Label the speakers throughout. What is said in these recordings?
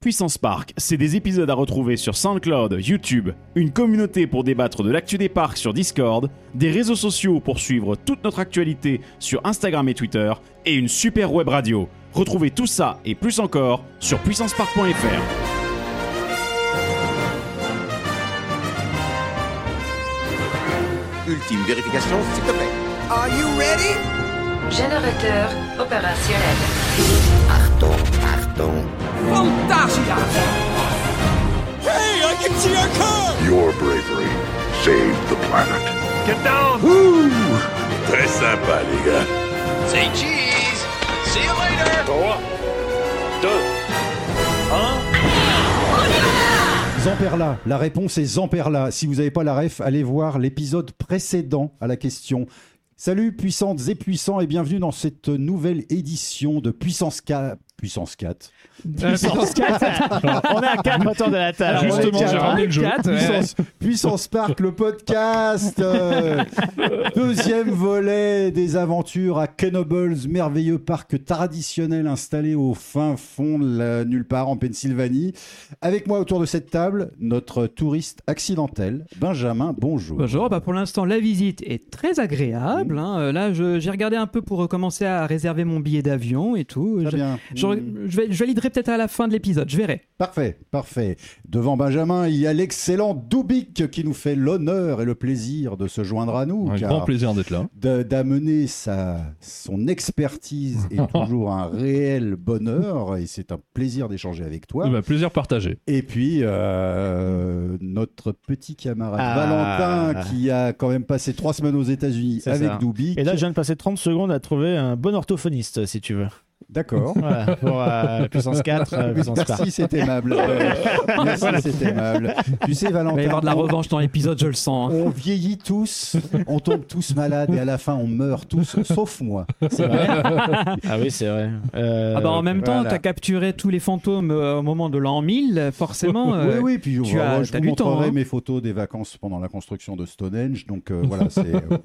Speaker 1: Puissance Park, c'est des épisodes à retrouver sur SoundCloud, YouTube, une communauté pour débattre de l'actu des parcs sur Discord, des réseaux sociaux pour suivre toute notre actualité sur Instagram et Twitter, et une super web radio. Retrouvez tout ça et plus encore sur puissancepark.fr.
Speaker 2: Ultime vérification, s'il te plaît.
Speaker 3: Are you ready?
Speaker 4: Générateur opérationnel.
Speaker 2: Pardon, pardon.
Speaker 3: Fantasia! Hey, I can see our car!
Speaker 5: Your bravery saved the planet. Très sympa, les gars.
Speaker 6: Zamperla, la réponse est Zamperla. Si vous n'avez pas la ref, allez voir l'épisode précédent à la question. Salut puissantes et puissants et bienvenue dans cette nouvelle édition de Puissance 4. Puissance 4.
Speaker 7: Euh, Puissance 4. On est à 4 autour de la table.
Speaker 6: Alors,
Speaker 7: Justement,
Speaker 6: on est
Speaker 7: j'ai
Speaker 6: quatre.
Speaker 7: ramené le jeu.
Speaker 8: Ah,
Speaker 6: Quatre, Puissance, Puissance Park, le podcast. euh, deuxième volet des aventures à Kenobles, merveilleux parc traditionnel installé au fin fond de la nulle part en Pennsylvanie. Avec moi autour de cette table, notre touriste accidentel, Benjamin, bonjour.
Speaker 8: Bonjour, bah pour l'instant la visite est très
Speaker 7: Mmh.
Speaker 8: agréable. hein. Euh, Là, je- j'ai regardé un peu pour euh, commencer à réserver mon billet d'avion et tout.
Speaker 6: Très
Speaker 8: Je,
Speaker 6: bien. Mm.
Speaker 8: je, je vais- je validerai peut-être à la fin de l'épisode, je verrai.
Speaker 6: Parfait, parfait. Devant Benjamin, il y a l'excellent Doubic qui nous fait l'honneur et le plaisir de se joindre à nous.
Speaker 7: Un
Speaker 6: car
Speaker 7: grand plaisir d'être là.
Speaker 6: de- D'amener sa, son expertise est toujours un réel bonheur et c'est un plaisir d'échanger avec toi.
Speaker 7: Eh ben, plaisir partagé.
Speaker 6: Et puis, euh, notre petit camarade
Speaker 7: Ah.
Speaker 6: Valentin qui a quand même passé trois semaines aux États-Unis
Speaker 7: C'est
Speaker 6: avec
Speaker 7: ça.
Speaker 6: Doubic.
Speaker 7: Et là, je viens de passer 30 secondes à trouver un bon orthophoniste, si tu veux.
Speaker 6: D'accord.
Speaker 7: Voilà, pour euh, puissance 4, euh, puissance 4.
Speaker 6: Merci, c'est aimable. Euh, merci, c'est aimable. Tu sais,
Speaker 8: Il va y
Speaker 6: Valentin,
Speaker 8: avoir de la
Speaker 6: on-
Speaker 8: revanche dans l'épisode, je le sens. hein.
Speaker 6: On vieillit tous, on tombe tous malades et à la fin on meurt tous, sauf moi.
Speaker 7: C'est vrai Ah oui, c'est vrai. Euh,
Speaker 8: Ah bah en même temps,
Speaker 6: voilà.
Speaker 8: t'as capturé tous les fantômes euh, au moment de l'an 1000, forcément. euh,
Speaker 6: oui, oui, puis
Speaker 8: tu
Speaker 6: euh,
Speaker 8: as-
Speaker 6: je
Speaker 8: t'as
Speaker 6: vous
Speaker 8: du temps,
Speaker 6: montrerai
Speaker 8: hein.
Speaker 6: mes photos des vacances pendant la construction de Stonehenge. Donc euh, voilà, c'est. euh,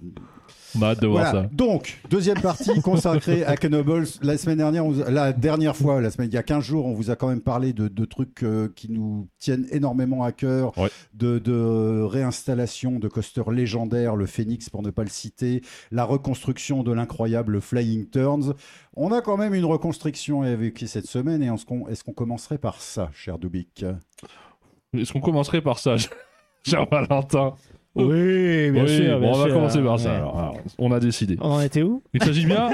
Speaker 7: On a hâte de voir
Speaker 6: voilà.
Speaker 7: ça.
Speaker 6: Donc, deuxième partie consacrée à Kenobles. La semaine dernière, on vous- la dernière fois, la semaine, il y a 15 jours, on vous a quand même parlé de, de trucs euh, qui nous tiennent énormément à cœur.
Speaker 7: Ouais.
Speaker 6: De, de réinstallation de coasters légendaires, le Phoenix pour ne pas le citer, la reconstruction de l'incroyable Flying Turns. On a quand même une reconstruction à évoquer cette semaine et est-ce qu'on est-ce qu'on commencerait par ça, cher Dubik
Speaker 9: Est-ce qu'on commencerait par ça, cher Valentin
Speaker 7: Oui, bien
Speaker 9: Oui,
Speaker 7: sûr.
Speaker 9: bon,
Speaker 7: bien
Speaker 9: on va
Speaker 7: sûr.
Speaker 9: commencer par ça.
Speaker 7: Ouais.
Speaker 9: alors. Alors, on a décidé.
Speaker 7: On en était où
Speaker 9: Il s'agit bien.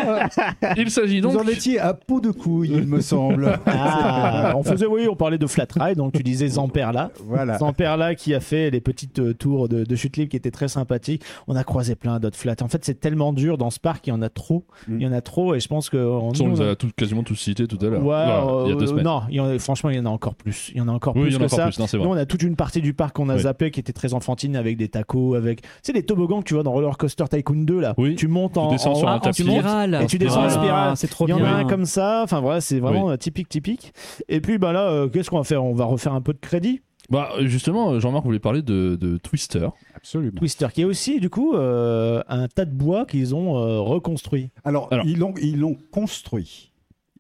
Speaker 9: il s'agit donc.
Speaker 6: Vous en étiez à peau de couille, il me semble.
Speaker 7: Ah, on faisait, oui, on parlait de flat ride, donc tu disais Zamperla.
Speaker 6: voilà.
Speaker 7: Zamperla qui a fait les petites euh, tours de, de chute libre qui étaient très sympathiques. On a croisé plein d'autres flats. En fait, c'est tellement dur dans ce parc, il y en a trop.
Speaker 6: Mm.
Speaker 7: Il y en a trop et je pense que. on-
Speaker 9: On
Speaker 7: nous,
Speaker 9: les
Speaker 7: on-
Speaker 9: a tout- quasiment tous cités tout à
Speaker 7: Ouais,
Speaker 9: l'heure. Voilà, il y a
Speaker 7: euh,
Speaker 9: deux semaines.
Speaker 7: non, il y en a- franchement, il y en a encore plus. Il y en a encore
Speaker 9: oui, il
Speaker 7: plus
Speaker 9: y en
Speaker 7: que
Speaker 9: a encore
Speaker 7: ça.
Speaker 9: plus. Non, c'est vrai.
Speaker 7: Nous, on a toute une partie du parc qu'on a
Speaker 9: Oui.
Speaker 7: zappé qui était très enfantine avec des tacos, avec. Tu sais, les toboggans que tu vois dans Roller Coaster Tycoon 2, là.
Speaker 9: Oui.
Speaker 7: Tu montes en.
Speaker 9: descends
Speaker 7: en-
Speaker 9: sur
Speaker 7: en-
Speaker 9: un
Speaker 7: en-
Speaker 9: tapis.
Speaker 7: tu montes-
Speaker 8: Spirale.
Speaker 7: Et tu descends en
Speaker 8: Ah,
Speaker 7: spirale.
Speaker 8: C'est trop
Speaker 7: Il y
Speaker 8: bien.
Speaker 7: en a un comme ça. Enfin, voilà, c'est vraiment
Speaker 9: Oui.
Speaker 7: euh, typique, typique. Et puis, bah là, euh, qu'est-ce qu'on va faire On va refaire un peu de crédit.
Speaker 9: Bah, justement, Jean-Marc voulait parler de, de Twister.
Speaker 6: Absolument.
Speaker 7: Twister, qui est aussi, du coup, euh, un tas de bois qu'ils ont euh, reconstruit.
Speaker 6: Alors,
Speaker 9: Alors.
Speaker 6: ils l'ont ils l'ont construit.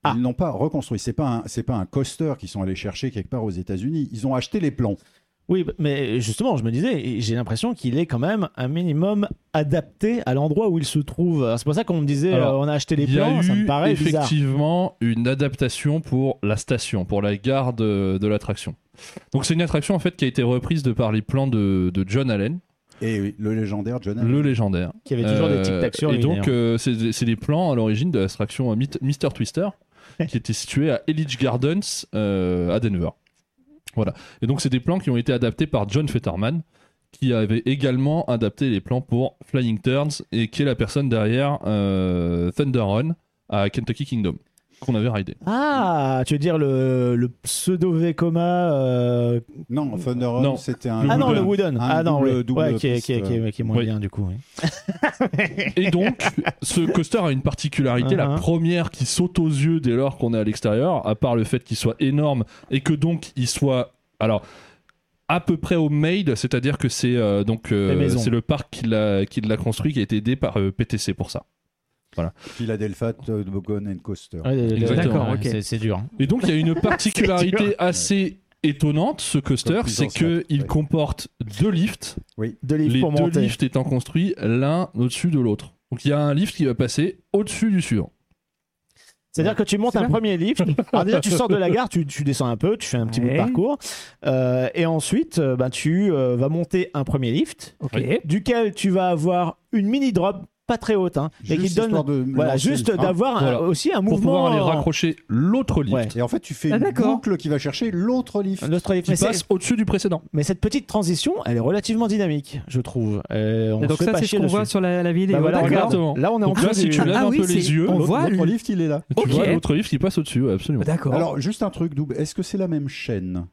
Speaker 7: Ah.
Speaker 6: Ils l'ont pas reconstruit. C'est pas un c'est pas un coaster qu'ils sont allés chercher quelque part aux États-Unis. Ils ont acheté les plans.
Speaker 7: Oui, mais justement, je me disais, j'ai l'impression qu'il est quand même un minimum adapté à l'endroit où il se trouve. Alors, C'est pour ça qu'on me disait,
Speaker 9: Alors,
Speaker 7: euh, on a acheté les
Speaker 9: Il y a
Speaker 7: plans, ça
Speaker 9: eu
Speaker 7: me paraît bizarre.
Speaker 9: effectivement une adaptation pour la station, pour la gare de, de l'attraction. Donc c'est une attraction en fait qui a été reprise de par les plans de, de John Allen,
Speaker 6: Et oui, le légendaire John. Allen.
Speaker 9: le légendaire.
Speaker 7: Qui avait toujours des
Speaker 9: Euh,
Speaker 7: tic-tac sur
Speaker 9: Et
Speaker 7: lui,
Speaker 9: donc,
Speaker 7: d'ailleurs.
Speaker 9: euh, c'est c'est les plans à l'origine de l'attraction euh, Mister Twister, qui était située à Elitch Gardens, euh, à Denver. Voilà. Et donc, c'est des plans qui ont été adaptés par John Fetterman, qui avait également adapté les plans pour Flying Turns, et qui est la personne derrière euh, Thunder Run à Kentucky Kingdom, qu'on avait raidé.
Speaker 7: Ah, tu veux dire le, le pseudo Vekoma euh,
Speaker 6: Non, Thunder Run,
Speaker 9: Non.
Speaker 6: c'était un.
Speaker 7: Ah non, le Wooden.
Speaker 6: Un
Speaker 7: Ah non,
Speaker 6: double-
Speaker 7: oui.
Speaker 6: double
Speaker 7: Ouais, qui, est, qui est-
Speaker 6: piste, euh,
Speaker 7: qui est- qui est moins
Speaker 9: Oui.
Speaker 7: bien, du coup. oui.
Speaker 9: Et donc, ce coaster a une particularité, la
Speaker 7: Uh-huh.
Speaker 9: première qui saute aux yeux dès lors qu'on est à l'extérieur, à part le fait qu'il soit énorme et que donc il soit. Alors. À peu près au made, c'est-à-dire que c'est euh, donc euh,
Speaker 7: Les maisons.
Speaker 9: c'est le parc qui l'a qui l'a construit, qui a été aidé par euh, PTC pour ça.
Speaker 6: Philadelphia, Todd Bogan and Coaster.
Speaker 7: Ouais, le- le-
Speaker 9: Exactement.
Speaker 7: ouais,
Speaker 8: Ok.
Speaker 7: c'est- C'est dur.
Speaker 9: Et donc, il y a une particularité assez étonnante, ce coaster,
Speaker 6: Comme
Speaker 9: c'est
Speaker 6: puissance quatre,
Speaker 9: qu'il
Speaker 6: ouais.
Speaker 9: comporte deux lifts,
Speaker 7: Deux
Speaker 9: les
Speaker 7: livres
Speaker 9: deux
Speaker 7: pour monter.
Speaker 9: lifts étant construits l'un au-dessus de l'autre. Donc, il y a un lift qui va passer au-dessus du suivant.
Speaker 7: C'est-à-dire que tu montes
Speaker 8: C'est
Speaker 7: un
Speaker 8: bien.
Speaker 7: premier lift. Alors déjà, tu sors de la gare, tu, tu descends un peu, tu fais un petit bout de
Speaker 8: Ouais.
Speaker 7: parcours. Euh, et ensuite, euh, bah, tu euh, vas monter un premier lift,
Speaker 8: Ok.
Speaker 7: duquel tu vas avoir une mini drop, pas très haute, hein, mais qui
Speaker 6: Juste
Speaker 7: te donne.
Speaker 6: histoire de me
Speaker 7: Voilà,
Speaker 6: lancer Ah,
Speaker 7: juste
Speaker 6: le-
Speaker 7: d'avoir un-
Speaker 9: Voilà.
Speaker 7: aussi un
Speaker 9: Pour
Speaker 7: mouvement.
Speaker 9: pouvoir aller
Speaker 7: euh,
Speaker 9: raccrocher l'autre lift
Speaker 7: Ouais.
Speaker 6: Et en fait, tu fais
Speaker 8: Ah,
Speaker 6: une
Speaker 8: d'accord.
Speaker 6: boucle qui va chercher l'autre lift.
Speaker 7: un autre lift.
Speaker 9: qui
Speaker 7: Mais, c'est-
Speaker 9: passe au-dessus du précédent.
Speaker 7: mais cette petite transition, elle est relativement dynamique, je trouve. Euh, on
Speaker 8: Donc
Speaker 7: se fait
Speaker 8: ça,
Speaker 7: pas
Speaker 8: c'est ce
Speaker 7: chier
Speaker 8: qu'on
Speaker 7: dessus.
Speaker 8: voit sur la, la vidéo.
Speaker 7: Bah voilà,
Speaker 8: D'accord.
Speaker 7: regarde.
Speaker 9: Exactement.
Speaker 7: Là, on est en
Speaker 9: Donc là,
Speaker 7: train
Speaker 9: si
Speaker 7: du-
Speaker 9: tu lèves
Speaker 8: Ah
Speaker 9: un
Speaker 8: oui,
Speaker 9: peu
Speaker 8: c'est-
Speaker 9: les yeux,
Speaker 8: on
Speaker 9: l'autre-
Speaker 8: voit Bah,
Speaker 6: L'autre
Speaker 8: une-
Speaker 6: lift, il est là.
Speaker 9: tu
Speaker 8: Ok.
Speaker 9: vois l'autre lift qui passe au-dessus, ouais, absolument.
Speaker 8: D'accord.
Speaker 6: Alors, juste un truc double. Est-ce que c'est la même chaîne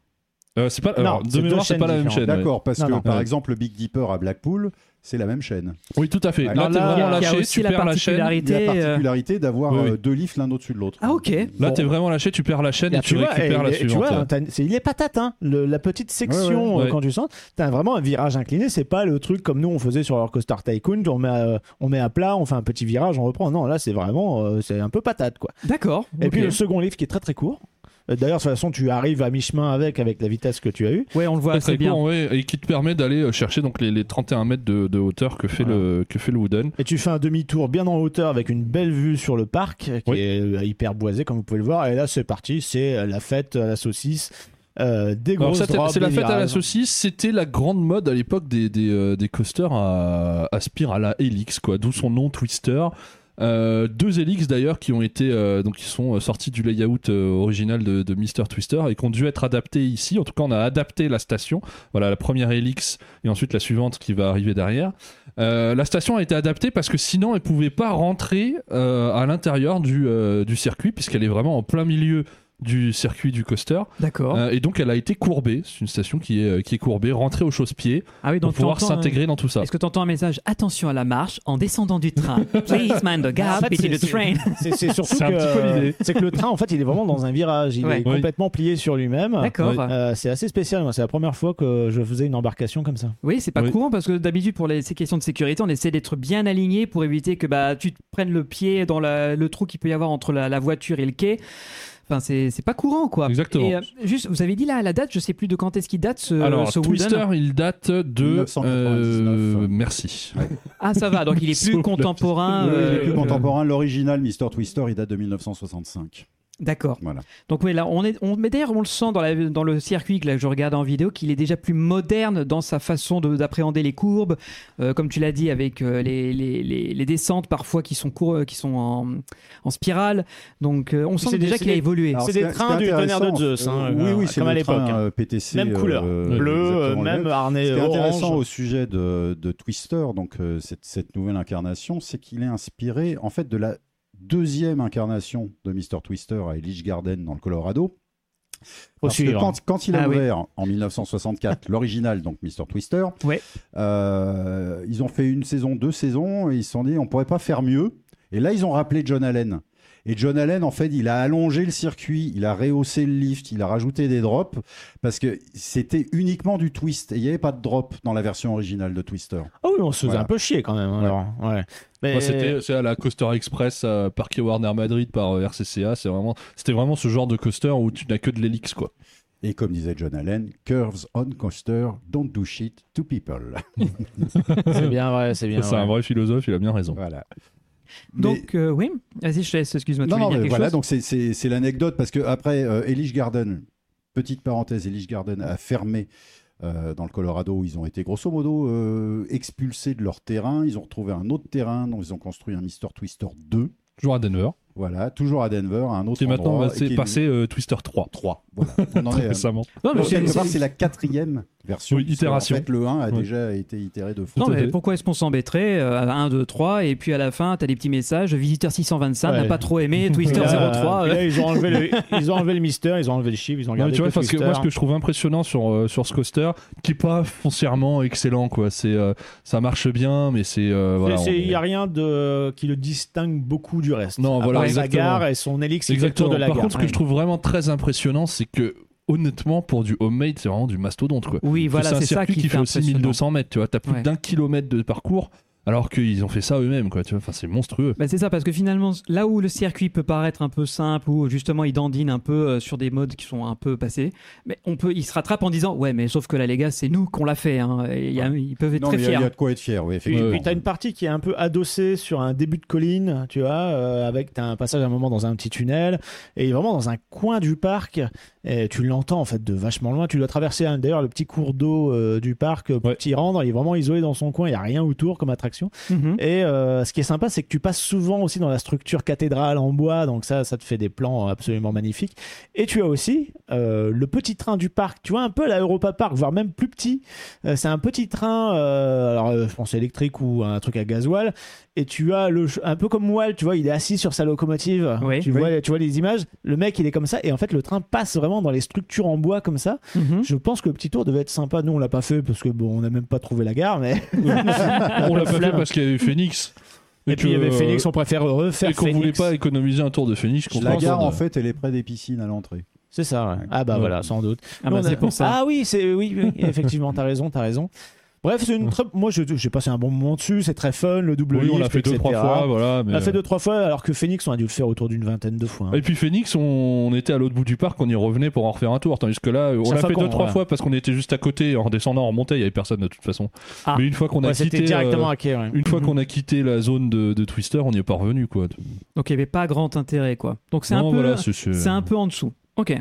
Speaker 9: Euh, c'est pas,
Speaker 7: Non,
Speaker 9: alors,
Speaker 7: c'est
Speaker 9: de
Speaker 7: deux
Speaker 9: mémoire, c'est
Speaker 7: chaînes
Speaker 9: pas la même chaîne.
Speaker 7: différentes.
Speaker 9: ouais.
Speaker 6: D'accord, parce
Speaker 7: Non,
Speaker 6: que
Speaker 7: non.
Speaker 6: par
Speaker 9: Ouais.
Speaker 6: exemple, le Big Dipper à Blackpool, c'est la même chaîne.
Speaker 9: Oui, tout à
Speaker 6: Ouais.
Speaker 9: fait. Là,
Speaker 6: Là,
Speaker 9: t'es
Speaker 8: Il y a-
Speaker 9: vraiment
Speaker 8: il y a
Speaker 9: lâché,
Speaker 8: aussi
Speaker 9: tu
Speaker 8: la
Speaker 9: perds la chaîne.
Speaker 8: particularité,
Speaker 6: La
Speaker 8: euh,
Speaker 6: particularité d'avoir
Speaker 9: oui, oui.
Speaker 6: euh, deux lifts l'un au-dessus de l'autre.
Speaker 8: Ah, ok.
Speaker 9: Là,
Speaker 7: Bon.
Speaker 9: t'es vraiment lâché, tu perds la chaîne et
Speaker 7: Là,
Speaker 9: tu
Speaker 7: vois,
Speaker 9: récupères
Speaker 7: et-
Speaker 9: la
Speaker 7: et Tu
Speaker 9: suivante.
Speaker 7: vois, t'as- c'est- il est patate, hein, le- la petite section
Speaker 9: ouais.
Speaker 7: euh,
Speaker 9: Ouais.
Speaker 7: quand tu sens. T'as vraiment un virage incliné, c'est pas le truc comme nous on faisait sur Roller Coaster Tycoon, on met, à, on met à plat, on fait un petit virage, on reprend. Non, là c'est vraiment, euh, c'est un peu patate quoi.
Speaker 8: D'accord.
Speaker 7: Et
Speaker 8: Ok.
Speaker 7: puis le second livre qui est très très court. Euh, D'ailleurs, de toute façon, tu arrives à mi-chemin avec, avec la vitesse que tu as eue.
Speaker 8: Ouais, on le voit
Speaker 9: Très, très
Speaker 8: assez bien.
Speaker 9: court, ouais, et qui te permet d'aller euh, chercher donc les, les 31 mètres de, de hauteur que fait, le, que fait le Wooden.
Speaker 7: Et tu fais un demi-tour bien en hauteur avec une belle vue sur le parc, euh, qui
Speaker 9: Oui.
Speaker 7: est euh, hyper boisé comme vous pouvez le voir. Et là, c'est parti, c'est euh, la fête, euh, la saucisse, euh, des
Speaker 9: Alors,
Speaker 7: grosses
Speaker 9: ça,
Speaker 7: robes,
Speaker 9: c'est- c'est la
Speaker 7: des
Speaker 9: fête à la
Speaker 7: virages.
Speaker 9: saucisse, c'était la grande mode à l'époque des, des, euh, des coasters à, à spire à la Helix, quoi, d'où son nom Twister. Euh, deux Helix d'ailleurs qui ont été euh, donc qui sont euh, sortis du layout euh, original de, de Mister Twister et qui ont dû être adaptés ici. En tout cas, on a adapté la station. Voilà la première Helix et ensuite la suivante qui va arriver derrière. Euh, la station a été adaptée parce que sinon elle pouvait pas rentrer euh, à l'intérieur du, euh, du circuit puisqu'elle est vraiment en plein milieu du circuit du coaster.
Speaker 8: D'accord.
Speaker 9: Euh, et donc elle a été courbée, c'est une station qui est, euh, qui est courbée, rentrée au chausse-pied
Speaker 8: ah oui,
Speaker 9: pour
Speaker 8: donc
Speaker 9: pouvoir
Speaker 8: t'entends, euh,
Speaker 9: s'intégrer dans tout ça.
Speaker 8: Est-ce que tu entends un message Attention à la marche en descendant du train. Please mind the
Speaker 7: En
Speaker 8: gap
Speaker 7: fait,
Speaker 8: between
Speaker 7: c'est-
Speaker 8: the train.
Speaker 7: C'est c'est surtout
Speaker 9: C'est un petit peu
Speaker 7: que
Speaker 9: l'idée.
Speaker 7: c'est que le train en fait il est vraiment dans un virage, il
Speaker 8: Ouais.
Speaker 7: est
Speaker 8: Oui.
Speaker 7: complètement plié sur lui-même.
Speaker 8: D'accord.
Speaker 7: Euh, c'est assez spécial, moi c'est la première fois que je faisais une embarcation comme ça.
Speaker 8: Oui, c'est pas
Speaker 9: Oui.
Speaker 8: courant parce que d'habitude pour les, ces questions de sécurité, on essaie d'être bien aligné pour éviter que bah tu te prennes le pied dans la- le trou qu'il peut y avoir entre la, la voiture et le quai. Enfin, c'est c'est pas courant quoi.
Speaker 9: Exactement.
Speaker 8: Et euh, juste, vous avez dit là la date, je sais plus de quand est-ce qu'il date ce,
Speaker 9: Alors
Speaker 8: euh, ce Wooden.
Speaker 9: Twister, il date de
Speaker 6: 1999.
Speaker 9: euh, merci.
Speaker 8: Ah ça va, donc il est plus
Speaker 9: Sauf
Speaker 8: contemporain.
Speaker 6: Le-
Speaker 8: euh,
Speaker 6: le plus contemporain, l'original Mister Twister, il date de 1965.
Speaker 8: D'accord.
Speaker 6: Voilà.
Speaker 8: Donc oui, là on est, on, mais d'ailleurs on le sent dans, la, dans le circuit que là, je regarde en vidéo qu'il est déjà plus moderne dans sa façon de- d'appréhender les courbes, Euh, comme tu l'as dit avec euh, les, les, les, les descentes parfois qui sont cour- euh, qui sont en, en spirale. Donc euh, on sent
Speaker 7: C'est des-
Speaker 8: déjà
Speaker 7: c'est
Speaker 8: qu'il a
Speaker 7: des-
Speaker 8: évolué.
Speaker 6: Alors,
Speaker 7: C'est
Speaker 6: ce
Speaker 7: des
Speaker 6: qui est- ce qui est
Speaker 7: trains du tonnerre de
Speaker 6: intéressant,
Speaker 7: Zeus, hein,
Speaker 6: euh, oui,
Speaker 7: euh,
Speaker 6: oui, c'est
Speaker 7: comme à
Speaker 6: le
Speaker 7: l'époque,
Speaker 6: train,
Speaker 7: hein.
Speaker 6: euh, PTC,
Speaker 7: Même couleur,
Speaker 6: euh,
Speaker 7: Bleu, euh,
Speaker 6: exactement le
Speaker 7: même harnais
Speaker 6: Ce qui est intéressant
Speaker 7: orange.
Speaker 6: au sujet de, de Twister, donc euh, cette, cette nouvelle incarnation, c'est qu'il est inspiré en fait de la deuxième incarnation de Mr. Twister à Elitch Garden dans le Colorado.
Speaker 7: Faut
Speaker 6: Parce que
Speaker 7: suivre.
Speaker 6: quand, quand il a
Speaker 8: Ah oui.
Speaker 6: ouvert en 1964 l'original, donc Mr. Twister,
Speaker 8: Ouais.
Speaker 6: euh, ils ont fait une saison, deux saisons, et ils se sont dit on pourrait pas faire mieux. Et là, ils ont rappelé John Allen. Et John Allen, en fait, il a allongé le circuit, il a rehaussé le lift, il a rajouté des drops, parce que c'était uniquement du twist, et il n'y avait pas de drop dans la version originale de Twister.
Speaker 7: Ah oui, on se faisait
Speaker 6: Voilà.
Speaker 7: un peu chier quand même. hein,
Speaker 6: Ouais.
Speaker 7: alors, ouais. Mais-
Speaker 9: Moi, c'était c'est à la Coaster Express euh, parquet Warner Madrid par euh, RCCA, c'est vraiment c'était vraiment ce genre de coaster où tu n'as que de l'hélix quoi.
Speaker 6: Et comme disait John Allen, curves on coaster, don't do shit to people.
Speaker 7: c'est bien vrai, c'est bien
Speaker 9: Ça, c'est
Speaker 7: vrai.
Speaker 9: un vrai philosophe, il a bien raison.
Speaker 6: voilà. Mais-
Speaker 8: Donc euh, oui, vas-y je te laisse, excuse-moi, tu
Speaker 6: Non,
Speaker 8: voulais
Speaker 6: non,
Speaker 8: dire
Speaker 6: mais
Speaker 8: quelque
Speaker 6: voilà,
Speaker 8: chose
Speaker 6: donc c'est- c'est c'est l'anecdote parce que après euh, Elish Garden, petite parenthèse, Elish Garden a fermé euh, dans le Colorado où ils ont été grosso modo euh, expulsés de leur terrain. Ils ont retrouvé un autre terrain, donc ils ont construit un Mister Twister 2.
Speaker 9: Toujours à Denver,
Speaker 6: Voilà, toujours à Denver, à un autre
Speaker 9: qui est maintenant
Speaker 6: endroit,
Speaker 9: bah,
Speaker 6: et
Speaker 9: c'est
Speaker 6: qui est-
Speaker 9: passé euh, Twister 3.
Speaker 6: 3. Voilà, on en
Speaker 9: Très
Speaker 6: est, euh,
Speaker 9: récemment.
Speaker 8: Non, mais
Speaker 6: donc,
Speaker 8: c'est-
Speaker 6: quelque part,
Speaker 8: c'est-
Speaker 6: c'est la quatrième version.
Speaker 9: Oui,
Speaker 6: puisque,
Speaker 9: itération.
Speaker 6: En fait, le 1 a
Speaker 9: Oui.
Speaker 6: déjà été itéré deux fois.
Speaker 8: non,
Speaker 9: Tout à
Speaker 8: mais
Speaker 9: fait.
Speaker 8: pourquoi est-ce qu'on s'embêterait euh, à 1, 2, 3 et puis à la fin t'as des petits messages visiteur 625 n'a
Speaker 7: Ouais. Ah,
Speaker 8: pas trop aimé Twister
Speaker 7: Et là,
Speaker 8: 03
Speaker 7: et
Speaker 8: euh.
Speaker 7: là, ils ont enlevé le, ils ont enlevé le Mister, ils ont enlevé le chiffre, ils ont
Speaker 9: Non,
Speaker 7: gardé
Speaker 9: mais tu vois,
Speaker 7: que
Speaker 9: parce que moi, ce
Speaker 7: Twister.
Speaker 9: que je trouve impressionnant sur, euh, sur ce coaster, qui est pas foncièrement excellent, quoi. C'est, euh, ça marche bien, mais c'est, euh, voilà.
Speaker 7: C'est-
Speaker 9: on-
Speaker 7: c'est- Il n'y a rien de, euh, qui le distingue beaucoup du reste.
Speaker 9: Non,
Speaker 7: À
Speaker 9: voilà,
Speaker 7: part sa
Speaker 9: exactement.
Speaker 7: gare et son élixir qui fait le tour
Speaker 9: Exactement.
Speaker 7: de la
Speaker 9: Par
Speaker 7: gare.
Speaker 9: contre, ce que je trouve vraiment très impressionnant, c'est que, honnêtement, pour du homemade, c'est vraiment du mastodonte, quoi.
Speaker 8: Oui, voilà,
Speaker 9: c'est un
Speaker 8: c'est ça
Speaker 9: circuit
Speaker 8: qui
Speaker 9: qui fait aussi
Speaker 8: impressionnant.
Speaker 9: 1200 mètres, tu vois. T'as plus
Speaker 8: Ouais.
Speaker 9: d'un kilomètre de parcours. alors qu'ils ont fait ça eux-mêmes, quoi. Tu vois, enfin, c'est monstrueux.
Speaker 8: Bah, c'est ça, parce que finalement, là où le circuit peut paraître un peu simple, où justement il dandine un peu euh, sur des modes qui sont un peu passés, mais on peut, il se rattrape en disant Ouais, mais sauf que là, les gars, c'est nous qu'on l'a fait. hein. Et il y a- ils peuvent être
Speaker 6: Non, mais
Speaker 8: très
Speaker 6: il y, a- il y
Speaker 8: fiers.
Speaker 6: a de quoi être fier, oui,
Speaker 7: Puis,
Speaker 6: effectivement.
Speaker 7: puis t'as une partie qui est un peu adossée sur un début de colline, tu vois, euh, avec t'as un passage à un moment dans un petit tunnel, et vraiment dans un coin du parc, et tu l'entends en fait de vachement loin. Tu dois traverser un- d'ailleurs le petit cours d'eau euh, du parc euh, pour
Speaker 9: Ouais.
Speaker 7: t'y rendre, il est vraiment isolé dans son coin, il n'y a rien autour comme attraction.
Speaker 8: Mhm.
Speaker 7: Et euh, ce qui est sympa, c'est que tu passes souvent aussi dans la structure cathédrale en bois, donc ça, ça te fait des plans absolument magnifiques. Et tu as aussi euh, le petit train du parc, tu vois, un peu à la Europa Park, voire même plus petit. Euh, c'est un petit train, euh, alors euh, je pense électrique ou un truc à gasoil, et tu as le, ch- un peu comme Wall, tu vois, il est assis sur sa locomotive,
Speaker 8: Oui.
Speaker 7: tu, vois, tu vois les images, le mec il est comme ça, et en fait le train passe vraiment dans les structures en bois comme ça.
Speaker 8: Mhm.
Speaker 7: Je pense que le petit tour devait être sympa, nous on l'a pas fait parce que bon, on n'a même pas trouvé la gare, mais...
Speaker 9: On l'a pas fait
Speaker 7: Flamme.
Speaker 9: parce qu'il y avait Phoenix.
Speaker 7: Et puis il y
Speaker 9: que,
Speaker 7: avait
Speaker 9: euh,
Speaker 7: Phoenix, on préfère refaire
Speaker 9: Et qu'on voulait pas économiser un tour de Phoenix. qu'on
Speaker 6: La
Speaker 9: pense,
Speaker 6: gare,
Speaker 9: on a-
Speaker 6: en fait, elle est près des piscines à l'entrée.
Speaker 7: C'est ça, ouais. Ah bah
Speaker 9: Ouais.
Speaker 7: voilà, sans doute.
Speaker 8: Ah, bah,
Speaker 7: Nous, on a-
Speaker 8: c'est pour ça.
Speaker 7: Ah oui, c'est oui, oui, effectivement, t'as raison, t'as raison. Bref, c'est une très... moi je- j'ai passé un bon moment dessus, c'est très fun, le double
Speaker 9: Oui, on l'a
Speaker 7: lift,
Speaker 9: fait deux,
Speaker 7: etc..
Speaker 9: trois fois, voilà.
Speaker 7: On
Speaker 9: mais- euh,
Speaker 7: l'a fait deux trois fois, alors que Phoenix on a dû le faire autour d'une vingtaine de fois. hein.
Speaker 9: Et puis Phoenix, on, on était à l'autre bout du parc, on y revenait pour en refaire un tour. Tandis que là, on
Speaker 7: Chaque
Speaker 9: l'a
Speaker 7: fois
Speaker 9: fait
Speaker 7: qu'on-
Speaker 9: deux, trois
Speaker 7: voilà.
Speaker 9: fois parce qu'on était juste à côté. En redescendant, en remontant, il y avait personne de toute façon.
Speaker 8: Ah.
Speaker 9: Mais une fois qu'on a
Speaker 7: Ouais,
Speaker 9: quitté,
Speaker 7: c'était directement
Speaker 9: euh,
Speaker 7: à quai, ouais.
Speaker 9: une fois
Speaker 8: Mhm.
Speaker 9: qu'on a quitté la zone de, de Twister, on n'y est pas revenu, quoi.
Speaker 8: Donc il n'y avait pas grand intérêt, quoi. Donc c'est un,
Speaker 9: Non,
Speaker 8: peu-
Speaker 9: voilà, c'est- c'est-
Speaker 8: c'est un peu en dessous. Ok.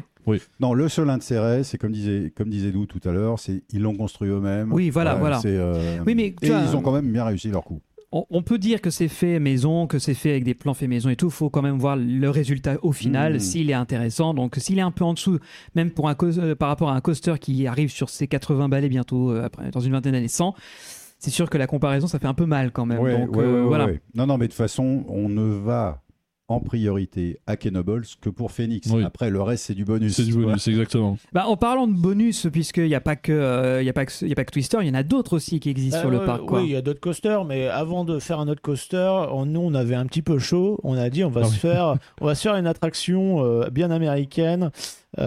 Speaker 6: Non, le seul intérêt, c'est comme disait, comme disait nous tout à l'heure, c'est ils l'ont construit eux-mêmes.
Speaker 8: Oui, voilà, voilà.
Speaker 6: c'est, euh,
Speaker 8: Oui, mais tu
Speaker 6: et
Speaker 8: vois-
Speaker 6: ils ont quand même bien réussi leur coup.
Speaker 8: On, on peut dire que c'est fait maison, que c'est fait avec des plans faits maison et tout. Faut quand même voir le résultat au final,
Speaker 6: Mmh.
Speaker 8: s'il est intéressant. Donc, s'il est un peu en dessous, même pour un cause- euh, par rapport à un coaster qui arrive sur ses 80 balais bientôt, euh, après, dans une vingtaine d'années 100, c'est sûr que la comparaison, ça fait un peu mal quand même.
Speaker 6: Ouais,
Speaker 8: Donc,
Speaker 6: ouais,
Speaker 8: euh,
Speaker 6: ouais, ouais,
Speaker 8: voilà.
Speaker 6: ouais. Non, non, mais de toute façon, on ne va en priorité à Kenobles que pour Phoenix.
Speaker 9: Oui.
Speaker 6: Après, le reste, c'est du bonus.
Speaker 9: C'est du bonus, exactement.
Speaker 8: Bah, en parlant de bonus, puisqu'il n'y a, pas que, euh, il y a, pas que- il y a pas que Twister, il y en a d'autres aussi qui existent
Speaker 7: Euh,
Speaker 8: sur le
Speaker 7: ouais,
Speaker 8: parc. quoi.
Speaker 7: Oui, il y a d'autres coasters, mais avant de faire un autre coaster, on- nous on avait un petit peu chaud. On a dit on va
Speaker 9: Ah
Speaker 7: se
Speaker 9: oui.
Speaker 7: faire, on va se faire une attraction euh, bien américaine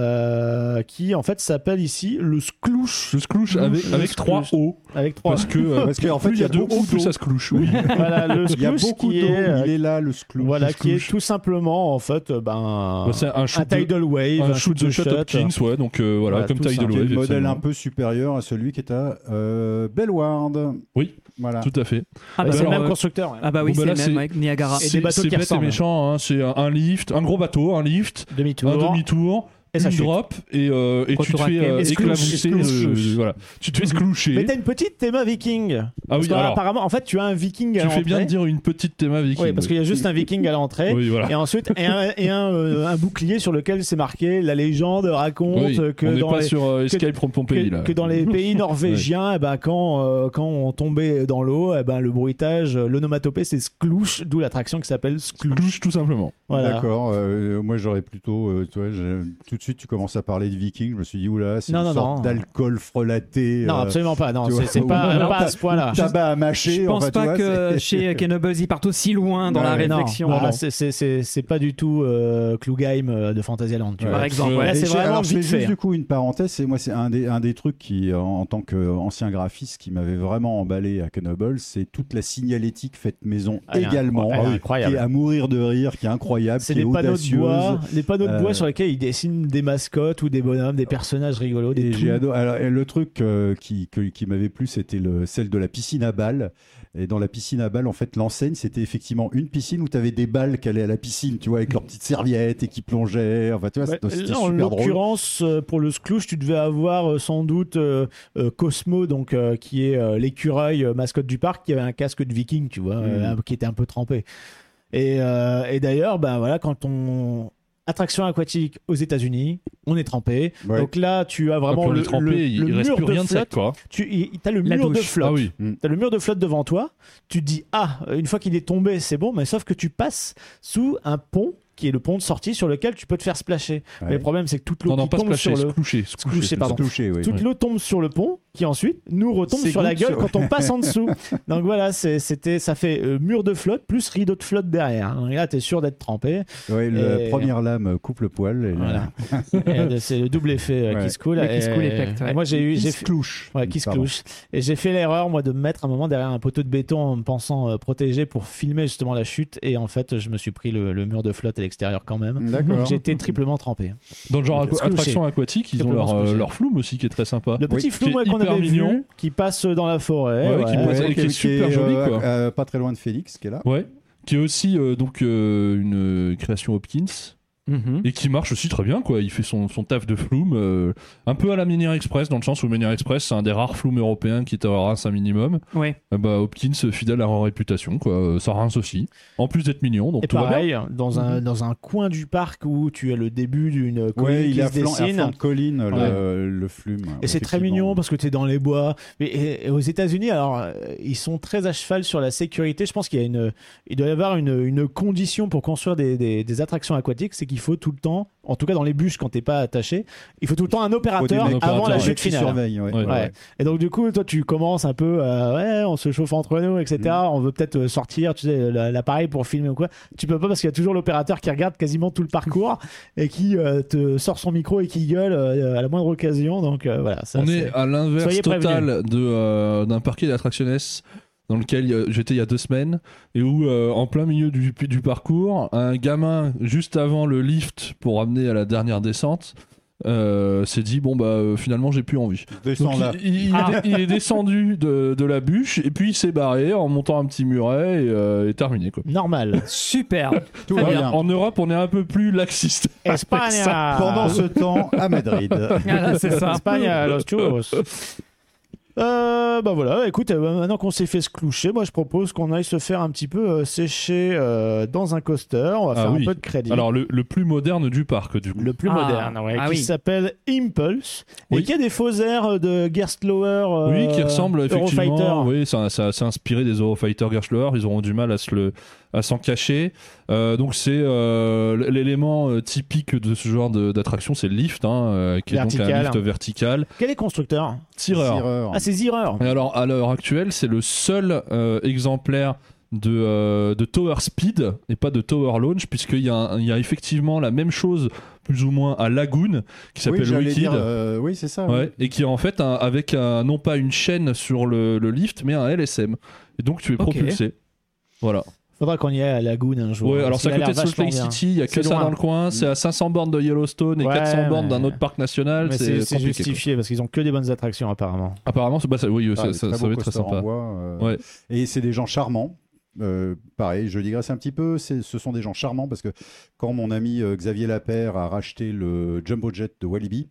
Speaker 7: euh, qui en fait s'appelle ici le Sclouche
Speaker 9: Je se clouche avec,
Speaker 7: Je
Speaker 9: avec
Speaker 7: se
Speaker 9: trois
Speaker 7: clouche.
Speaker 9: O.
Speaker 7: avec trois.
Speaker 9: Parce que, euh,
Speaker 6: Parce qu'en fait,
Speaker 9: plus il y a deux
Speaker 6: beaucoup
Speaker 9: O, plus
Speaker 6: d'eau.
Speaker 9: ça se clouche. Bah, Oui.
Speaker 7: Voilà, le
Speaker 6: Il y a
Speaker 7: Sclouche
Speaker 6: beaucoup d'eau.
Speaker 7: qui est, euh,
Speaker 6: Il est là, le sclou.
Speaker 7: voilà,
Speaker 6: Le
Speaker 7: qui est
Speaker 6: sclouche.
Speaker 7: tout simplement en fait euh, ben
Speaker 9: Bah, c'est un
Speaker 7: un
Speaker 9: shoot de-
Speaker 7: tidal wave,
Speaker 9: un shoot de Shot Hopkins, ouais. Donc euh, voilà,
Speaker 7: Voilà,
Speaker 9: comme
Speaker 7: tout ça.
Speaker 9: Tidal
Speaker 6: Qui est
Speaker 9: Wave.
Speaker 6: le modèle
Speaker 9: absolument.
Speaker 6: un peu supérieur à celui qui est à euh, Bellward.
Speaker 9: Oui.
Speaker 6: Voilà.
Speaker 9: Tout à fait.
Speaker 8: Ah, bah,
Speaker 7: C'est
Speaker 8: c'est
Speaker 7: le
Speaker 9: alors,
Speaker 7: même
Speaker 8: euh,
Speaker 7: constructeur. ouais.
Speaker 8: ah bah oui,
Speaker 9: Bon, bah,
Speaker 8: c'est
Speaker 9: là,
Speaker 8: le même
Speaker 9: c'est-
Speaker 8: avec Niagara.
Speaker 7: Et
Speaker 9: C'est-
Speaker 7: des bateaux
Speaker 9: c'est
Speaker 7: qui
Speaker 9: bête et
Speaker 7: ressemblent.
Speaker 9: méchant, hein. c'est un, un lift, un gros bateau, un lift,
Speaker 7: Demi-tour.
Speaker 9: un bah, demi-tour,
Speaker 7: Et ça
Speaker 9: une
Speaker 7: chute.
Speaker 9: drop et, euh, et tu te
Speaker 8: Retour à
Speaker 9: fais euh,
Speaker 7: Esclouche,
Speaker 9: éclabousser,
Speaker 7: esclouche.
Speaker 9: euh, voilà. Tu te fais
Speaker 7: Mais
Speaker 9: escloucher.
Speaker 7: t'as une petite théma viking.
Speaker 9: Ah
Speaker 7: Parce
Speaker 9: oui,
Speaker 7: que,
Speaker 9: alors,
Speaker 7: apparemment, en fait, tu as un viking à
Speaker 9: tu fais bien de
Speaker 7: l'entrée.
Speaker 9: dire une petite théma viking.
Speaker 7: Oui, parce qu'il y a juste un viking à l'entrée.
Speaker 9: Oui, voilà.
Speaker 7: Et ensuite, et un, et un, euh, un bouclier sur lequel c'est marqué la légende raconte
Speaker 9: Oui,
Speaker 7: euh, que,
Speaker 9: on n'est
Speaker 7: dans
Speaker 9: pas
Speaker 7: les,
Speaker 9: sur euh,
Speaker 7: que-
Speaker 9: Escape from
Speaker 7: que,
Speaker 9: Pompéi là.
Speaker 7: que dans les pays norvégiens, eh ben, quand, euh, quand on tombait dans l'eau, eh ben, le bruitage, euh, l'onomatopée, c'est Sklouche, d'où l'attraction qui s'appelle Sklouche.
Speaker 9: Esclouche, tout simplement.
Speaker 7: Voilà.
Speaker 6: D'accord. euh, moi, j'aurais plutôt. euh, tu vois, j'ai- tout de suite, tu commences à parler de Viking. Je me suis dit, oula, c'est
Speaker 7: Non,
Speaker 6: une
Speaker 7: non,
Speaker 6: sorte
Speaker 7: non.
Speaker 6: d'alcool frelaté.
Speaker 7: Non,
Speaker 6: euh,
Speaker 7: absolument pas. Non,
Speaker 6: tu
Speaker 7: c'est
Speaker 6: vois,
Speaker 7: c'est
Speaker 6: ou-
Speaker 7: pas,
Speaker 6: ou-
Speaker 7: pas à ce point-là.
Speaker 6: tabac à
Speaker 8: Je
Speaker 6: mâcher.
Speaker 8: pense
Speaker 6: enfin, tu
Speaker 8: pas
Speaker 6: vois,
Speaker 8: que
Speaker 6: c'est- Bah,
Speaker 8: chez euh, Kenobuzz ils partent aussi loin dans la
Speaker 6: Ouais,
Speaker 7: Non,
Speaker 8: réflexion.
Speaker 7: non,
Speaker 8: Ah,
Speaker 7: non, c'est- c'est- c'est c'est pas du tout euh, Klugheim euh, de Fantasyland. Tu
Speaker 6: Ouais.
Speaker 7: vois.
Speaker 8: Par exemple,
Speaker 9: Euh,
Speaker 8: ouais.
Speaker 7: Là, c'est
Speaker 6: Et chez-
Speaker 7: vraiment
Speaker 6: alors, je fais
Speaker 7: vite fait. hein.
Speaker 6: juste du coup une parenthèse. C'est moi, c'est un des, un des trucs qui, en, en tant qu'ancien graphiste, qui m'avait vraiment emballé à Knobble, c'est toute la signalétique faite maison
Speaker 7: Ah, elle est
Speaker 6: également,
Speaker 7: incroyable. Elle est
Speaker 6: qui est à mourir de rire, qui est incroyable,
Speaker 7: C'est
Speaker 6: qui est
Speaker 7: des panneaux de
Speaker 6: audacieuse.
Speaker 7: bois, des panneaux de bois
Speaker 6: Euh,
Speaker 7: sur lesquels ils dessinent des mascottes ou des bonhommes, des personnages rigolos, des
Speaker 6: Et j'ai
Speaker 7: tout.
Speaker 6: adoré. Alors, et le truc euh, qui, que- qui m'avait plu, c'était le- celle de la piscine à balles. Et dans la piscine à balles, en fait, l'enseigne, c'était effectivement une piscine où tu avais des balles qui allaient à la piscine, tu vois, avec leurs petites serviettes et qui plongeaient. Enfin, tu vois,
Speaker 7: Ouais,
Speaker 6: c'était c'était
Speaker 7: là, en
Speaker 6: super drôle.
Speaker 7: l'occurrence, euh, pour le Sclouche, tu devais avoir euh, sans doute euh, euh, Cosmo, donc, euh, qui est euh, l'écureuil euh, mascotte du parc, qui avait un casque de viking, tu
Speaker 9: Hmm.
Speaker 7: vois, euh, qui était un peu trempé. Et, euh, et d'ailleurs, ben voilà, quand on. Attraction aquatique aux États-Unis, on est trempé.
Speaker 6: Ouais.
Speaker 7: Donc là, tu as vraiment
Speaker 9: Après, on
Speaker 7: le,
Speaker 9: est trempé,
Speaker 7: le-
Speaker 9: il
Speaker 7: le
Speaker 9: il reste
Speaker 7: mur
Speaker 9: plus
Speaker 7: de
Speaker 9: rien de sec,
Speaker 7: flotte.
Speaker 9: quoi.
Speaker 7: Tu y- t'as le
Speaker 8: La
Speaker 7: mur de
Speaker 8: douche.
Speaker 7: flotte.
Speaker 9: Ah oui.
Speaker 7: T'as le mur de flotte devant toi, tu te dis ah, une fois qu'il est tombé, c'est bon, mais sauf que tu passes sous un pont qui est le pont de sortie sur lequel tu peux te faire splasher.
Speaker 6: Ouais.
Speaker 7: Mais le problème c'est que toute l'eau
Speaker 9: Non, non,
Speaker 7: qui
Speaker 9: pas
Speaker 7: tombe
Speaker 9: splasher,
Speaker 7: sur le
Speaker 9: se coucher. se
Speaker 7: coucher,
Speaker 9: coucher,
Speaker 7: pardon.
Speaker 6: Touché, oui.
Speaker 7: toute l'eau tombe sur le pont qui ensuite nous retombe
Speaker 6: C'est
Speaker 7: sur la
Speaker 6: good,
Speaker 7: gueule
Speaker 6: ça.
Speaker 7: quand on passe en dessous. Donc voilà, c'est- c'était, ça fait euh, mur de flotte plus rideau de flotte derrière. Donc là, t'es sûr d'être trempé.
Speaker 6: Oui, la
Speaker 7: Et-
Speaker 6: première lame euh, coupe le poil. Et
Speaker 7: Voilà. Et, euh, c'est le double effet euh,
Speaker 6: Ouais.
Speaker 7: qui se coule.
Speaker 8: Le qui se coule
Speaker 7: Et-
Speaker 8: effect, ouais.
Speaker 7: et Moi, j'ai eu, j'ai
Speaker 6: J'ai
Speaker 7: fait-
Speaker 6: clouche.
Speaker 7: Ouais, qui se
Speaker 6: Pardon.
Speaker 7: clouche. Et j'ai fait l'erreur, moi, de me mettre un moment derrière un poteau de béton en me pensant euh, protégé pour filmer justement la chute. Et en fait, je me suis pris le, le mur de flotte à l'extérieur quand même.
Speaker 6: D'accord.
Speaker 7: J'étais triplement trempé.
Speaker 9: Dans le genre
Speaker 7: Parce
Speaker 9: aqua-
Speaker 7: que
Speaker 9: attraction aquatique, ils ont
Speaker 7: Simplement
Speaker 9: leur, euh,
Speaker 7: scotché.
Speaker 9: leur flume aussi qui est très sympa.
Speaker 7: Le petit
Speaker 9: Ah, Oui.
Speaker 7: flou
Speaker 9: Qui est
Speaker 7: moi, qu'on
Speaker 9: hyper
Speaker 7: avait
Speaker 9: mignon.
Speaker 7: vu, qui passe dans la forêt.
Speaker 9: Ouais, qui
Speaker 7: ouais.
Speaker 9: passe-
Speaker 6: Ouais,
Speaker 9: et qui est super joli,
Speaker 6: euh,
Speaker 9: quoi.
Speaker 6: euh, pas très loin de Félix, qui est là.
Speaker 9: Ouais. Qui est aussi euh, donc euh, une euh, création Hopkins
Speaker 8: Mhm.
Speaker 9: et qui marche aussi très bien quoi. Il fait son, son taf de flume euh, un peu à la Minière Express dans le sens où Minière Express c'est un des rares flumes européens qui est à Reims un minimum.
Speaker 8: Ouais.
Speaker 9: Euh, Bah Hopkins euh, fidèle à leur réputation quoi. Euh, Ça rince aussi. En plus d'être mignon donc
Speaker 7: Et
Speaker 9: tout va bien.
Speaker 7: pareil, dans un, dans un coin du parc où tu as le début d'une colline
Speaker 6: Ouais,
Speaker 7: qui
Speaker 6: il est à
Speaker 7: se
Speaker 6: flanc, à
Speaker 7: dessine.
Speaker 6: flanc de colline,
Speaker 7: Ouais.
Speaker 6: le, le flume.
Speaker 7: Et c'est très
Speaker 6: effectivement.
Speaker 7: mignon parce que tu es dans les bois. Mais et- et aux États-Unis, alors, euh, ils sont très à cheval sur la sécurité. Je pense qu'il y a une, il doit y avoir une, une condition pour construire des, des- des attractions aquatiques, c'est qu'il faut tout le temps, en tout cas dans les bus quand t'es pas attaché, il faut tout le temps un
Speaker 6: Faut des
Speaker 7: opérateur
Speaker 9: mecs-
Speaker 7: avant
Speaker 9: un opérateur,
Speaker 7: la
Speaker 9: ouais,
Speaker 7: chute
Speaker 6: qui
Speaker 7: finale.
Speaker 6: surveille, ouais.
Speaker 9: Ouais.
Speaker 7: Ouais.
Speaker 6: Ouais.
Speaker 7: Et donc du coup, toi, tu commences un peu, euh, ouais, on se chauffe entre nous, etc.
Speaker 6: Mm.
Speaker 7: On veut peut-être euh, sortir, tu sais, la- l'appareil pour filmer ou quoi. Tu peux pas parce qu'il y a toujours l'opérateur qui regarde quasiment tout le parcours et qui euh, te sort son micro et qui gueule euh, à la moindre occasion. Donc euh, voilà. Ça,
Speaker 9: On
Speaker 7: c'est-
Speaker 9: est à l'inverse
Speaker 7: Soyez prévenus.
Speaker 9: total de, euh, d'un parquet d'attractionnesse dans lequel euh, j'étais il y a deux semaines et où euh, en plein milieu du, du parcours, un gamin juste avant le lift pour amener à la dernière descente euh, s'est dit bon bah euh, finalement j'ai plus envie.
Speaker 6: Descends
Speaker 9: Donc,
Speaker 6: là.
Speaker 9: il, il- il est, il est descendu de, de la bûche et puis il s'est barré en montant un petit muret et, euh, et terminé quoi.
Speaker 7: Normal.
Speaker 8: Super.
Speaker 6: Tout
Speaker 8: Très
Speaker 6: va
Speaker 8: bien.
Speaker 6: bien.
Speaker 9: En Europe on est un peu plus laxiste.
Speaker 7: Espagne.
Speaker 9: Ah.
Speaker 6: Pendant ce temps, à Madrid.
Speaker 8: Voilà, Ah, c'est ça.
Speaker 7: Espagne, los churros. Euh, bah voilà, écoute, euh, maintenant qu'on s'est fait se cloucher, moi je propose qu'on aille se faire un petit peu euh, sécher euh, dans un coaster. On va
Speaker 9: Ah
Speaker 7: faire
Speaker 9: oui.
Speaker 7: un peu de crédit.
Speaker 9: Alors le, le plus moderne du parc du coup.
Speaker 7: le plus
Speaker 8: Ah.
Speaker 7: moderne, ouais,
Speaker 8: Ah
Speaker 7: qui
Speaker 8: oui.
Speaker 7: s'appelle Impulse,
Speaker 9: Oui.
Speaker 7: et qui a des faux airs de Gerstlauer. euh,
Speaker 9: Oui, qui ressemble effectivement.
Speaker 7: Eurofighter.
Speaker 9: Oui, ça, ça, c'est inspiré des Eurofighter Gerschlauer. Ils auront du mal à se le, à s'en cacher. Euh, donc c'est euh, l'élément euh, typique de ce genre de- d'attraction, c'est le lift, hein, euh, qui est donc un
Speaker 7: Vertical.
Speaker 9: lift vertical.
Speaker 7: Quel est constructeur
Speaker 9: Tireur.
Speaker 6: Tireur.
Speaker 7: Ah, c'est Zireur.
Speaker 9: Et alors à l'heure actuelle, c'est le seul euh, exemplaire de, euh, de Tower Speed et pas de Tower Launch, puisqu'il y, a un- il y a effectivement la même chose plus ou moins à Lagoon qui
Speaker 6: Oui,
Speaker 9: s'appelle
Speaker 6: j'allais
Speaker 9: Wicked.
Speaker 6: dire, euh, oui, c'est ça.
Speaker 9: Ouais, et qui est en fait un- avec un, non pas une chaîne sur le, le lift, mais un LSM. Et donc tu es
Speaker 8: Ok.
Speaker 9: propulsé. Voilà.
Speaker 7: Faudra qu'on y aille à Lagoon un jour.
Speaker 9: Ouais,
Speaker 7: hein,
Speaker 9: alors
Speaker 7: parce
Speaker 9: c'est à
Speaker 7: qu'il a
Speaker 9: côté de
Speaker 7: l'air
Speaker 9: Salt Lake
Speaker 7: vachement bien.
Speaker 9: City, il y a que
Speaker 7: C'est
Speaker 9: ça
Speaker 7: loin. Mm.
Speaker 9: dans le coin, c'est à 500 bornes de Yellowstone et
Speaker 7: Ouais,
Speaker 9: 400 bornes
Speaker 7: mais-
Speaker 9: d'un autre parc national,
Speaker 7: Mais
Speaker 9: c'est
Speaker 7: c'est- c'est
Speaker 9: compliqué,
Speaker 7: justifié parce qu'ils ont que des bonnes attractions apparemment.
Speaker 9: quoi. Apparemment, c'est- bah, ça, oui,
Speaker 6: Ah,
Speaker 9: ça,
Speaker 6: des
Speaker 9: ça-
Speaker 6: très
Speaker 9: ça
Speaker 6: beaux
Speaker 9: va être très
Speaker 6: costauds en
Speaker 9: sympa.
Speaker 6: bois, euh,
Speaker 9: Ouais.
Speaker 6: Et c'est des gens charmants. Euh, pareil, je digresse un petit peu. c'est- Ce sont des gens charmants parce que quand mon ami euh, Xavier Lapère a racheté le jumbo jet de Walibi,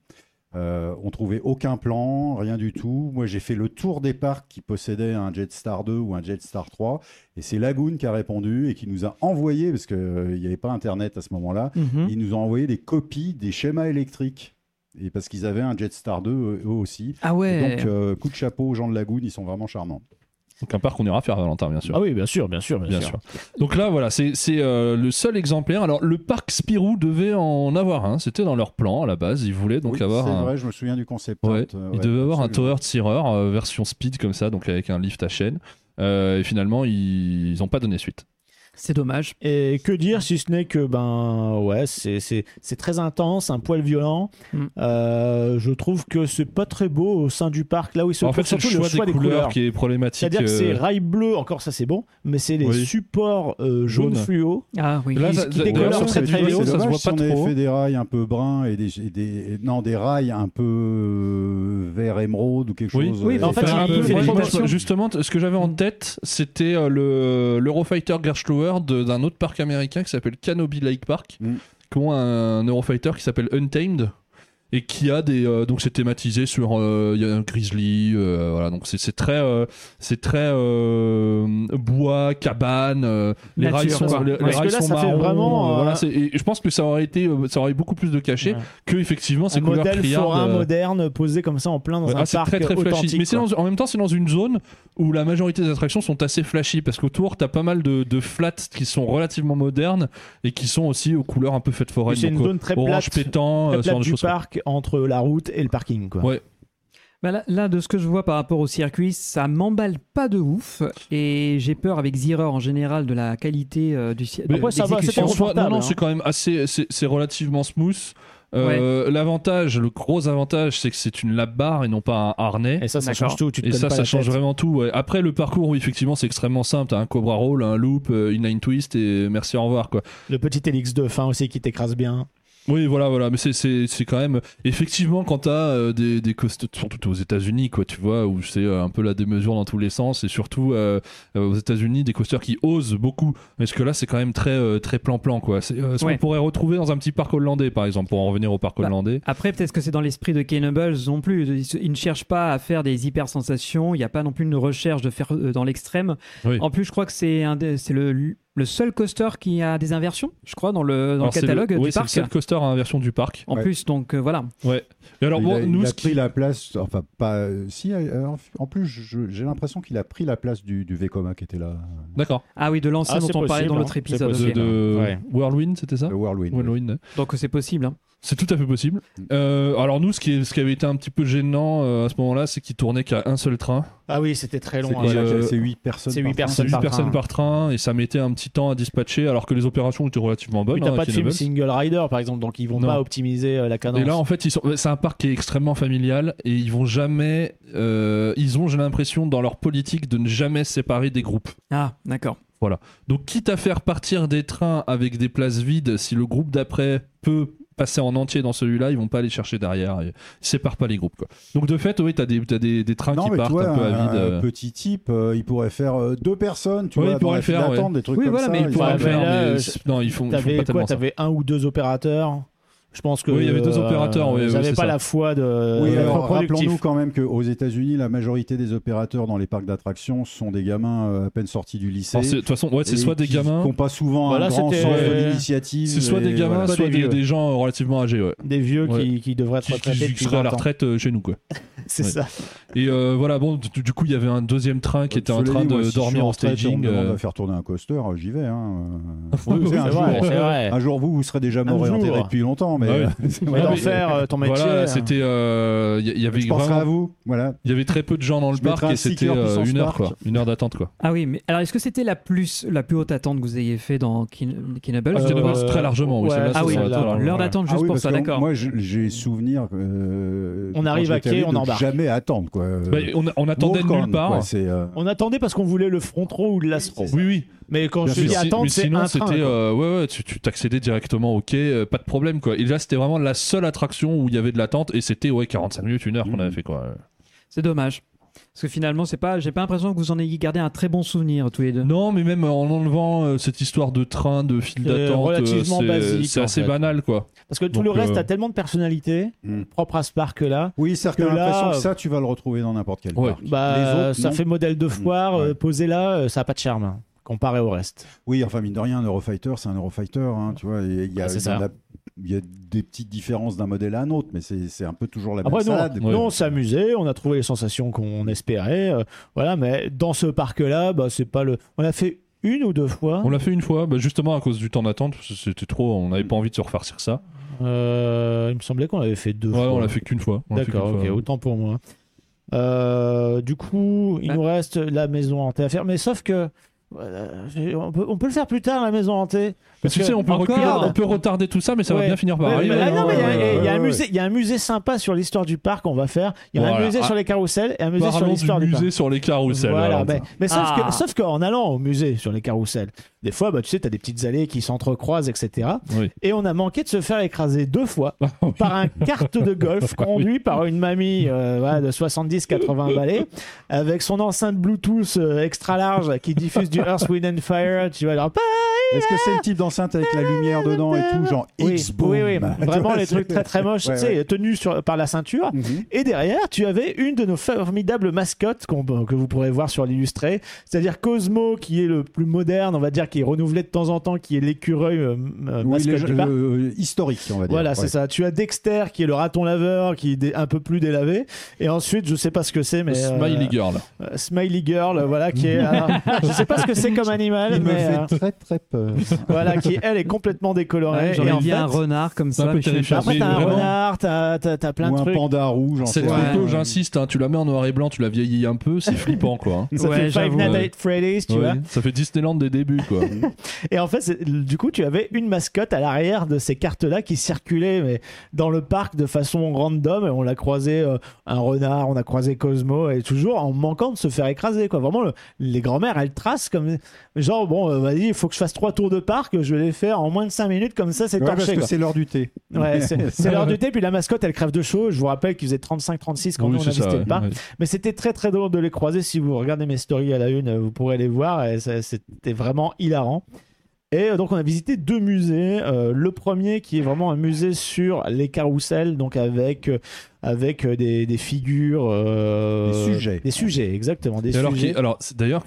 Speaker 6: euh, on trouvait aucun plan, rien du tout. Moi, j'ai fait le tour des parcs qui possédaient un Jetstar 2 ou un Jetstar 3, et c'est Lagoon qui a répondu et qui nous a envoyé parce qu'il n'y avait pas Internet à ce moment-là.
Speaker 8: Mhm.
Speaker 6: Ils nous ont envoyé des copies des schémas électriques et parce qu'ils avaient un Jetstar 2 eux aussi.
Speaker 8: Ah
Speaker 6: Et
Speaker 8: ouais.
Speaker 6: donc, euh, coup de chapeau aux gens de Lagoon, ils sont vraiment charmants.
Speaker 7: hein.
Speaker 9: Donc un parc qu'on ira faire, Valentin, bien sûr.
Speaker 7: Ah oui, bien sûr, bien sûr, bien,
Speaker 9: Bien sûr. Donc là, voilà, c'est c'est, euh, le seul exemplaire. Alors, le parc Spirou devait en avoir un. C'était dans leur plan à la base. Ils voulaient donc
Speaker 6: Oui,
Speaker 9: avoir
Speaker 6: c'est
Speaker 9: un,
Speaker 6: vrai, je me souviens du concept.
Speaker 9: Ouais,
Speaker 6: art, euh,
Speaker 9: il
Speaker 6: ouais,
Speaker 9: devait avoir un
Speaker 6: absolument.
Speaker 9: tower tireur euh, version speed comme ça, donc avec un lift à chaîne. Euh, et finalement, ils n'ont pas donné suite.
Speaker 8: C'est dommage.
Speaker 7: Et que dire si ce n'est que ben ouais c'est c'est c'est très intense, un poil violent.
Speaker 8: Mm.
Speaker 7: Euh, je trouve que c'est pas très beau au sein du parc là où ils se
Speaker 9: en fait,
Speaker 7: trouvent,
Speaker 9: c'est le
Speaker 7: surtout
Speaker 9: choix, des, couleurs, qui est problématique.
Speaker 7: C'est-à-dire que c'est
Speaker 9: euh,
Speaker 7: rail bleu, encore ça c'est bon, mais c'est les
Speaker 9: Oui.
Speaker 7: supports euh, jaune
Speaker 9: Jaune.
Speaker 7: fluo.
Speaker 8: Ah oui.
Speaker 9: Là,
Speaker 7: qui-
Speaker 9: ça-
Speaker 7: qui
Speaker 9: ça-
Speaker 7: décollent,
Speaker 9: d'ailleurs,
Speaker 7: sont
Speaker 9: ça
Speaker 7: très,
Speaker 9: se
Speaker 7: très
Speaker 9: voit
Speaker 7: vidéo,
Speaker 9: pas,
Speaker 6: C'est
Speaker 9: ça se
Speaker 6: dommage
Speaker 9: voit
Speaker 6: si
Speaker 9: pas
Speaker 6: on avait
Speaker 9: trop.
Speaker 6: fait des rails un peu bruns et des, et des- non des rails un peu euh, vert émeraude ou quelque
Speaker 9: Oui.
Speaker 6: chose.
Speaker 8: Oui,
Speaker 6: euh,
Speaker 8: mais en
Speaker 7: fait,
Speaker 6: c'est
Speaker 7: il-
Speaker 6: un
Speaker 7: il
Speaker 6: peu-
Speaker 7: fait
Speaker 9: moi,
Speaker 7: des
Speaker 9: je-
Speaker 7: imitations.
Speaker 9: justement, ce que j'avais en tête, c'était euh, le l'Eurofighter Gerschlauer de- d'un autre parc américain qui s'appelle Canopy Lake Park,
Speaker 6: Mm.
Speaker 9: qui ont un Eurofighter qui s'appelle Untamed et qui a des euh, donc c'est thématisé sur euh, il y a un grizzly euh, voilà donc c'est- c'est très euh, c'est très euh, bois cabane euh, les
Speaker 8: Nature,
Speaker 9: rails sont
Speaker 8: quoi.
Speaker 9: les, les
Speaker 7: Parce que
Speaker 9: rails
Speaker 7: là,
Speaker 9: sont
Speaker 7: ça fait
Speaker 9: marrons,
Speaker 7: vraiment,
Speaker 9: euh,
Speaker 7: euh,
Speaker 9: voilà c'est- et je pense que ça aurait été euh, ça aurait eu beaucoup plus de cachet
Speaker 7: Ouais.
Speaker 9: que effectivement ces
Speaker 7: Un
Speaker 9: couleurs
Speaker 7: modèle
Speaker 9: criardes,
Speaker 7: forain
Speaker 9: euh,
Speaker 7: moderne posé comme ça en plein dans
Speaker 9: Ouais,
Speaker 7: un
Speaker 9: ah, c'est
Speaker 7: parc
Speaker 9: très très flashy.
Speaker 7: authentique.
Speaker 9: Mais c'est
Speaker 7: quoi.
Speaker 9: dans- en même temps, c'est dans une zone où la majorité des attractions sont assez flashy parce qu'autour, t'as pas mal de, de flats qui sont relativement modernes et qui sont aussi aux couleurs un peu faites foraines.
Speaker 7: C'est une
Speaker 9: donc, euh,
Speaker 7: zone très
Speaker 9: orange
Speaker 7: plate,
Speaker 9: pétant,
Speaker 7: très
Speaker 9: euh, ce genre
Speaker 7: plate
Speaker 9: de
Speaker 7: du
Speaker 9: choses.
Speaker 7: parc entre la route et le parking quoi.
Speaker 9: Ouais.
Speaker 8: Bah là, là, de ce que je vois par rapport au circuit, ça m'emballe pas de ouf. Et j'ai peur avec Zierer en général de la qualité euh, du circuit.
Speaker 9: Mais
Speaker 7: Après, ça va,
Speaker 9: En
Speaker 7: c'est
Speaker 9: soi, non,
Speaker 7: confortable,
Speaker 9: non,
Speaker 7: hein.
Speaker 9: c'est quand même assez, c'est c'est relativement smooth. Euh, L'avantage, le gros avantage, c'est que c'est une lap barre et non pas un harnais.
Speaker 7: Et ça, ça
Speaker 8: D'accord.
Speaker 7: change tout. Tu te
Speaker 9: Et
Speaker 7: donnes
Speaker 9: ça,
Speaker 7: pas
Speaker 9: ça
Speaker 7: la
Speaker 9: change
Speaker 7: tête.
Speaker 9: vraiment tout. ouais. Après, le parcours, oui, effectivement, c'est extrêmement simple. T'as un cobra roll, un loop, euh, inline twist et merci, au revoir, quoi.
Speaker 7: Le petit LX de fin aussi qui t'écrase bien.
Speaker 9: Oui, voilà, voilà. Mais c'est- c'est c'est quand même. Effectivement, quand t'as euh, des, des cost- surtout aux États-Unis, quoi, tu vois, où c'est euh, un peu la démesure dans tous les sens et surtout euh, euh, aux États-Unis, des coasters qui osent beaucoup. Parce que là, c'est quand même très euh, très plan-plan, quoi. C'est euh, ce
Speaker 8: Ouais.
Speaker 9: qu'on pourrait retrouver dans un petit parc hollandais, par exemple, pour en revenir au parc
Speaker 8: Bah,
Speaker 9: hollandais.
Speaker 8: Après, peut-être que c'est dans l'esprit de Kenobles non plus. Ils, se- ils ne cherchent pas à faire des hyper sensations. Il n'y a pas non plus une recherche de faire euh, dans l'extrême.
Speaker 9: Oui.
Speaker 8: En plus, je crois que c'est un des- c'est le, le seul coaster qui a des inversions, je crois, dans le, dans
Speaker 9: Alors,
Speaker 8: le
Speaker 9: c'est
Speaker 8: catalogue
Speaker 9: oui,
Speaker 8: du
Speaker 9: c'est le
Speaker 8: parc.
Speaker 9: seul coaster à inversion du parc.
Speaker 8: En
Speaker 6: Ouais.
Speaker 8: plus, donc euh, voilà.
Speaker 9: Et alors,
Speaker 6: il
Speaker 9: bon,
Speaker 6: a, il
Speaker 9: nous,
Speaker 6: a
Speaker 9: ce qui-
Speaker 6: pris la place, enfin pas euh, si. euh, en- en plus, je- j'ai l'impression qu'il a pris la place du, du Vekoma qui était là,
Speaker 9: D'accord.
Speaker 8: Ah oui, de l'ancien
Speaker 7: Ah,
Speaker 8: dont on
Speaker 7: c'est
Speaker 8: parlait
Speaker 7: possible,
Speaker 8: dans
Speaker 7: hein.
Speaker 8: l'autre
Speaker 7: C'est
Speaker 8: épisode.
Speaker 9: De,
Speaker 7: possible.
Speaker 8: ok.
Speaker 9: de-
Speaker 7: Ouais.
Speaker 9: Whirlwind, c'était ça
Speaker 6: le Whirlwind.
Speaker 9: Whirlwind.
Speaker 8: Donc c'est possible. hein.
Speaker 9: C'est tout à fait possible. Euh, alors nous, ce qui, est- ce qui avait été un petit peu gênant euh, à ce moment-là, c'est qu'il tournait qu'à un seul train.
Speaker 7: Ah oui, c'était très long.
Speaker 6: C'est
Speaker 7: hein.
Speaker 6: quoi,
Speaker 9: Et,
Speaker 6: là,
Speaker 9: euh,
Speaker 6: c'est 8 personnes.
Speaker 7: c'est
Speaker 6: par
Speaker 7: huit
Speaker 6: train
Speaker 7: personnes
Speaker 9: Huit
Speaker 7: par
Speaker 9: personnes
Speaker 7: train.
Speaker 9: par train, et ça mettait un petit temps à dispatcher, alors que les opérations étaient relativement bonnes.
Speaker 7: Puis t'as
Speaker 9: hein,
Speaker 7: pas
Speaker 9: à
Speaker 7: de film
Speaker 9: Kenobles.
Speaker 7: single rider par exemple, donc ils vont
Speaker 9: Non.
Speaker 7: pas optimiser euh, la cadence.
Speaker 9: et là, en fait, ils sont- c'est un parc qui est extrêmement familial et ils vont jamais. euh, ils ont, j'ai l'impression, dans leur politique, de ne jamais se séparer des groupes.
Speaker 8: Ah, d'accord.
Speaker 9: Donc, quitte à faire partir des trains avec des places vides, si le groupe d'après peut passer en entier dans celui-là, ils vont pas aller chercher derrière. Ils séparent pas les groupes. quoi. Donc, de fait, oui, t'as des, t'as des, des trains
Speaker 6: Non,
Speaker 9: Hein, qui
Speaker 6: mais
Speaker 9: partent
Speaker 6: tu vois,
Speaker 9: un peu à
Speaker 6: un,
Speaker 9: vide.
Speaker 6: un
Speaker 9: euh.
Speaker 6: petit type, euh, il pourrait faire euh, deux personnes, tu
Speaker 9: Oui,
Speaker 6: vois,
Speaker 9: il
Speaker 6: dans
Speaker 9: pourrait
Speaker 6: la
Speaker 9: le
Speaker 6: file
Speaker 9: faire,
Speaker 6: d'attente, des trucs
Speaker 8: Oui,
Speaker 6: comme
Speaker 8: voilà,
Speaker 6: ça.
Speaker 8: mais il
Speaker 6: ils
Speaker 9: Pour
Speaker 7: Ouais,
Speaker 9: la
Speaker 6: font-
Speaker 7: mais
Speaker 9: faire,
Speaker 7: là,
Speaker 9: mais
Speaker 7: euh,
Speaker 9: c'est- non, ils font, ils font
Speaker 7: T'avais quoi
Speaker 9: pas tellement ça.
Speaker 7: T'avais un ou deux opérateurs. Je pense que.
Speaker 9: Oui, il y avait deux
Speaker 7: euh,
Speaker 9: opérateurs, oui,
Speaker 7: ils
Speaker 9: oui,
Speaker 7: avaient
Speaker 9: c'est
Speaker 7: pas
Speaker 9: ça.
Speaker 7: la foi
Speaker 9: euh,
Speaker 7: de. euh,
Speaker 6: Oui,
Speaker 7: d'être
Speaker 6: alors
Speaker 7: productifs.
Speaker 6: rappelons-nous quand même qu'aux États-Unis, la majorité des opérateurs dans les parcs d'attractions sont des gamins euh, à peine sortis du lycée.
Speaker 9: Alors, c'est- De toute façon, ouais, c'est
Speaker 6: Et
Speaker 9: soit des
Speaker 6: qui-
Speaker 9: gamins,
Speaker 6: qui n'ont pas souvent
Speaker 7: Voilà,
Speaker 6: un grand
Speaker 7: c'était- euh,
Speaker 6: sens
Speaker 9: Ouais.
Speaker 6: de l'initiative.
Speaker 9: c'est soit
Speaker 6: et
Speaker 9: des gamins,
Speaker 6: voilà.
Speaker 7: Pas
Speaker 9: soit
Speaker 7: des
Speaker 9: des,
Speaker 7: vieux.
Speaker 9: des gens euh, relativement âgés, ouais.
Speaker 7: Des vieux
Speaker 9: Ouais.
Speaker 7: qui, qui devraient être
Speaker 9: Qui, qui,
Speaker 7: retraités.
Speaker 9: qui
Speaker 7: depuis
Speaker 9: seraient à
Speaker 7: 20
Speaker 9: la
Speaker 7: ans.
Speaker 9: retraite euh, chez nous, quoi.
Speaker 7: C'est
Speaker 9: Ouais.
Speaker 7: ça.
Speaker 9: Et euh, voilà, bon, du, du coup, il y avait un deuxième train qui était en
Speaker 6: Cela
Speaker 9: train
Speaker 6: Bah, dit, moi,
Speaker 9: de
Speaker 6: si je suis
Speaker 9: dormir en
Speaker 6: retraite et On
Speaker 9: staging.
Speaker 6: me demande
Speaker 9: euh,
Speaker 6: de faire tourner un coaster, euh, j'y vais. Hein. euh.
Speaker 9: Oui,
Speaker 6: C'est
Speaker 9: oui,
Speaker 6: un
Speaker 7: C'est
Speaker 6: jour.
Speaker 7: vrai, c'est vrai.
Speaker 6: Un jour, vous, vous serez déjà mort et
Speaker 7: jour.
Speaker 6: enterré depuis longtemps, mais
Speaker 9: Ah oui.
Speaker 6: euh,
Speaker 7: Mais
Speaker 6: voilà.
Speaker 7: d'en
Speaker 9: mais-
Speaker 7: faire euh, ton métier.
Speaker 9: Voilà,
Speaker 7: euh,
Speaker 9: c'était. euh, Il y, il y avait
Speaker 6: hein. je penserai
Speaker 9: vraiment-
Speaker 6: à vous. Voilà.
Speaker 9: Il y avait très peu de gens dans le
Speaker 6: Je
Speaker 9: parc
Speaker 6: mettrai un
Speaker 9: et c'était
Speaker 6: sticker
Speaker 9: euh,
Speaker 6: puissance
Speaker 9: une heure,
Speaker 6: parc.
Speaker 9: quoi. Une heure d'attente, quoi.
Speaker 8: Ah oui, mais alors est-ce que c'était la plus, la plus haute attente que vous ayez fait dans Kin- Kinables ou
Speaker 9: Ah,
Speaker 7: Euh,
Speaker 9: c'était
Speaker 8: pas
Speaker 9: d'abord, c'est très largement, oui,
Speaker 7: hein. ouais,
Speaker 9: celle-là,
Speaker 8: Ah
Speaker 9: c'est
Speaker 8: oui,
Speaker 9: ça,
Speaker 7: celle-là,
Speaker 9: attends,
Speaker 8: l'heure
Speaker 7: ouais.
Speaker 8: d'attente
Speaker 6: Ah
Speaker 8: juste
Speaker 6: oui,
Speaker 8: pour
Speaker 6: parce
Speaker 8: ça,
Speaker 6: que
Speaker 8: d'accord.
Speaker 6: Moi, je- j'ai souvenir. euh,
Speaker 7: On
Speaker 6: quand
Speaker 7: arrive à
Speaker 6: j'étais
Speaker 7: quai,
Speaker 6: allé,
Speaker 7: on
Speaker 6: de
Speaker 7: embarque. euh,
Speaker 6: Jamais attendre, quoi.
Speaker 9: Bah, on, on attendait
Speaker 6: Walk on,
Speaker 9: nulle part.
Speaker 6: Euh, quoi, c'est, euh,
Speaker 7: On attendait parce qu'on voulait le front row ou le last row.
Speaker 9: oui, oui.
Speaker 7: Mais quand
Speaker 6: Bien
Speaker 7: je te
Speaker 6: sûr.
Speaker 7: dis
Speaker 9: Mais si-
Speaker 7: attendre,
Speaker 9: mais
Speaker 7: c'est
Speaker 9: sinon
Speaker 7: un
Speaker 9: c'était
Speaker 7: train. quoi.
Speaker 9: euh, ouais ouais tu tu t'accédais directement au quai euh, pas de problème quoi et là c'était vraiment la seule attraction où il y avait de l'attente et c'était ouais 45 minutes une heure qu'on
Speaker 6: Mhm.
Speaker 9: avait fait quoi
Speaker 8: C'est dommage. Parce que finalement, c'est pas, j'ai pas l'impression que vous en ayez gardé un très bon souvenir tous les deux.
Speaker 9: non mais même en enlevant euh, cette histoire de train de file
Speaker 7: Euh,
Speaker 9: d'attente euh,
Speaker 7: relativement
Speaker 9: c'est-
Speaker 7: basique,
Speaker 9: c'est
Speaker 7: en
Speaker 9: assez
Speaker 7: fait.
Speaker 9: banal quoi
Speaker 7: Parce que tout
Speaker 9: Donc,
Speaker 7: le reste
Speaker 9: euh,
Speaker 7: a tellement de personnalité
Speaker 6: Hmm.
Speaker 7: propre à ce parc-là.
Speaker 6: Oui, certains
Speaker 7: que là,
Speaker 6: l'impression que
Speaker 7: euh,
Speaker 6: ça, tu vas le retrouver dans n'importe quel
Speaker 9: Ouais.
Speaker 6: parc.
Speaker 7: Bah,
Speaker 6: Les autres,
Speaker 7: ça
Speaker 6: non.
Speaker 7: fait modèle de foire.
Speaker 6: Ouais.
Speaker 7: euh, posé là, euh, ça a pas de charme hein, comparé au reste.
Speaker 6: Oui, enfin, mine de rien, un Eurofighter, c'est un Eurofighter, hein, tu vois. et Il y, a,
Speaker 7: Ouais, c'est
Speaker 6: il y en
Speaker 7: ça.
Speaker 6: a- il y a des petites différences d'un modèle à un autre, mais c'est c'est un peu toujours la même
Speaker 7: Après,
Speaker 6: salade.
Speaker 7: nous,
Speaker 9: quoi.
Speaker 7: nous, on s'amusait, on a trouvé les sensations qu'on espérait. euh, voilà, mais dans ce parc-là, bah, c'est pas le. On a fait une ou deux fois.
Speaker 9: on l'a fait une fois bah, justement à cause du temps d'attente parce que c'était trop on n'avait pas envie de se refarcir ça
Speaker 7: Euh, il me semblait qu'on l'avait fait deux
Speaker 9: ouais
Speaker 7: fois.
Speaker 9: on l'a fait qu'une fois On l'a fait
Speaker 7: D'accord,
Speaker 9: qu'une
Speaker 7: ok,
Speaker 9: fois.
Speaker 7: autant pour moi. Euh, du coup, il
Speaker 8: Bah.
Speaker 7: nous reste la maison hantée à faire, mais sauf que. voilà, j'ai- on, peut, on peut le faire plus tard, la maison hantée.
Speaker 9: mais tu
Speaker 7: que-
Speaker 9: sais on peut,
Speaker 8: Encore
Speaker 9: reculer, on peut retarder tout ça mais ça va
Speaker 7: Ouais.
Speaker 9: bien finir par
Speaker 7: Ouais,
Speaker 9: arriver
Speaker 7: mais- ah
Speaker 9: hein,
Speaker 7: non, mais il y a-
Speaker 9: euh,
Speaker 7: il y a un
Speaker 6: ouais, ouais.
Speaker 7: musée- il y a un musée sympa sur l'histoire du parc, on va faire. Il y a un
Speaker 9: Voilà.
Speaker 7: musée
Speaker 9: Ah.
Speaker 7: sur les carousels et un musée sur
Speaker 9: Parlons
Speaker 7: l'histoire
Speaker 9: du
Speaker 7: du parc.
Speaker 9: musée sur les carousels.
Speaker 7: Voilà,
Speaker 9: alors.
Speaker 7: mais, mais sauf,
Speaker 8: Ah.
Speaker 7: que, sauf qu'en allant au musée sur les carousels, des fois, bah, tu sais, t'as des petites allées qui s'entrecroisent, etc.
Speaker 9: Oui.
Speaker 7: Et on a manqué de se faire écraser deux fois
Speaker 9: Ah oui. Ah
Speaker 7: par un carte de golf conduit par une mamie euh, voilà, de 70-80 balais avec son enceinte Bluetooth euh, extra large qui diffuse du Earth, Wind and Fire. Tu vas leur
Speaker 6: Est-ce que c'est le type d'enceinte avec la lumière dedans et tout, genre
Speaker 7: oui,
Speaker 6: X-Boom
Speaker 7: oui, oui,
Speaker 6: Tu
Speaker 7: vraiment
Speaker 6: vois,
Speaker 7: les
Speaker 6: c'est-
Speaker 7: trucs très très moches,
Speaker 6: Ouais,
Speaker 7: tu sais, Euh, tenus sur, par la ceinture.
Speaker 6: Mhm.
Speaker 7: Et derrière, tu avais une de nos formidables mascottes qu'on- que vous pourrez voir sur l'illustré, c'est-à-dire Cosmo, qui est le plus moderne, on va dire, qui est renouvelé de temps en temps, qui est l'écureuil euh, m- euh,
Speaker 6: Oui,
Speaker 7: mascotte
Speaker 6: les-
Speaker 7: du parc.
Speaker 6: le- historique, on va dire.
Speaker 7: Voilà, c'est
Speaker 6: Ouais.
Speaker 7: ça. Tu as Dexter, qui est le raton laveur, qui est dé- un peu plus délavé. Et ensuite, je sais pas ce que c'est, mais. euh,
Speaker 9: Smiley Girl.
Speaker 7: euh, Smiley Girl, voilà, qui est. euh, je sais pas ce que c'est comme animal,
Speaker 6: Il me
Speaker 7: mais. euh,
Speaker 6: fait très très euh,
Speaker 7: voilà, qui elle est complètement décolorée.
Speaker 8: Ouais,
Speaker 7: et
Speaker 8: Ah, J'aurais
Speaker 7: en
Speaker 8: bien
Speaker 7: fait-
Speaker 8: un renard comme
Speaker 9: c'est un
Speaker 8: ça.
Speaker 9: peu
Speaker 8: mais je sais
Speaker 9: terrifiant.
Speaker 8: pas.
Speaker 7: Après, t'as un
Speaker 9: Vraiment.
Speaker 7: renard, t'as t'as- t'as plein
Speaker 6: ou
Speaker 7: de
Speaker 6: un
Speaker 7: trucs.
Speaker 6: panda rouge. j'en sais
Speaker 9: Cette
Speaker 8: Ouais.
Speaker 6: rien.
Speaker 9: photo, j'insiste, hein, tu la mets en noir et blanc, tu la vieillis un peu, c'est flippant quoi.
Speaker 7: Ça
Speaker 8: Ouais,
Speaker 7: fait Five
Speaker 8: j'avoue,
Speaker 7: Nights
Speaker 9: ouais.
Speaker 7: at Freddy's, tu
Speaker 9: Ouais,
Speaker 7: vois.
Speaker 9: Ça fait Disneyland des débuts quoi.
Speaker 7: Et en fait, c'est- du coup, tu avais une mascotte à l'arrière de ces cartes-là qui circulait mais dans le parc de façon random. Et on l'a croisé euh, un renard, on a croisé Cosmo, et toujours en manquant de se faire écraser. Quoi. Vraiment, le- les grand-mères, elles tracent comme genre, bon, euh, vas-y, il faut que je fasse trois tours de parc, je vais les faire en moins de cinq minutes, comme ça, c'est
Speaker 6: Ouais, parce
Speaker 7: torché.
Speaker 6: que
Speaker 7: quoi.
Speaker 6: c'est l'heure du thé.
Speaker 7: Ouais, c'est c'est l'heure du thé, puis la mascotte, elle crève de chaud. Je vous rappelle qu'ils faisait 35-36 quand
Speaker 9: Oui,
Speaker 7: nous, on a
Speaker 9: c'est
Speaker 7: visité
Speaker 9: ça,
Speaker 7: le
Speaker 9: ouais.
Speaker 7: parc.
Speaker 9: Ouais.
Speaker 7: Mais c'était très très drôle de les croiser. Si vous regardez mes stories à la une, vous pourrez les voir. Et ça- C'était vraiment hilarant. Et euh, donc on a visité deux musées. Euh, le premier qui est vraiment un musée sur les carrousels, donc avec euh, avec euh, des, des figures, euh,
Speaker 6: Des sujets.
Speaker 7: des sujets exactement. Des
Speaker 9: Et alors,
Speaker 7: sujets.
Speaker 9: qu'il- alors c'est d'ailleurs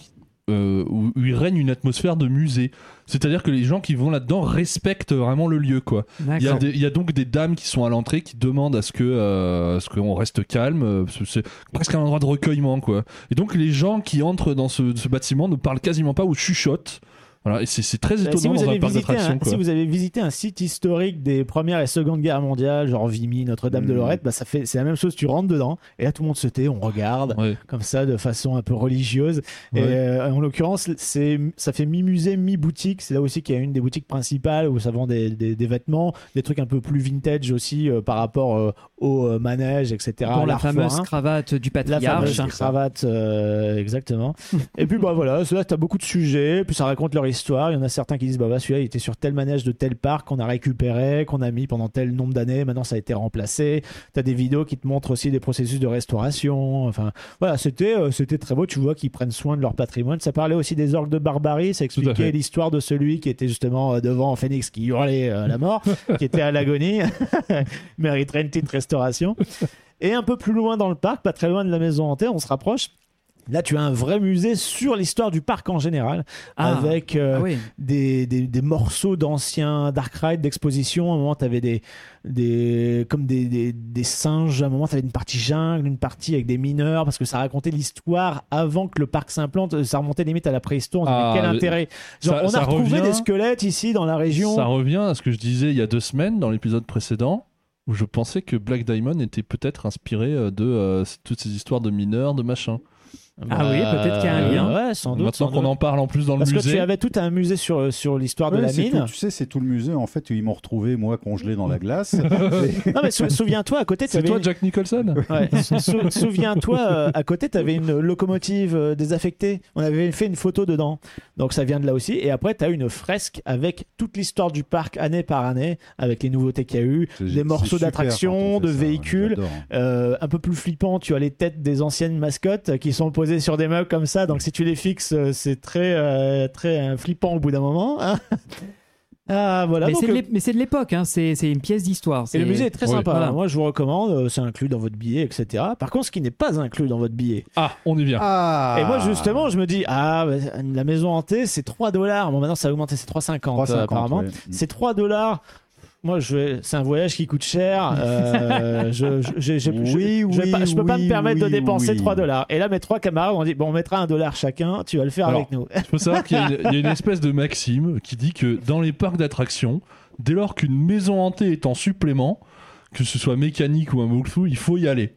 Speaker 9: euh, où, où il règne une atmosphère de musée. C'est-à-dire que les gens qui vont là-dedans respectent vraiment le lieu, quoi. Il y, a
Speaker 8: D'accord.
Speaker 9: des- il y a donc des dames qui sont à l'entrée qui demandent à ce que euh, à ce qu'on reste calme. euh, parce que C'est presque un endroit de recueillement, quoi. Et donc les gens qui entrent dans ce, ce bâtiment ne parlent quasiment pas ou chuchotent. Voilà, et c'est c'est très
Speaker 7: Bah, si,
Speaker 9: étonnant
Speaker 7: vous
Speaker 9: dans un
Speaker 7: avez
Speaker 9: parc
Speaker 7: visité
Speaker 9: d'attractions.
Speaker 7: un,
Speaker 9: quoi.
Speaker 7: si vous avez visité un site historique des premières et secondes guerres mondiales, genre Vimy, Notre-Dame
Speaker 9: Hmm.
Speaker 7: de
Speaker 6: Mhm.
Speaker 7: Lorette, bah ça fait c'est la même chose. Tu rentres dedans et là tout le monde se tait, on regarde
Speaker 9: Ouais.
Speaker 7: comme ça de façon un peu religieuse. Et
Speaker 9: Ouais.
Speaker 7: euh, en l'occurrence, c'est ça fait mi-musée, mi-boutique. C'est là aussi qu'il y a une des boutiques principales où ça vend des, des- des vêtements, des trucs un peu plus vintage aussi euh, par rapport euh, au euh, manège, etc.
Speaker 8: Dont la
Speaker 7: l'art
Speaker 8: fameuse
Speaker 7: forain.
Speaker 8: cravate hein, du
Speaker 7: hein. La
Speaker 8: patriarche.
Speaker 7: fameuse cravate, euh, exactement. Et puis bah voilà, là t'as beaucoup de sujets, puis ça raconte leur histoire. Il y en a certains qui disent bah, bah celui-là il était sur tel manège de tel parc qu'on a récupéré, qu'on a mis pendant tel nombre d'années, maintenant ça a été remplacé. T'as des vidéos qui te montrent aussi des processus de restauration. Enfin voilà, c'était euh, c'était très beau. Tu vois qu'ils prennent soin de leur patrimoine. Ça parlait aussi des orques de barbarie. Ça
Speaker 9: à
Speaker 7: expliquait
Speaker 9: fait.
Speaker 7: l'histoire de celui qui était justement euh, devant Phoenix qui hurlait euh, à la mort, qui était à l'agonie, mériterait une petite restauration. Et un peu plus loin dans le parc, pas très loin de la maison hantée, on se rapproche. Là, tu as un vrai musée sur l'histoire du parc en général,
Speaker 8: Ah.
Speaker 7: avec euh,
Speaker 8: Ah oui.
Speaker 7: des, des- des morceaux d'anciens Dark Ride d'exposition. À un moment, tu avais des, des, comme des, des- des singes. À un moment, tu avais une partie jungle, une partie avec des mineurs, parce que ça racontait l'histoire avant que le parc s'implante. Ça remontait limite à la préhistoire. On se disait,
Speaker 9: Ah,
Speaker 7: mais quel
Speaker 9: mais
Speaker 7: intérêt Genre,
Speaker 9: ça-
Speaker 7: On a
Speaker 9: ça
Speaker 7: retrouvé
Speaker 9: revient-
Speaker 7: des squelettes ici dans la région.
Speaker 9: Ça revient à ce que je disais il y a deux semaines dans l'épisode précédent, où je pensais que Black Diamond était peut-être inspiré euh, de euh, toutes ces histoires de mineurs, de machin.
Speaker 8: Ah oui, peut-être qu'il y a un lien.
Speaker 7: Ouais, sans doute.
Speaker 9: Maintenant
Speaker 7: sans
Speaker 9: qu'on
Speaker 7: doute.
Speaker 9: en parle en plus dans
Speaker 7: Parce
Speaker 9: le
Speaker 7: que
Speaker 9: musée,
Speaker 7: tu avais tout un musée sur, sur l'histoire de
Speaker 6: Ouais,
Speaker 7: la
Speaker 6: c'est
Speaker 7: mine.
Speaker 6: tout- tu sais, c'est tout le musée en fait. où Ils m'ont retrouvé moi congelé dans la glace.
Speaker 7: Non mais sou- souviens-toi à côté tu
Speaker 9: c'est
Speaker 7: avais
Speaker 9: toi Jack Nicholson
Speaker 7: Ouais. Sou- Souviens-toi, euh, à côté, tu avais une locomotive euh, désaffectée. On avait fait une photo dedans. Donc ça vient de là aussi. Et après, tu as une fresque avec toute l'histoire du parc année par année, avec les nouveautés qu'il y a eu,
Speaker 6: C'est-
Speaker 7: les
Speaker 6: c'est
Speaker 7: morceaux
Speaker 6: super quand
Speaker 7: d'attraction,
Speaker 6: on fait
Speaker 7: de
Speaker 6: ça,
Speaker 7: véhicules.
Speaker 6: j'adore.
Speaker 7: Euh, un peu plus flippant, tu as les têtes des anciennes mascottes euh, qui sont posées sur des meubles comme ça. Donc si tu les fixes, euh, c'est très, euh, très euh, flippant au bout d'un moment. hein. ah voilà.
Speaker 8: Mais
Speaker 7: donc,
Speaker 8: c'est de
Speaker 7: euh,
Speaker 8: l'ép- mais c'est de l'époque, hein, c'est c'est une pièce d'histoire.
Speaker 7: et
Speaker 8: c'est-
Speaker 7: le musée est très
Speaker 9: Oui.
Speaker 7: sympa.
Speaker 8: Voilà.
Speaker 7: Moi, je vous recommande. euh, C'est inclus dans votre billet, etc. Par contre, ce qui n'est pas inclus dans votre billet.
Speaker 9: Ah, on y vient.
Speaker 6: Ah
Speaker 7: Et moi, justement, je me dis, ah, bah, la maison hantée, c'est 3 dollars. Bon, maintenant, ça a augmenté, c'est 3,50 euh,
Speaker 6: 3,50,
Speaker 7: apparemment.
Speaker 6: ouais. Mm.
Speaker 7: C'est 3 dollars. Moi, je vais... c'est un voyage qui coûte cher. Euh, je, je, je- je-
Speaker 6: Oui,
Speaker 7: je- je vais
Speaker 6: oui,
Speaker 7: pas- je peux pas
Speaker 6: oui,
Speaker 7: me permettre de
Speaker 6: oui,
Speaker 7: dépenser
Speaker 6: oui.
Speaker 7: 3 dollars. Et là, mes trois camarades ont dit, bon, on mettra un dollar chacun, tu vas le faire
Speaker 9: Alors,
Speaker 7: avec nous.
Speaker 9: Il faut savoir qu'il y, a une- il y a une espèce de maxime qui dit que dans les parcs d'attractions, dès lors qu'une maison hantée est en supplément, que ce soit mécanique ou un walkthrough, il faut y aller.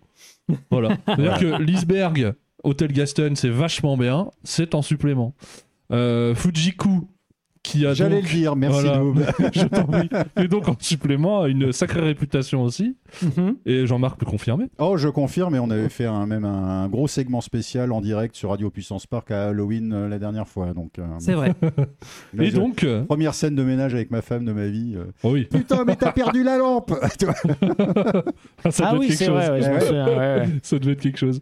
Speaker 9: Voilà. C'est-à-dire que Lisberg, Hôtel Gaston, c'est vachement bien, c'est en supplément. Euh, Fujiku, qui a
Speaker 6: J'allais
Speaker 9: donc-
Speaker 6: le dire, merci
Speaker 9: Voilà.
Speaker 6: Noob.
Speaker 9: Je t'en prie. Et donc en supplément, a une sacrée réputation aussi.
Speaker 8: Mhm.
Speaker 9: Et Jean-Marc peut confirmer.
Speaker 6: Oh, je confirme, et on avait fait un, même un, un gros segment spécial en direct sur Radio Puissance Park à Halloween euh, la dernière fois. Donc, euh,
Speaker 8: C'est vrai.
Speaker 6: là,
Speaker 9: et
Speaker 6: je-
Speaker 9: donc, euh,
Speaker 6: Première scène de ménage avec ma femme de ma vie. euh,
Speaker 9: oh oui,
Speaker 6: Putain, mais t'as perdu la lampe Tu vois
Speaker 9: ça
Speaker 7: ah
Speaker 9: doit
Speaker 7: oui,
Speaker 9: être quelque
Speaker 7: c'est
Speaker 9: chose.
Speaker 7: vrai, ouais, je me
Speaker 6: Ouais.
Speaker 7: souviens, ouais, ouais.
Speaker 9: ça devait être quelque chose.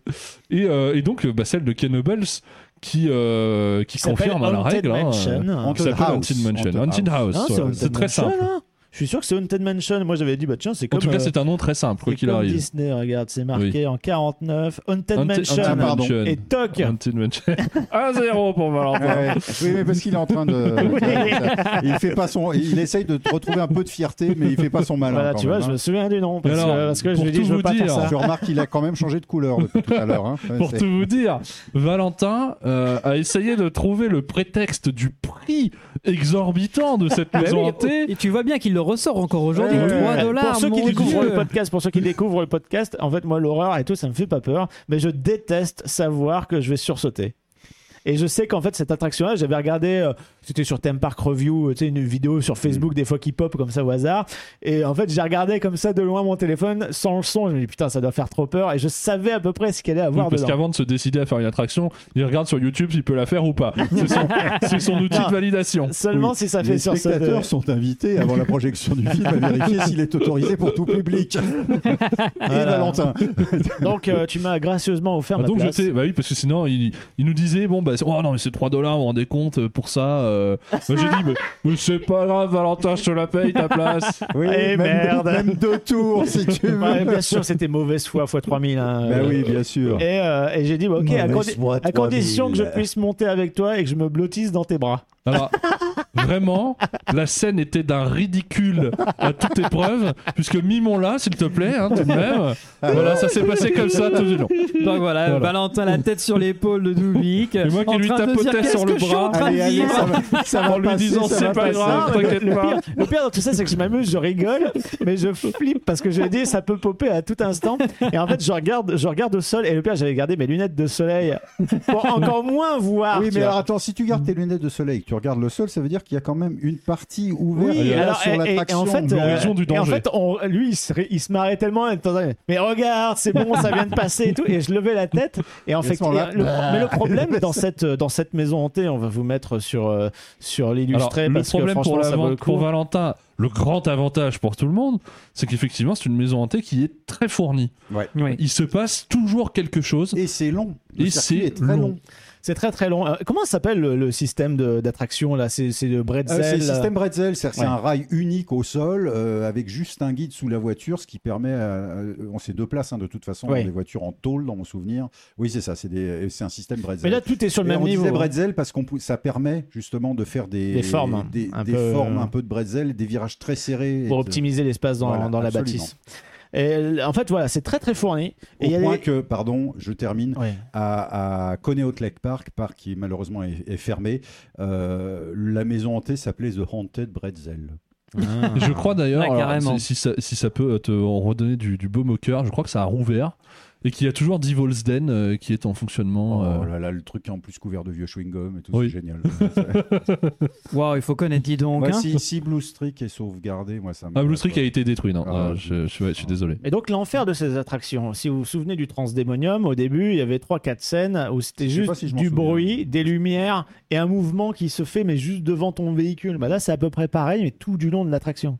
Speaker 9: Et, euh, et donc, euh, bah, celle de Kenobles qui, euh, qui
Speaker 7: Qui s'appelle
Speaker 9: confirme hein, la
Speaker 7: Haunted
Speaker 9: règle. hein,
Speaker 7: Mansion.
Speaker 9: euh,
Speaker 7: Hein,
Speaker 9: qui s'appelle
Speaker 6: Haunted
Speaker 9: Haunted
Speaker 6: House.
Speaker 9: Mansion.
Speaker 6: Haunted
Speaker 9: Haunted House,
Speaker 7: c'est
Speaker 9: voilà.
Speaker 7: Haunted
Speaker 9: c'est très
Speaker 7: Mansion,
Speaker 9: simple.
Speaker 7: hein. Je suis sûr que c'est Haunted Mansion. Moi, j'avais dit, bah tiens, c'est
Speaker 9: En
Speaker 7: comme.
Speaker 9: tout cas,
Speaker 7: euh,
Speaker 9: c'est un nom très simple, quoi
Speaker 7: c'est
Speaker 9: qu'il
Speaker 7: comme
Speaker 9: arrive.
Speaker 7: Disney, regarde, c'est marqué en 49. Haunted,
Speaker 9: Haunted-
Speaker 7: Mansion.
Speaker 9: Haunted
Speaker 6: pardon.
Speaker 9: Mansion.
Speaker 7: Et euh, Ah, toc.
Speaker 9: Haunted Mansion. 1-0 pour Valentin.
Speaker 6: Ouais. Oui, mais parce qu'il est en train de. il fait pas son. Il essaye de te retrouver un peu de fierté, mais il fait pas son malin.
Speaker 7: Voilà,
Speaker 6: quand
Speaker 7: tu
Speaker 6: même,
Speaker 7: vois, je
Speaker 6: hein.
Speaker 7: me souviens du nom. Parce,
Speaker 9: Mais alors,
Speaker 7: que, parce que je
Speaker 9: pour
Speaker 7: lui ai dit,
Speaker 9: tout
Speaker 7: je veux
Speaker 9: vous
Speaker 7: pas
Speaker 9: dire,
Speaker 7: faire
Speaker 6: Je
Speaker 7: ça.
Speaker 6: remarque qu'il a quand même changé de couleur depuis tout à l'heure. hein. Ouais,
Speaker 9: Pour
Speaker 6: c'est-
Speaker 9: tout vous dire, Valentin euh, a essayé de trouver le prétexte du prix exorbitant de cette
Speaker 8: Bah
Speaker 9: maison
Speaker 8: oui,
Speaker 9: hantée.
Speaker 8: Et tu vois bien qu'il le ressort encore aujourd'hui.
Speaker 6: Ouais, ouais,
Speaker 8: 3
Speaker 6: ouais.
Speaker 8: dollars.
Speaker 7: pour ceux qui
Speaker 8: mon
Speaker 7: découvrent
Speaker 8: Dieu.
Speaker 7: le podcast, pour ceux qui découvrent le podcast, en fait, moi, l'horreur et tout, ça me fait pas peur, mais je déteste savoir que je vais sursauter. Et je sais qu'en fait, cette attraction-là, j'avais regardé, euh, c'était sur Theme Park Review, euh, tu sais, une vidéo sur
Speaker 8: Mm.
Speaker 7: Facebook, des fois qui pop comme ça au hasard. Et en fait, j'ai regardé comme ça de loin mon téléphone, sans le son. Je me dis, putain, ça doit faire trop peur. Et je savais à peu près ce qu'elle allait
Speaker 9: Oui,
Speaker 7: avoir
Speaker 9: parce
Speaker 7: dedans.
Speaker 9: qu'avant de se décider à faire une attraction, il regarde sur YouTube s'il peut la faire ou pas. C'est son, c'est son outil
Speaker 7: Non.
Speaker 9: de validation.
Speaker 7: Seulement si ça fait
Speaker 6: Les
Speaker 7: sur ça.
Speaker 6: spectateurs sont invités avant la projection du film à vérifier s'il est autorisé pour tout public. Et Valentin.
Speaker 7: Donc, euh, tu m'as gracieusement offert
Speaker 9: Ah,
Speaker 7: ma
Speaker 9: donc
Speaker 7: place.
Speaker 9: je sais, bah oui, parce que sinon il, il nous disait bon bah c'est- oh non mais c'est 3 dollars, vous vous rendez compte euh, pour ça. euh. Moi, j'ai dit mais, mais c'est pas grave Valentin, je te la paye ta place.
Speaker 6: Oui,
Speaker 7: Eh
Speaker 6: même,
Speaker 7: merde.
Speaker 6: même deux tours si tu veux.
Speaker 7: Ouais, bien sûr, c'était mauvaise foi x 3000. hein.
Speaker 6: Bah
Speaker 7: Euh,
Speaker 6: oui, bien sûr.
Speaker 7: Et, euh, et j'ai dit, bah, ok, à,
Speaker 6: Mauvaise
Speaker 7: condi-
Speaker 6: foi,
Speaker 7: à
Speaker 6: 3000.
Speaker 7: condition que je puisse monter avec toi et que je me blottisse dans tes bras.
Speaker 9: Alors, vraiment, la scène était d'un ridicule à toute épreuve, puisque mimons-la, s'il te plaît, hein, tout de même. Voilà, ça s'est passé comme ça tout du long.
Speaker 8: Donc Bah voilà,
Speaker 9: Voilà.
Speaker 8: Valentin la tête sur l'épaule de Dubik. Et
Speaker 9: moi qui lui tapotais sur le bras.
Speaker 6: Allez, allez, ça va, ça va
Speaker 9: En lui
Speaker 6: passer,
Speaker 9: disant,
Speaker 6: ça
Speaker 9: c'est
Speaker 6: va
Speaker 9: pas
Speaker 6: passer.
Speaker 9: grave.
Speaker 7: Non, mais
Speaker 9: t'inquiète
Speaker 7: le, le
Speaker 9: pas.
Speaker 7: pire, le pire dans tout ça, c'est que je m'amuse, je rigole, mais je flippe parce que je dis ça peut popper à tout instant. Et en fait, je regarde, je regarde au sol. Et le pire, j'avais gardé mes lunettes de soleil pour encore moins voir.
Speaker 6: Oui,
Speaker 7: Ah, tu
Speaker 6: mais
Speaker 7: vois. Mm.
Speaker 6: alors attends, si tu gardes tes lunettes de soleil et que tu regardes le sol, ça veut dire qu'il y a quand même une partie ouverte
Speaker 7: Oui,
Speaker 6: là,
Speaker 7: alors,
Speaker 6: sur
Speaker 7: et- et- et
Speaker 6: l'attraction.
Speaker 7: en fait, euh,
Speaker 9: l'horizon du
Speaker 7: et en
Speaker 9: danger.
Speaker 7: fait, on- lui, il se, ré- il se marrait tellement. en disant, Mais regarde, c'est bon, ça vient de passer et tout. Et je levais la tête. Et en
Speaker 6: Ils
Speaker 7: fait,
Speaker 6: sont là.
Speaker 7: et le- mais le problème dans cette dans cette maison hantée, on va vous mettre sur euh, sur
Speaker 9: Alors,
Speaker 7: l'illustré
Speaker 9: le
Speaker 7: parce que
Speaker 9: problème pour,
Speaker 7: franchement,
Speaker 9: la
Speaker 7: ça vaut le
Speaker 9: vente- pour
Speaker 7: coup.
Speaker 9: Valentin, le grand avantage pour tout le monde, c'est qu'effectivement, c'est une maison hantée qui est très fournie. Il se passe toujours quelque chose.
Speaker 6: Et c'est long.
Speaker 9: Et
Speaker 6: Le circuit
Speaker 9: c'est
Speaker 6: est très long.
Speaker 9: long.
Speaker 7: C'est très très long. Euh, comment s'appelle le, le système de- d'attraction là C'est c'est le
Speaker 6: Euh, c'est
Speaker 7: Bretzel.
Speaker 6: le système Bretzel, c'est c'est
Speaker 7: Ouais.
Speaker 6: un rail unique au sol euh, avec juste un guide sous la voiture, ce qui permet. à- à- on sait deux places hein, de toute façon,
Speaker 7: Ouais.
Speaker 6: dans les voitures en tôle, dans mon souvenir. Oui, c'est ça, c'est des- euh, c'est un système Bretzel.
Speaker 7: Mais là, tout est sur le
Speaker 6: Et
Speaker 7: même
Speaker 6: on
Speaker 7: niveau.
Speaker 6: disait Bretzel parce qu'on pou- ça permet justement de faire des,
Speaker 7: Des formes,
Speaker 6: des,
Speaker 7: un
Speaker 6: des
Speaker 7: peu,
Speaker 6: formes
Speaker 7: euh,
Speaker 6: un peu de Bretzel, des virages très serrés.
Speaker 7: pour
Speaker 6: Et-
Speaker 7: optimiser l'espace dans,
Speaker 6: Voilà,
Speaker 7: dans la
Speaker 6: absolument.
Speaker 7: bâtisse. Et euh, en fait, voilà, c'est très très fourni. Et
Speaker 6: Au
Speaker 7: il y a
Speaker 6: point
Speaker 7: des-
Speaker 6: que, pardon, je termine,
Speaker 7: Ouais.
Speaker 6: à, à Conneaut Lake Park, parc qui malheureusement est, est fermé, euh, la maison hantée s'appelait The Haunted Bretzel.
Speaker 9: Je
Speaker 7: Mhm.
Speaker 9: crois d'ailleurs,
Speaker 8: Ouais,
Speaker 9: alors,
Speaker 8: carrément.
Speaker 9: si, si ça, si ça peut te en redonner du, du baume au cœur, je crois que ça a rouvert et qu'il y a toujours Devil's Den euh, qui est en fonctionnement.
Speaker 6: Oh,
Speaker 9: euh,
Speaker 6: là là, le truc en plus couvert de vieux chewing-gum et tout,
Speaker 9: Oui.
Speaker 6: c'est génial.
Speaker 8: Waouh, il faut connaître, dis donc.
Speaker 9: Bah,
Speaker 6: moi,
Speaker 8: hein.
Speaker 6: si, si Blue Streak est sauvegardé, moi ça me.
Speaker 9: Ah, Blue Streak a été détruit, non.
Speaker 6: Ah,
Speaker 9: Ah, je, je- ouais, je suis désolé.
Speaker 7: Et donc l'enfer de ces attractions, si vous vous souvenez du Transdémonium, au début il y avait 3-4 scènes où c'était
Speaker 6: sais
Speaker 7: juste
Speaker 6: pas si je m'en
Speaker 7: du
Speaker 6: souviens.
Speaker 7: bruit, des lumières et un mouvement qui se fait mais juste devant ton véhicule. Bah là c'est à peu près pareil mais tout du long de l'attraction.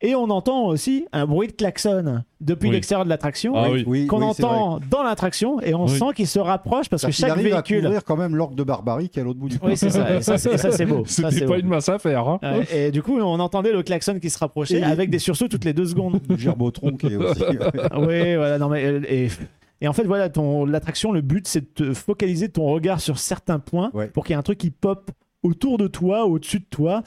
Speaker 7: Et on entend aussi un bruit de klaxon depuis
Speaker 9: Oui.
Speaker 7: l'extérieur de l'attraction
Speaker 9: Ah oui.
Speaker 7: qu'on
Speaker 6: oui, c'est vrai.
Speaker 7: entend dans l'attraction et on
Speaker 9: Oui.
Speaker 7: sent qu'il se rapproche parce que
Speaker 6: Parce qu'il
Speaker 7: chaque
Speaker 6: arrive à
Speaker 7: véhicule...
Speaker 6: couvrir quand même l'orgue de barbarie qui est à l'autre bout du
Speaker 7: Oui c'est ça, et ça c'est ça, c'est beau. Ça,
Speaker 9: C'était
Speaker 7: c'est
Speaker 9: pas
Speaker 7: beau.
Speaker 9: une mince affaire. Hein.
Speaker 7: Ouais, et du coup, on entendait le klaxon qui se rapprochait
Speaker 6: Et-
Speaker 7: avec des sursauts toutes les deux secondes.
Speaker 6: Le gerbotron qui est aussi. Ah,
Speaker 7: oui, voilà, non mais euh, et, et en fait voilà, ton l'attraction, le but c'est de te focaliser ton regard sur certains points
Speaker 6: Ouais.
Speaker 7: pour qu'il y ait un truc qui pop autour de toi, au-dessus de toi.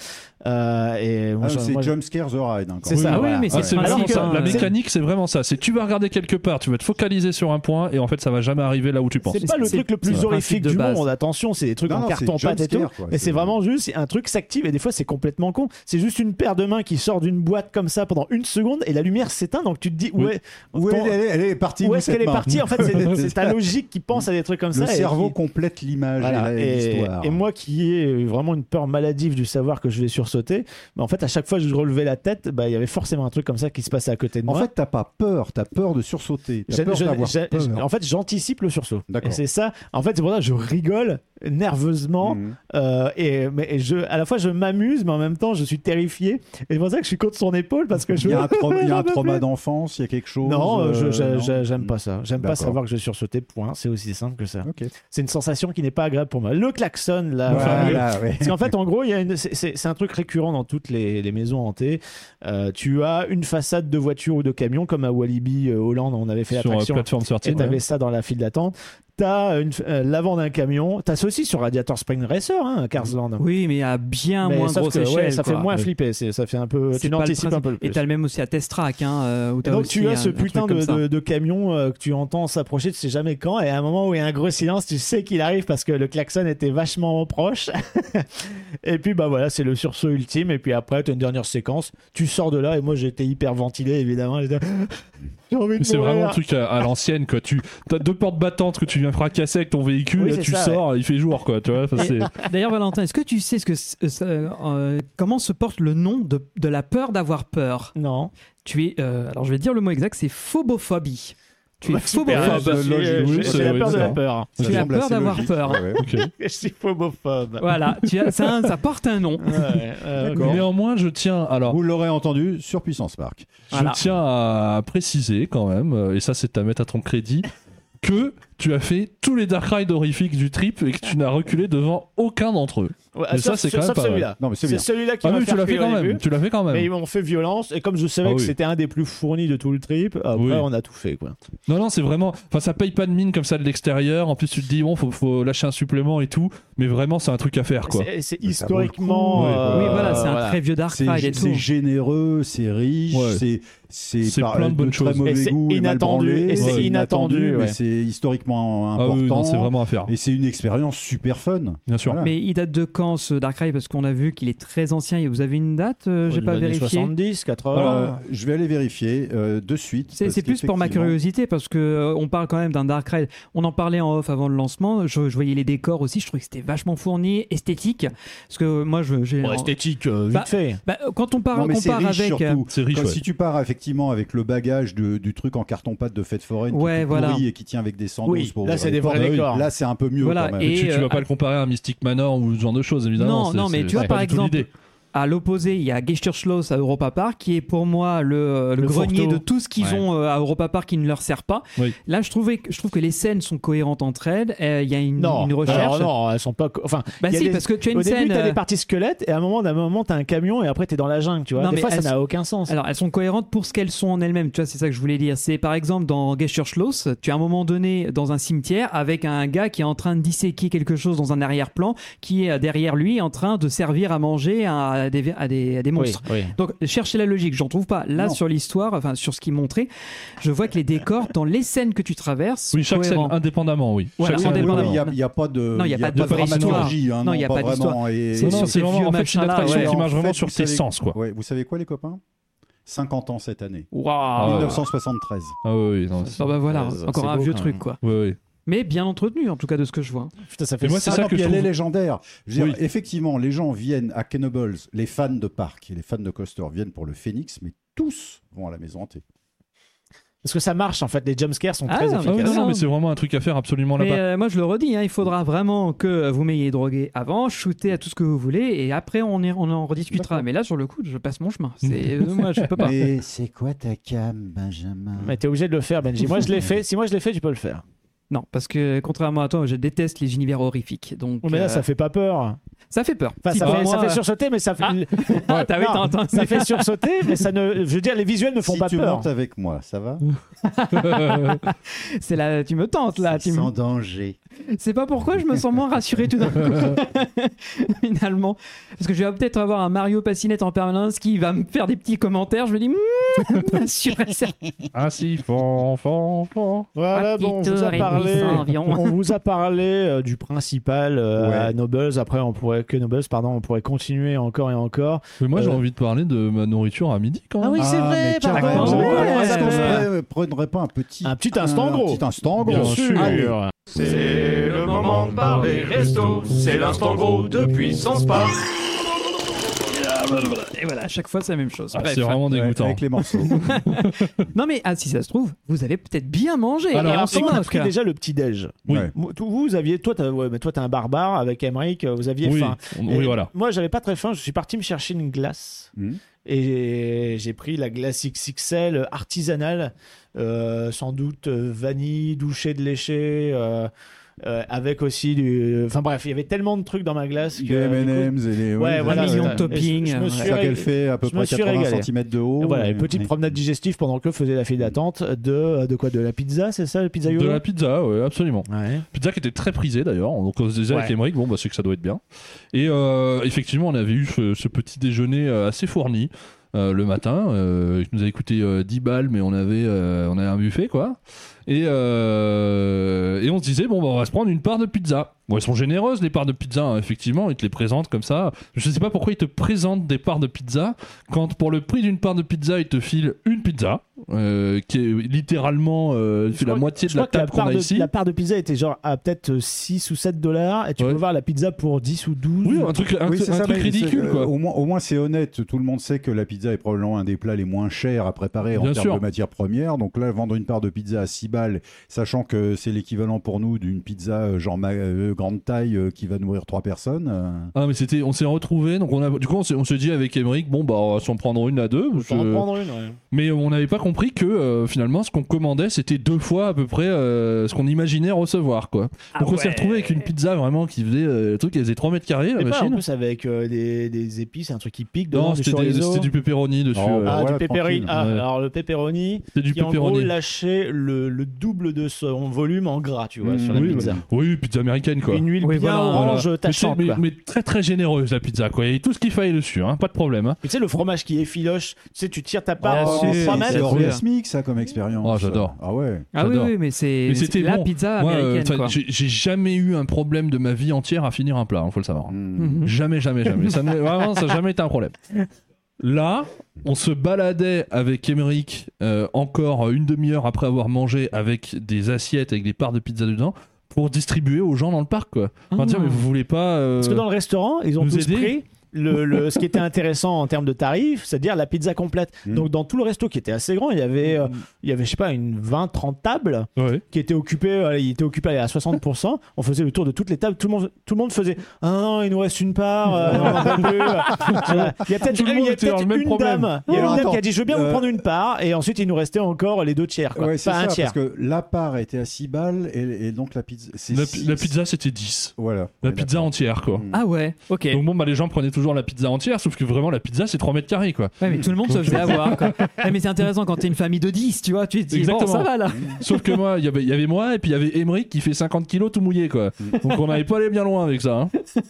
Speaker 7: Euh, et moi,
Speaker 6: Ah,
Speaker 7: je-
Speaker 6: c'est
Speaker 7: moi, je-
Speaker 6: Jumpscare the Ride. hein, quand
Speaker 7: C'est
Speaker 6: même.
Speaker 7: ça.
Speaker 8: Ah oui,
Speaker 7: voilà.
Speaker 8: mais
Speaker 9: Ah,
Speaker 8: c'est
Speaker 9: c'est
Speaker 8: le
Speaker 9: vraiment
Speaker 8: principe.
Speaker 9: ça.
Speaker 8: hein.
Speaker 9: La
Speaker 8: C'est-
Speaker 9: mécanique, c'est vraiment ça. C'est tu vas regarder quelque part, tu vas te focaliser sur un point et en fait, ça va jamais arriver là où tu penses.
Speaker 7: C'est pas le
Speaker 8: C'est-
Speaker 7: truc le
Speaker 8: c'est
Speaker 7: plus
Speaker 8: le
Speaker 7: horrifique
Speaker 8: principe de
Speaker 7: du
Speaker 8: base.
Speaker 7: monde. Attention, c'est des trucs
Speaker 6: Non,
Speaker 7: en
Speaker 6: non, c'est
Speaker 7: carton pâte et tout.
Speaker 6: jumpscare, quoi.
Speaker 7: Mais c'est
Speaker 6: C'est-
Speaker 7: vraiment juste un truc s'active et des fois c'est complètement con. C'est juste une paire de mains qui sort d'une boîte comme ça pendant une seconde et la lumière s'éteint. Donc tu te dis
Speaker 9: Oui.
Speaker 7: ouais,
Speaker 6: Où
Speaker 7: ton-
Speaker 6: elle, elle est- elle est partie
Speaker 7: où est-ce
Speaker 6: cette
Speaker 7: qu'elle est
Speaker 6: main
Speaker 7: partie En fait, c'est c'est ta logique qui pense à des trucs comme
Speaker 6: Le
Speaker 7: ça. et
Speaker 6: cerveau
Speaker 7: qui-
Speaker 6: complète l'image
Speaker 7: Voilà.
Speaker 6: et la-
Speaker 7: Et,
Speaker 6: l'histoire.
Speaker 7: et moi qui ai vraiment une peur maladive du savoir que je vais sursauter, mais en fait à chaque fois que je relevais la tête, bah, il y avait forcément un truc comme ça qui se passait à côté de
Speaker 6: En
Speaker 7: moi.
Speaker 6: fait, t'as pas peur, t'as peur de sursauter, t'as
Speaker 7: J'ai-
Speaker 6: peur
Speaker 7: j'ai-
Speaker 6: d'avoir
Speaker 7: j'ai-
Speaker 6: peur.
Speaker 7: j'ai- en fait, j'anticipe le sursaut.
Speaker 6: D'accord.
Speaker 7: Et c'est ça. En fait, c'est pour ça que je rigole nerveusement.
Speaker 6: Mhm.
Speaker 7: euh, et, mais, et je, à la fois, je m'amuse, mais en même temps, je suis terrifié. Et c'est pour ça que je suis contre son épaule parce que je.
Speaker 6: Il y a un, trauma- il y a un
Speaker 7: j'en peux
Speaker 6: trauma
Speaker 7: plus.
Speaker 6: d'enfance, il y a quelque chose.
Speaker 7: Non, euh, je-
Speaker 6: euh,
Speaker 7: je-
Speaker 6: non
Speaker 7: je- j'aime pas ça. J'aime pas
Speaker 6: D'accord.
Speaker 7: savoir que je vais sursauter. Point. C'est aussi simple que ça.
Speaker 6: Ok.
Speaker 7: C'est une sensation qui n'est pas agréable pour moi. Le klaxon, là. enfin, le-
Speaker 6: Voilà, ouais.
Speaker 7: Parce qu'en fait, en gros, il y a une- c'est- c'est c'est un truc récurrent dans toutes les, les maisons hantées. Euh, tu as une façade de voiture ou de camion, comme à Walibi euh, Hollande, on avait fait
Speaker 9: Sur euh,
Speaker 7: l'attraction.
Speaker 9: plateforme
Speaker 7: Et
Speaker 9: sortie.
Speaker 7: t'avais ça dans la file d'attente. t'as une- euh, l'avant d'un camion, t'as ça aussi sur Radiator Spring Racer, hein, Carsland.
Speaker 8: Oui, mais à bien
Speaker 7: Mais
Speaker 8: moins
Speaker 7: sauf
Speaker 8: grosse
Speaker 7: que, ouais,
Speaker 8: échelle.
Speaker 7: ça
Speaker 8: quoi.
Speaker 7: fait moins flipper, c'est- ça fait un peu,
Speaker 8: C'est
Speaker 7: tu
Speaker 8: pas le
Speaker 7: n'anticipes un
Speaker 8: principe.
Speaker 7: peu le plus.
Speaker 8: Et t'as le même aussi à Test Track. Hein, euh, où
Speaker 7: Et
Speaker 8: t'as
Speaker 7: donc
Speaker 8: aussi
Speaker 7: tu as
Speaker 8: un-
Speaker 7: ce
Speaker 8: un truc
Speaker 7: putain
Speaker 8: comme
Speaker 7: de,
Speaker 8: ça.
Speaker 7: de- de camion euh, que tu entends s'approcher, tu sais jamais quand, et à un moment où il y a un gros silence, tu sais qu'il arrive parce que le klaxon était vachement proche. et puis bah voilà, c'est le sursaut ultime, et puis après t'as une dernière séquence, tu sors de là, et moi j'étais hyper ventilé évidemment, j'étais, j'ai envie de
Speaker 9: Mais c'est
Speaker 7: mourir.
Speaker 9: vraiment un truc à, à l'ancienne, quoi. Tu as deux portes battantes que tu viens fracasser avec ton véhicule,
Speaker 7: Oui,
Speaker 9: là
Speaker 7: c'est
Speaker 9: tu
Speaker 7: ça,
Speaker 9: sors, il fait jour, quoi. Tu vois, enfin, c'est-
Speaker 8: D'ailleurs, Valentin, est-ce que tu sais ce que c'est- euh, ça- euh, comment se porte le nom de, de la peur d'avoir peur
Speaker 7: Non.
Speaker 8: Tu es, euh, alors je vais dire le mot exact, c'est phobophobie. Tu es
Speaker 7: Bah, super,
Speaker 8: phobophobe.
Speaker 7: je-
Speaker 9: Lodge,
Speaker 7: je-
Speaker 9: oui,
Speaker 7: je-
Speaker 9: c'est-
Speaker 7: J'ai la
Speaker 9: oui,
Speaker 7: peur de la
Speaker 9: d'accord.
Speaker 7: peur.
Speaker 6: Ça
Speaker 8: Tu as
Speaker 6: semble
Speaker 8: peur
Speaker 6: assez
Speaker 8: d'avoir
Speaker 6: logique.
Speaker 8: peur.
Speaker 6: Ouais, ouais.
Speaker 9: ok.
Speaker 7: Je suis phobophobe.
Speaker 8: Voilà, tu as- ça, ça porte un nom.
Speaker 7: Ouais, ouais, ok.
Speaker 9: Néanmoins, je tiens, alors,
Speaker 6: Vous l'aurez entendu sur Puissance Park.
Speaker 8: Voilà.
Speaker 9: je tiens à préciser quand même, euh, et ça c'est à mettre à ton crédit, que tu as fait tous les Dark Ride horrifiques du trip et que tu n'as reculé devant aucun d'entre eux.
Speaker 7: Ouais,
Speaker 9: Mais
Speaker 7: sauf-
Speaker 9: ça, c'est quand même
Speaker 7: sauf
Speaker 9: pas mal.
Speaker 7: celui-là.
Speaker 6: Non, mais c'est
Speaker 7: C'est
Speaker 6: bien.
Speaker 7: celui-là qui
Speaker 9: Ah
Speaker 7: m'a
Speaker 9: oui,
Speaker 7: fait
Speaker 9: tu l'as fait
Speaker 7: reculer au
Speaker 9: quand même.
Speaker 7: début.
Speaker 9: Tu l'as fait quand même.
Speaker 7: Mais ils m'ont fait violence, et comme je savais
Speaker 9: Ah
Speaker 7: que
Speaker 9: oui.
Speaker 7: c'était un des plus fournis de tout le trip, après
Speaker 9: Oui.
Speaker 7: on a tout fait quoi.
Speaker 9: Non, non, c'est vraiment. Enfin, ça paye pas de mine comme ça de l'extérieur. En plus, tu te dis, bon, faut, faut lâcher un supplément et tout. Mais vraiment, c'est un truc à faire, quoi.
Speaker 7: C'est- C'est
Speaker 6: Mais Bah, ça vaut le coup.
Speaker 7: historiquement.
Speaker 9: Oui,
Speaker 7: euh,
Speaker 8: oui, voilà, c'est un très vieux Dark
Speaker 6: C'est
Speaker 8: Ride et
Speaker 6: c'est
Speaker 8: tout.
Speaker 6: généreux, c'est riche,
Speaker 9: Ouais.
Speaker 6: c'est c'est
Speaker 9: C'est
Speaker 6: par-
Speaker 9: plein de bonnes
Speaker 6: très
Speaker 9: choses.
Speaker 6: mauvais
Speaker 7: Et c'est
Speaker 6: goût et mal
Speaker 7: inattendu,
Speaker 6: branlé,
Speaker 7: et c'est inattendu,
Speaker 6: mais
Speaker 7: ouais.
Speaker 6: c'est historiquement
Speaker 9: Ah
Speaker 6: important.
Speaker 9: oui, non, c'est vraiment à faire.
Speaker 6: Et c'est une expérience super fun.
Speaker 9: Bien sûr.
Speaker 6: Voilà.
Speaker 8: Mais il date de quand ce Dark Ride Parce qu'on a vu qu'il est très ancien. Et Vous avez une date euh, J'ai
Speaker 7: de
Speaker 8: pas
Speaker 7: l'année
Speaker 8: vérifié.
Speaker 7: 70, 80.
Speaker 6: Euh, je vais aller vérifier euh, de suite.
Speaker 8: C'est
Speaker 6: parce
Speaker 8: c'est plus pour ma
Speaker 6: qu'effectivement-
Speaker 8: curiosité parce que euh, on parle quand même d'un Dark Ride. On en parlait en off avant le lancement. Je, je voyais les décors aussi. Je trouvais que c'était vachement fourni, esthétique. Parce que euh, moi, je- j'ai.
Speaker 7: Bon, esthétique, euh, vite
Speaker 8: Bah,
Speaker 7: fait.
Speaker 8: Bah, euh, quand on parle,
Speaker 6: Non, mais
Speaker 8: on
Speaker 6: c'est
Speaker 8: part
Speaker 6: riche
Speaker 8: avec. euh,
Speaker 6: surtout.
Speaker 9: C'est riche,
Speaker 6: Quand-
Speaker 9: ouais.
Speaker 6: Si tu pars effectivement avec le bagage de- du truc en carton-pâte de fête foraine qui
Speaker 8: Ouais,
Speaker 6: est tout
Speaker 8: voilà.
Speaker 6: pourri et qui tient avec des sandals
Speaker 7: Oui,
Speaker 6: pour
Speaker 7: là, c'est des vrais
Speaker 6: Bah oui,
Speaker 7: décors.
Speaker 6: Là c'est un peu mieux
Speaker 8: Voilà,
Speaker 6: quand même.
Speaker 8: et-
Speaker 9: tu, tu
Speaker 8: euh,
Speaker 9: vas pas le comparer à un Mystic Manor ou ce genre de choses, évidemment.
Speaker 8: Non,
Speaker 9: C'est-
Speaker 8: non, mais
Speaker 9: c'est-
Speaker 8: tu vois,
Speaker 9: c'est pas
Speaker 8: par
Speaker 9: du tout
Speaker 8: exemple,
Speaker 9: l'idée.
Speaker 8: À l'opposé, il y a Geisterschloss à Europa Park qui est pour moi le, euh, le
Speaker 7: Le
Speaker 8: grenier
Speaker 7: fourre-tout.
Speaker 8: de tout ce qu'ils
Speaker 9: Ouais.
Speaker 8: ont euh, à Europa Park qui ne leur sert pas.
Speaker 9: Oui.
Speaker 8: Là, je, trouvais, que- je trouve que les scènes sont cohérentes entre elles. Euh, Il y a une,
Speaker 7: Non,
Speaker 8: une recherche.
Speaker 7: alors non, elles sont pas. co- Enfin,
Speaker 8: Bah
Speaker 7: il y a
Speaker 8: si,
Speaker 7: des-
Speaker 8: parce que tu as une
Speaker 7: au
Speaker 8: scène.
Speaker 7: début, t'as
Speaker 8: euh,
Speaker 7: des parties squelettes, et à un moment, d'un moment, t'as un camion, et après, t'es dans la jungle, tu vois.
Speaker 8: Non,
Speaker 7: des
Speaker 8: mais
Speaker 7: fois, ça
Speaker 8: elles
Speaker 7: n'a aucun sens.
Speaker 8: Alors, elles sont cohérentes pour ce qu'elles sont en elles-mêmes. Tu vois, c'est ça que je voulais dire. C'est par exemple dans Geisterschloss, tu as un moment donné dans un cimetière avec un gars qui est en train de disséquer quelque chose dans un arrière-plan qui est euh, derrière lui en train de servir à manger à des, à des, à des
Speaker 7: Oui,
Speaker 8: monstres.
Speaker 7: oui.
Speaker 8: Donc, cherchez la logique, j'en trouve pas. Là,
Speaker 6: Non.
Speaker 8: sur l'histoire, enfin, sur ce qui est montré, je vois que les décors, dans les scènes que tu traverses,
Speaker 9: Oui,
Speaker 8: sont
Speaker 9: chaque scène
Speaker 7: Ah,
Speaker 8: cohérents.
Speaker 9: indépendamment, oui.
Speaker 8: Voilà,
Speaker 9: chaque
Speaker 6: Oui,
Speaker 9: scène
Speaker 8: on
Speaker 6: oui, oui,
Speaker 8: dépend
Speaker 6: Il
Speaker 9: indépendamment.
Speaker 6: n'y a, il y a pas de,
Speaker 8: Non, il y a pas de vraie
Speaker 6: dramaturgie.
Speaker 8: histoire.
Speaker 6: hein,
Speaker 8: Non, il y a pas
Speaker 6: vraiment.
Speaker 8: d'histoire.
Speaker 6: Et-
Speaker 8: C'est
Speaker 9: Non, non,
Speaker 8: sur
Speaker 9: c'est
Speaker 8: ces vieux
Speaker 9: vraiment, en fait, c'est une
Speaker 8: machins-là,
Speaker 9: attraction
Speaker 8: ouais.
Speaker 9: qui
Speaker 6: en
Speaker 9: marche vraiment
Speaker 6: fait,
Speaker 9: sur
Speaker 6: vous
Speaker 9: tes
Speaker 6: savez-
Speaker 9: sens, quoi.
Speaker 6: ouais, vous savez quoi, les copains 50 ans cette année.
Speaker 8: Waouh.
Speaker 9: Ah ouais.
Speaker 6: 1973.
Speaker 9: Ah oui, oui, non, c'est-
Speaker 8: Ah bah voilà,
Speaker 7: C'est
Speaker 8: encore un
Speaker 7: beau,
Speaker 8: vieux
Speaker 7: quand
Speaker 8: truc,
Speaker 7: même.
Speaker 8: quoi.
Speaker 9: oui, oui.
Speaker 8: Mais bien entretenu, en tout cas, de ce que je vois.
Speaker 7: Putain, ça fait
Speaker 9: Et moi, c'est
Speaker 6: Ah
Speaker 9: ça
Speaker 6: non,
Speaker 9: que
Speaker 6: puis
Speaker 9: je
Speaker 6: elle est
Speaker 9: trouve-
Speaker 6: légendaire. Je veux dire,
Speaker 9: Oui.
Speaker 6: Effectivement, les gens viennent à Kennobles, les fans de parc et les fans de coaster viennent pour le Phoenix, mais tous vont à la maison hantée.
Speaker 7: Parce que ça marche, en fait. Les jumpscares sont
Speaker 8: Ah,
Speaker 7: très
Speaker 8: non,
Speaker 9: Ah oui,
Speaker 7: efficaces.
Speaker 9: non, non, mais c'est vraiment un truc à faire absolument
Speaker 8: Mais
Speaker 9: là-bas.
Speaker 8: euh, moi, je le redis, hein, il faudra vraiment que vous m'ayez drogué avant, shooter à tout ce que vous voulez, et après, on, y- on en rediscutera.
Speaker 6: D'accord.
Speaker 8: Mais là, sur le coup, je passe mon chemin. C'est- euh, moi, je peux pas.
Speaker 6: Mais c'est quoi ta cam, Benjamin
Speaker 7: Mais t'es obligé de le faire, Benji. Moi, je l'ai fait. Si moi, je l'ai fait, tu peux le faire.
Speaker 8: Non, parce que contrairement à toi, je déteste les univers horrifiques. Donc,
Speaker 7: Oh, Mais
Speaker 8: euh,
Speaker 7: là, ça fait pas peur.
Speaker 8: ça fait peur.
Speaker 7: Enfin,
Speaker 8: Si,
Speaker 7: ça,
Speaker 8: bah,
Speaker 7: fait,
Speaker 8: moi,
Speaker 7: ça fait
Speaker 8: euh,
Speaker 7: sursauter, mais ça fait.
Speaker 8: Ah, t'avais
Speaker 7: Non,
Speaker 8: t'as- t'as-
Speaker 7: ça fait sursauter, mais ça ne. Je veux dire, les visuels ne font
Speaker 6: si
Speaker 7: pas
Speaker 6: tu
Speaker 7: peur. Mmh.
Speaker 6: montes avec moi, ça va
Speaker 8: C'est là, tu me tentes là. Tu
Speaker 6: C'est
Speaker 8: me-
Speaker 6: Sans danger.
Speaker 8: C'est pas pourquoi je me sens moins rassuré tout d'un coup. Finalement, parce que je vais peut-être avoir un Mario Passinette en permanence qui va me faire des petits commentaires. Je me dis, Mmh, pas sûr et certain.
Speaker 9: Ainsi, Ah, fan, fan, fan.
Speaker 7: Voilà,
Speaker 8: Un
Speaker 7: bon, on
Speaker 8: petit
Speaker 7: vous a
Speaker 8: tour et
Speaker 7: parlé.
Speaker 8: demi sans avion.
Speaker 7: On vous a parlé euh, du principal euh,
Speaker 6: Ouais.
Speaker 7: à Nobles. Après, on pourrait que Nobles, pardon, on pourrait continuer encore et encore.
Speaker 9: Mais moi, j'ai
Speaker 7: Euh.
Speaker 9: envie de parler de ma nourriture à midi
Speaker 8: Ah
Speaker 9: quand même.
Speaker 7: Ah oui, c'est vrai,
Speaker 6: Ah, mais
Speaker 7: pardon.
Speaker 6: carrément.
Speaker 8: C'est vrai.
Speaker 6: Alors, Est-ce qu'on se pre- prendrait pas un petit,
Speaker 7: Un petit instant,
Speaker 6: un
Speaker 7: gros.
Speaker 6: petit instant gros
Speaker 9: Bien sûr.
Speaker 6: Allez.
Speaker 10: C'est le moment de parler resto, c'est l'instant gros de puissance par.
Speaker 8: Et voilà, à chaque fois, c'est la même chose.
Speaker 9: Ah,
Speaker 8: Bref.
Speaker 9: c'est vraiment
Speaker 6: Ouais,
Speaker 9: dégoûtant.
Speaker 6: avec les morceaux.
Speaker 8: Non, mais ah, si ça se trouve, vous avez peut-être bien mangé.
Speaker 7: Alors,
Speaker 8: Et
Speaker 7: on
Speaker 8: en ce moment,
Speaker 7: a
Speaker 8: en tout
Speaker 7: pris
Speaker 8: cas.
Speaker 7: déjà le petit déj.
Speaker 9: Oui.
Speaker 6: Ouais.
Speaker 7: Vous, vous aviez, toi, t'as, ouais, mais toi, t'es un barbare avec Emmerich, euh, vous aviez
Speaker 9: Oui,
Speaker 7: faim.
Speaker 9: on-
Speaker 7: Et
Speaker 9: oui, voilà. Hmm.
Speaker 7: Moi, j'avais pas très faim. Je suis parti me chercher une glace
Speaker 6: Mhm.
Speaker 7: et j'ai- j'ai pris la glace XXL artisanale, euh, sans doute euh, vanille, douchée de léché. euh, euh, avec aussi du. Enfin bref, il y avait tellement de trucs dans ma glace que.
Speaker 6: Les
Speaker 7: du coup,
Speaker 6: M&M's et les...
Speaker 7: ouais, voilà, c'est
Speaker 8: million de
Speaker 7: ça.
Speaker 8: toppings, euh,
Speaker 7: Et je- je me
Speaker 8: ouais.
Speaker 7: suis
Speaker 6: C'est ça qu'elle
Speaker 7: régalé.
Speaker 6: fait à peu
Speaker 7: Je me
Speaker 6: près
Speaker 7: suis
Speaker 6: 80
Speaker 7: régalé.
Speaker 6: cm de haut.
Speaker 7: Et voilà,
Speaker 6: Et-
Speaker 7: une petite
Speaker 6: et-
Speaker 7: promenade digestive pendant que faisait la file d'attente de, de quoi De la pizza, c'est ça, le pizza
Speaker 9: De la pizza, ouais, absolument.
Speaker 7: Ouais.
Speaker 9: Pizza qui était très prisée d'ailleurs. Donc on se disait avec
Speaker 7: Ouais.
Speaker 9: Emmerich, bon, bah, c'est que ça doit être bien. Et euh, effectivement, on avait eu ce, ce petit déjeuner euh, assez fourni. euh, le matin, euh, qui nous avait coûté euh, 10 balles, mais on avait, euh, on avait un buffet, quoi. Et, euh, et on se disait, bon, bah, on va se prendre une part de pizza. Bon, elles sont généreuses, les parts de pizza, hein, effectivement, ils te les présentent comme ça. Je sais pas pourquoi ils te présentent des parts de pizza quand, pour le prix d'une part de pizza, ils te filent une pizza, euh, qui est littéralement euh,
Speaker 7: Je
Speaker 9: la
Speaker 7: crois-
Speaker 9: moitié
Speaker 7: je
Speaker 9: de la
Speaker 7: crois que
Speaker 9: table qu'on
Speaker 7: part
Speaker 9: a
Speaker 7: de-
Speaker 9: ici.
Speaker 7: La part de pizza était genre à peut-être 6 ou 7 dollars et tu
Speaker 9: Ouais.
Speaker 7: peux voir la pizza pour 10 ou 12.
Speaker 9: Oui, un truc, un,
Speaker 6: Oui,
Speaker 9: tru-
Speaker 6: c'est
Speaker 9: un
Speaker 6: ça,
Speaker 9: truc
Speaker 6: mais
Speaker 9: ridicule,
Speaker 6: c'est- euh,
Speaker 9: quoi.
Speaker 6: Au moins, au moins c'est honnête. Tout le monde sait que la pizza est probablement un des plats les moins chers à préparer en
Speaker 9: Bien
Speaker 6: termes
Speaker 9: sûr.
Speaker 6: de matières premières. Donc là, vendre une part de pizza à 6 balles, sachant que c'est l'équivalent pour nous d'une pizza euh, genre ma- euh, grande taille euh, qui va nourrir trois personnes. euh,
Speaker 9: Ah mais c'était, on s'est retrouvés, donc on a, du coup on s'est, on s'est dit avec Emeric, bon bah on va s'en prendre une à deux, parce
Speaker 7: Faut en
Speaker 9: que-
Speaker 7: prendre une, ouais.
Speaker 9: mais on n'avait pas compris que euh, finalement ce qu'on commandait c'était deux fois à peu près euh, ce qu'on imaginait recevoir quoi. donc on s'est retrouvé avec une pizza vraiment qui faisait euh, le truc, elle faisait 3 mètres carrés la
Speaker 7: Et pas, en
Speaker 9: machine.
Speaker 7: plus avec euh, des, des épices, un truc qui pique dedans,
Speaker 9: Non,
Speaker 7: du
Speaker 9: c'était, des-
Speaker 7: chorizo.
Speaker 9: c'était du pepperoni dessus.
Speaker 6: Oh,
Speaker 9: ouais.
Speaker 7: Ah,
Speaker 6: Voilà,
Speaker 7: du pepperoni.
Speaker 6: tranquille.
Speaker 7: Ah,
Speaker 9: Ouais.
Speaker 7: alors le pepperoni
Speaker 9: C'était du
Speaker 7: qui en gros
Speaker 9: pepperoni.
Speaker 7: lâchait le, le double de son volume en gras, tu vois,
Speaker 6: Mmh,
Speaker 7: sur la
Speaker 9: Mm. oui,
Speaker 7: pizza.
Speaker 9: Oui, pizza américaine quoi.
Speaker 7: Une huile
Speaker 8: Oui,
Speaker 7: bien
Speaker 8: voilà.
Speaker 7: orange
Speaker 9: Mais, c'est-
Speaker 7: tachante.
Speaker 9: mais-
Speaker 7: quoi.
Speaker 9: mais très très généreuse la pizza quoi, il y avait tout ce qu'il fallait dessus, hein, pas de problème. hein.
Speaker 7: Et Tu sais, le fromage qui effiloche, tu sais, tu tires ta part
Speaker 8: Ah,
Speaker 7: en
Speaker 8: si,
Speaker 7: 3
Speaker 8: si,
Speaker 6: c'est
Speaker 8: si.
Speaker 7: mètres.
Speaker 6: orgasmique ça comme expérience.
Speaker 9: Oh, j'adore.
Speaker 6: Ah ouais.
Speaker 8: Ah oui,
Speaker 9: J'adore.
Speaker 8: oui, mais c'est
Speaker 9: Mais
Speaker 8: c'est
Speaker 9: c'était
Speaker 8: la
Speaker 9: bon.
Speaker 8: pizza
Speaker 9: Moi, euh,
Speaker 8: américaine.
Speaker 9: enfin,
Speaker 8: quoi.
Speaker 9: j'ai, j'ai jamais eu un problème de ma vie entière à finir un plat, hein, faut le savoir.
Speaker 6: Mm.
Speaker 8: Mhm.
Speaker 9: Jamais, jamais, jamais. ça n'a- vraiment, ça n'a jamais été un problème. Là, on se baladait avec Emeric euh, encore une demi-heure après avoir mangé avec des assiettes avec des parts de pizza dedans pour distribuer aux gens dans le parc. Quoi. Enfin,
Speaker 8: Ah.
Speaker 9: dire, mais vous voulez pas. euh,
Speaker 7: Parce que dans le restaurant, ils ont
Speaker 9: Nous
Speaker 7: tous
Speaker 9: aider
Speaker 7: pris le, le- ce qui était intéressant en termes de tarifs, c'est-à-dire la pizza complète.
Speaker 6: Mm.
Speaker 7: Donc dans tout le resto qui était assez grand, il y avait, euh,
Speaker 9: Mm.
Speaker 7: il y avait je sais pas, une 20-30 tables
Speaker 9: Ouais.
Speaker 7: qui étaient occupées, euh, il était occupé à 60%. On faisait le tour de toutes les tables, tout le monde, tout le monde faisait « Ah non, il nous reste une part, euh, on en peut plus. Voilà. Il y a peut-être
Speaker 9: Tout le monde
Speaker 7: il y a
Speaker 9: était dans
Speaker 7: peut-être
Speaker 9: le même
Speaker 7: une
Speaker 9: problème.
Speaker 7: dame, il y a
Speaker 6: Alors,
Speaker 7: une dame
Speaker 6: attends,
Speaker 7: qui a dit « Je veux bien
Speaker 6: euh,
Speaker 7: vous prendre une part » et ensuite il nous restait encore les deux tiers, quoi.
Speaker 6: Ouais, c'est
Speaker 7: pas
Speaker 6: ça,
Speaker 7: un tiers.
Speaker 6: parce que la part était à 6 balles et, et donc la pizza. c'est
Speaker 9: La,
Speaker 6: six-
Speaker 9: la pizza, c'était 10.
Speaker 6: Voilà.
Speaker 9: La
Speaker 6: Ouais,
Speaker 9: pizza
Speaker 6: d'accord.
Speaker 9: entière, quoi.
Speaker 8: Ah ouais, ok.
Speaker 9: Donc bon, bah, les gens prenaient toujours la pizza entière, sauf que vraiment, la pizza, c'est 3 mètres carrés, quoi.
Speaker 8: Ouais, mais tout le monde se faisait avoir. Quoi. Ouais, mais c'est intéressant quand t'es une famille de 10, tu vois. Tu te dis, bon,
Speaker 9: Exactement.
Speaker 8: ça va là.
Speaker 9: Sauf que moi, il y avait- il y avait moi, et puis il y avait Emeric qui fait 50 kilos tout mouillé, quoi. Donc on n'allait pas aller bien loin avec ça.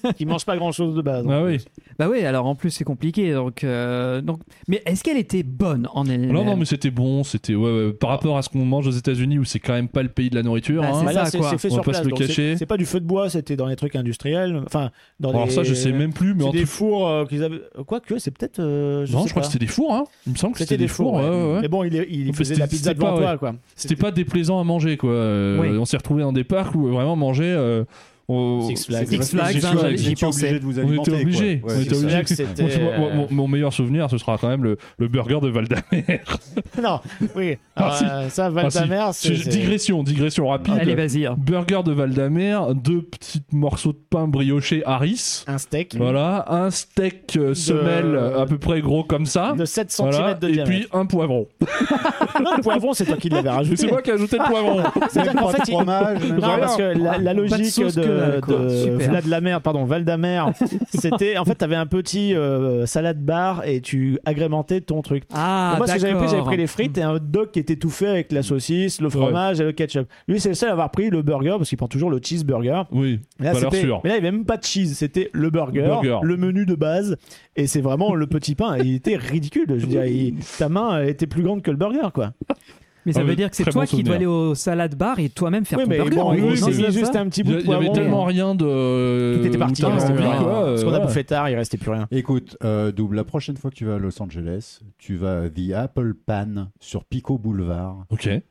Speaker 9: hein.
Speaker 7: Qui mange pas grand-chose de base.
Speaker 9: Ah oui.
Speaker 8: Bah oui, alors en plus c'est compliqué. Donc, euh, donc... Mais est-ce qu'elle était bonne en elle-même
Speaker 9: Non, non, mais c'était bon, c'était ouais, ouais, par rapport à ce qu'on mange aux États-Unis où c'est quand même pas le pays de la nourriture.
Speaker 8: Bah,
Speaker 9: hein.
Speaker 8: C'est
Speaker 7: Bah là,
Speaker 8: ça,
Speaker 7: c'est
Speaker 8: quoi.
Speaker 7: c'est fait
Speaker 9: On
Speaker 7: sur
Speaker 9: va pas se
Speaker 7: place.
Speaker 9: le
Speaker 7: donc c'est-
Speaker 9: cacher.
Speaker 7: C'est pas du feu de bois, c'était dans les trucs industriels. Enfin, dans
Speaker 9: Alors
Speaker 7: les-
Speaker 9: ça, je sais même plus, mais
Speaker 7: C'est
Speaker 9: en
Speaker 7: des
Speaker 9: tout
Speaker 7: fours euh, qu'ils avaient. Quoique, c'est peut-être. euh, je
Speaker 9: non,
Speaker 7: sais
Speaker 9: je crois
Speaker 7: pas.
Speaker 9: que c'était des fours. Hein. Il me semble que c'était des, fours. ouais, ouais, ouais.
Speaker 7: Mais bon, il, il
Speaker 9: Mais
Speaker 7: faisait
Speaker 9: c'était-
Speaker 7: la pizza
Speaker 9: c'était
Speaker 7: devant
Speaker 9: pas,
Speaker 7: toi,
Speaker 9: ouais.
Speaker 7: quoi.
Speaker 9: C'était pas déplaisant à manger, quoi. Euh,
Speaker 8: Oui.
Speaker 9: On s'est retrouvé dans des parcs où vraiment manger. euh, au-
Speaker 7: Six Flags.
Speaker 6: C'était
Speaker 8: Six
Speaker 6: parce que
Speaker 8: Flags, hein,
Speaker 6: vous
Speaker 8: j'allais-
Speaker 6: étiez
Speaker 8: j'y
Speaker 6: obligés
Speaker 8: pensais.
Speaker 6: de vous
Speaker 9: On était
Speaker 6: alimenter, quoi.
Speaker 9: obligés.
Speaker 6: Ouais,
Speaker 9: on
Speaker 6: c'est
Speaker 9: était
Speaker 6: ça.
Speaker 9: obligés.
Speaker 7: Flags, c'était,
Speaker 9: Moi, tu vois,
Speaker 7: euh,
Speaker 9: mon, mon meilleur souvenir, ce sera quand même le, le burger de Valdamer.
Speaker 7: Non, oui. Alors,
Speaker 9: Ah, si.
Speaker 7: euh, ça, Valdamer,
Speaker 9: Ah, si.
Speaker 7: c'est.
Speaker 9: C'est-
Speaker 7: c'est-
Speaker 9: Digression, digression rapide.
Speaker 8: Allez, vas-y. hein.
Speaker 9: burger de Valdamer, deux petits morceaux de pain brioché Harris.
Speaker 7: Un steak
Speaker 9: Voilà, un steak euh, semelle euh, à peu près gros comme ça.
Speaker 7: de 7 cm
Speaker 9: Voilà,
Speaker 7: de
Speaker 9: et
Speaker 7: diamètre.
Speaker 9: puis un poivron.
Speaker 7: Non, le poivron, c'est toi qui l'avais
Speaker 9: Mais
Speaker 7: rajouté.
Speaker 9: c'est moi qui ai ajouté
Speaker 7: Ah.
Speaker 9: le poivron.
Speaker 7: C'est-à-dire qu'en
Speaker 6: Pas de
Speaker 7: fait, il-
Speaker 6: fromage, même
Speaker 7: Non,
Speaker 6: pas.
Speaker 7: parce que la, la
Speaker 8: Pas de
Speaker 7: logique de,
Speaker 8: sauce que dalle, quoi.
Speaker 7: de
Speaker 8: Super.
Speaker 7: Vlad Lamer, pardon, Valdamer, c'était en fait, t'avais un petit euh, salade bar et tu agrémentais ton truc.
Speaker 8: Ah,
Speaker 7: Donc moi, ce que j'avais pris, j'avais
Speaker 8: d'accord.
Speaker 7: pris les frites et un hot dog qui était tout fait avec la saucisse, le fromage et le ketchup. Lui, c'est le seul à avoir pris le burger parce qu'il prend toujours le cheeseburger.
Speaker 9: Oui,
Speaker 7: Mais là,
Speaker 9: valeur
Speaker 7: c'était-
Speaker 9: sûre.
Speaker 7: mais là, il n'y avait même pas de cheese, c'était le burger,
Speaker 9: Burger.
Speaker 7: le menu de base, et c'est vraiment le petit pain. Il était ridicule, je veux dire, il- ta main elle était plus grande que le burger, quoi.
Speaker 8: Mais ça
Speaker 9: Ah,
Speaker 8: veut
Speaker 9: mais
Speaker 8: dire que c'est
Speaker 9: très
Speaker 8: toi
Speaker 9: bon
Speaker 8: qui dois
Speaker 9: souvenir.
Speaker 8: aller au salade bar et toi-même faire
Speaker 7: oui,
Speaker 8: ton
Speaker 7: mais
Speaker 8: burger. en
Speaker 7: bon,
Speaker 9: oui,
Speaker 8: gros,
Speaker 9: oui,
Speaker 8: non,
Speaker 9: mais
Speaker 7: c'est
Speaker 8: c'est
Speaker 7: juste
Speaker 8: ça
Speaker 7: un petit
Speaker 9: Il y
Speaker 7: bout
Speaker 9: a-
Speaker 7: de
Speaker 9: il y avait
Speaker 7: poivron.
Speaker 9: tellement rien de.
Speaker 7: Qui était parti, hein,
Speaker 9: où t'avais
Speaker 8: ouais,
Speaker 9: envie,
Speaker 8: ouais,
Speaker 9: quoi,
Speaker 8: ouais.
Speaker 9: euh,
Speaker 7: Parce qu'on a
Speaker 9: voilà.
Speaker 7: bouffé tard, il restait plus rien.
Speaker 6: Écoute, euh, Double, la prochaine fois que tu vas à Los Angeles, tu vas à The Apple Pan sur Pico Boulevard
Speaker 9: Ok. Eh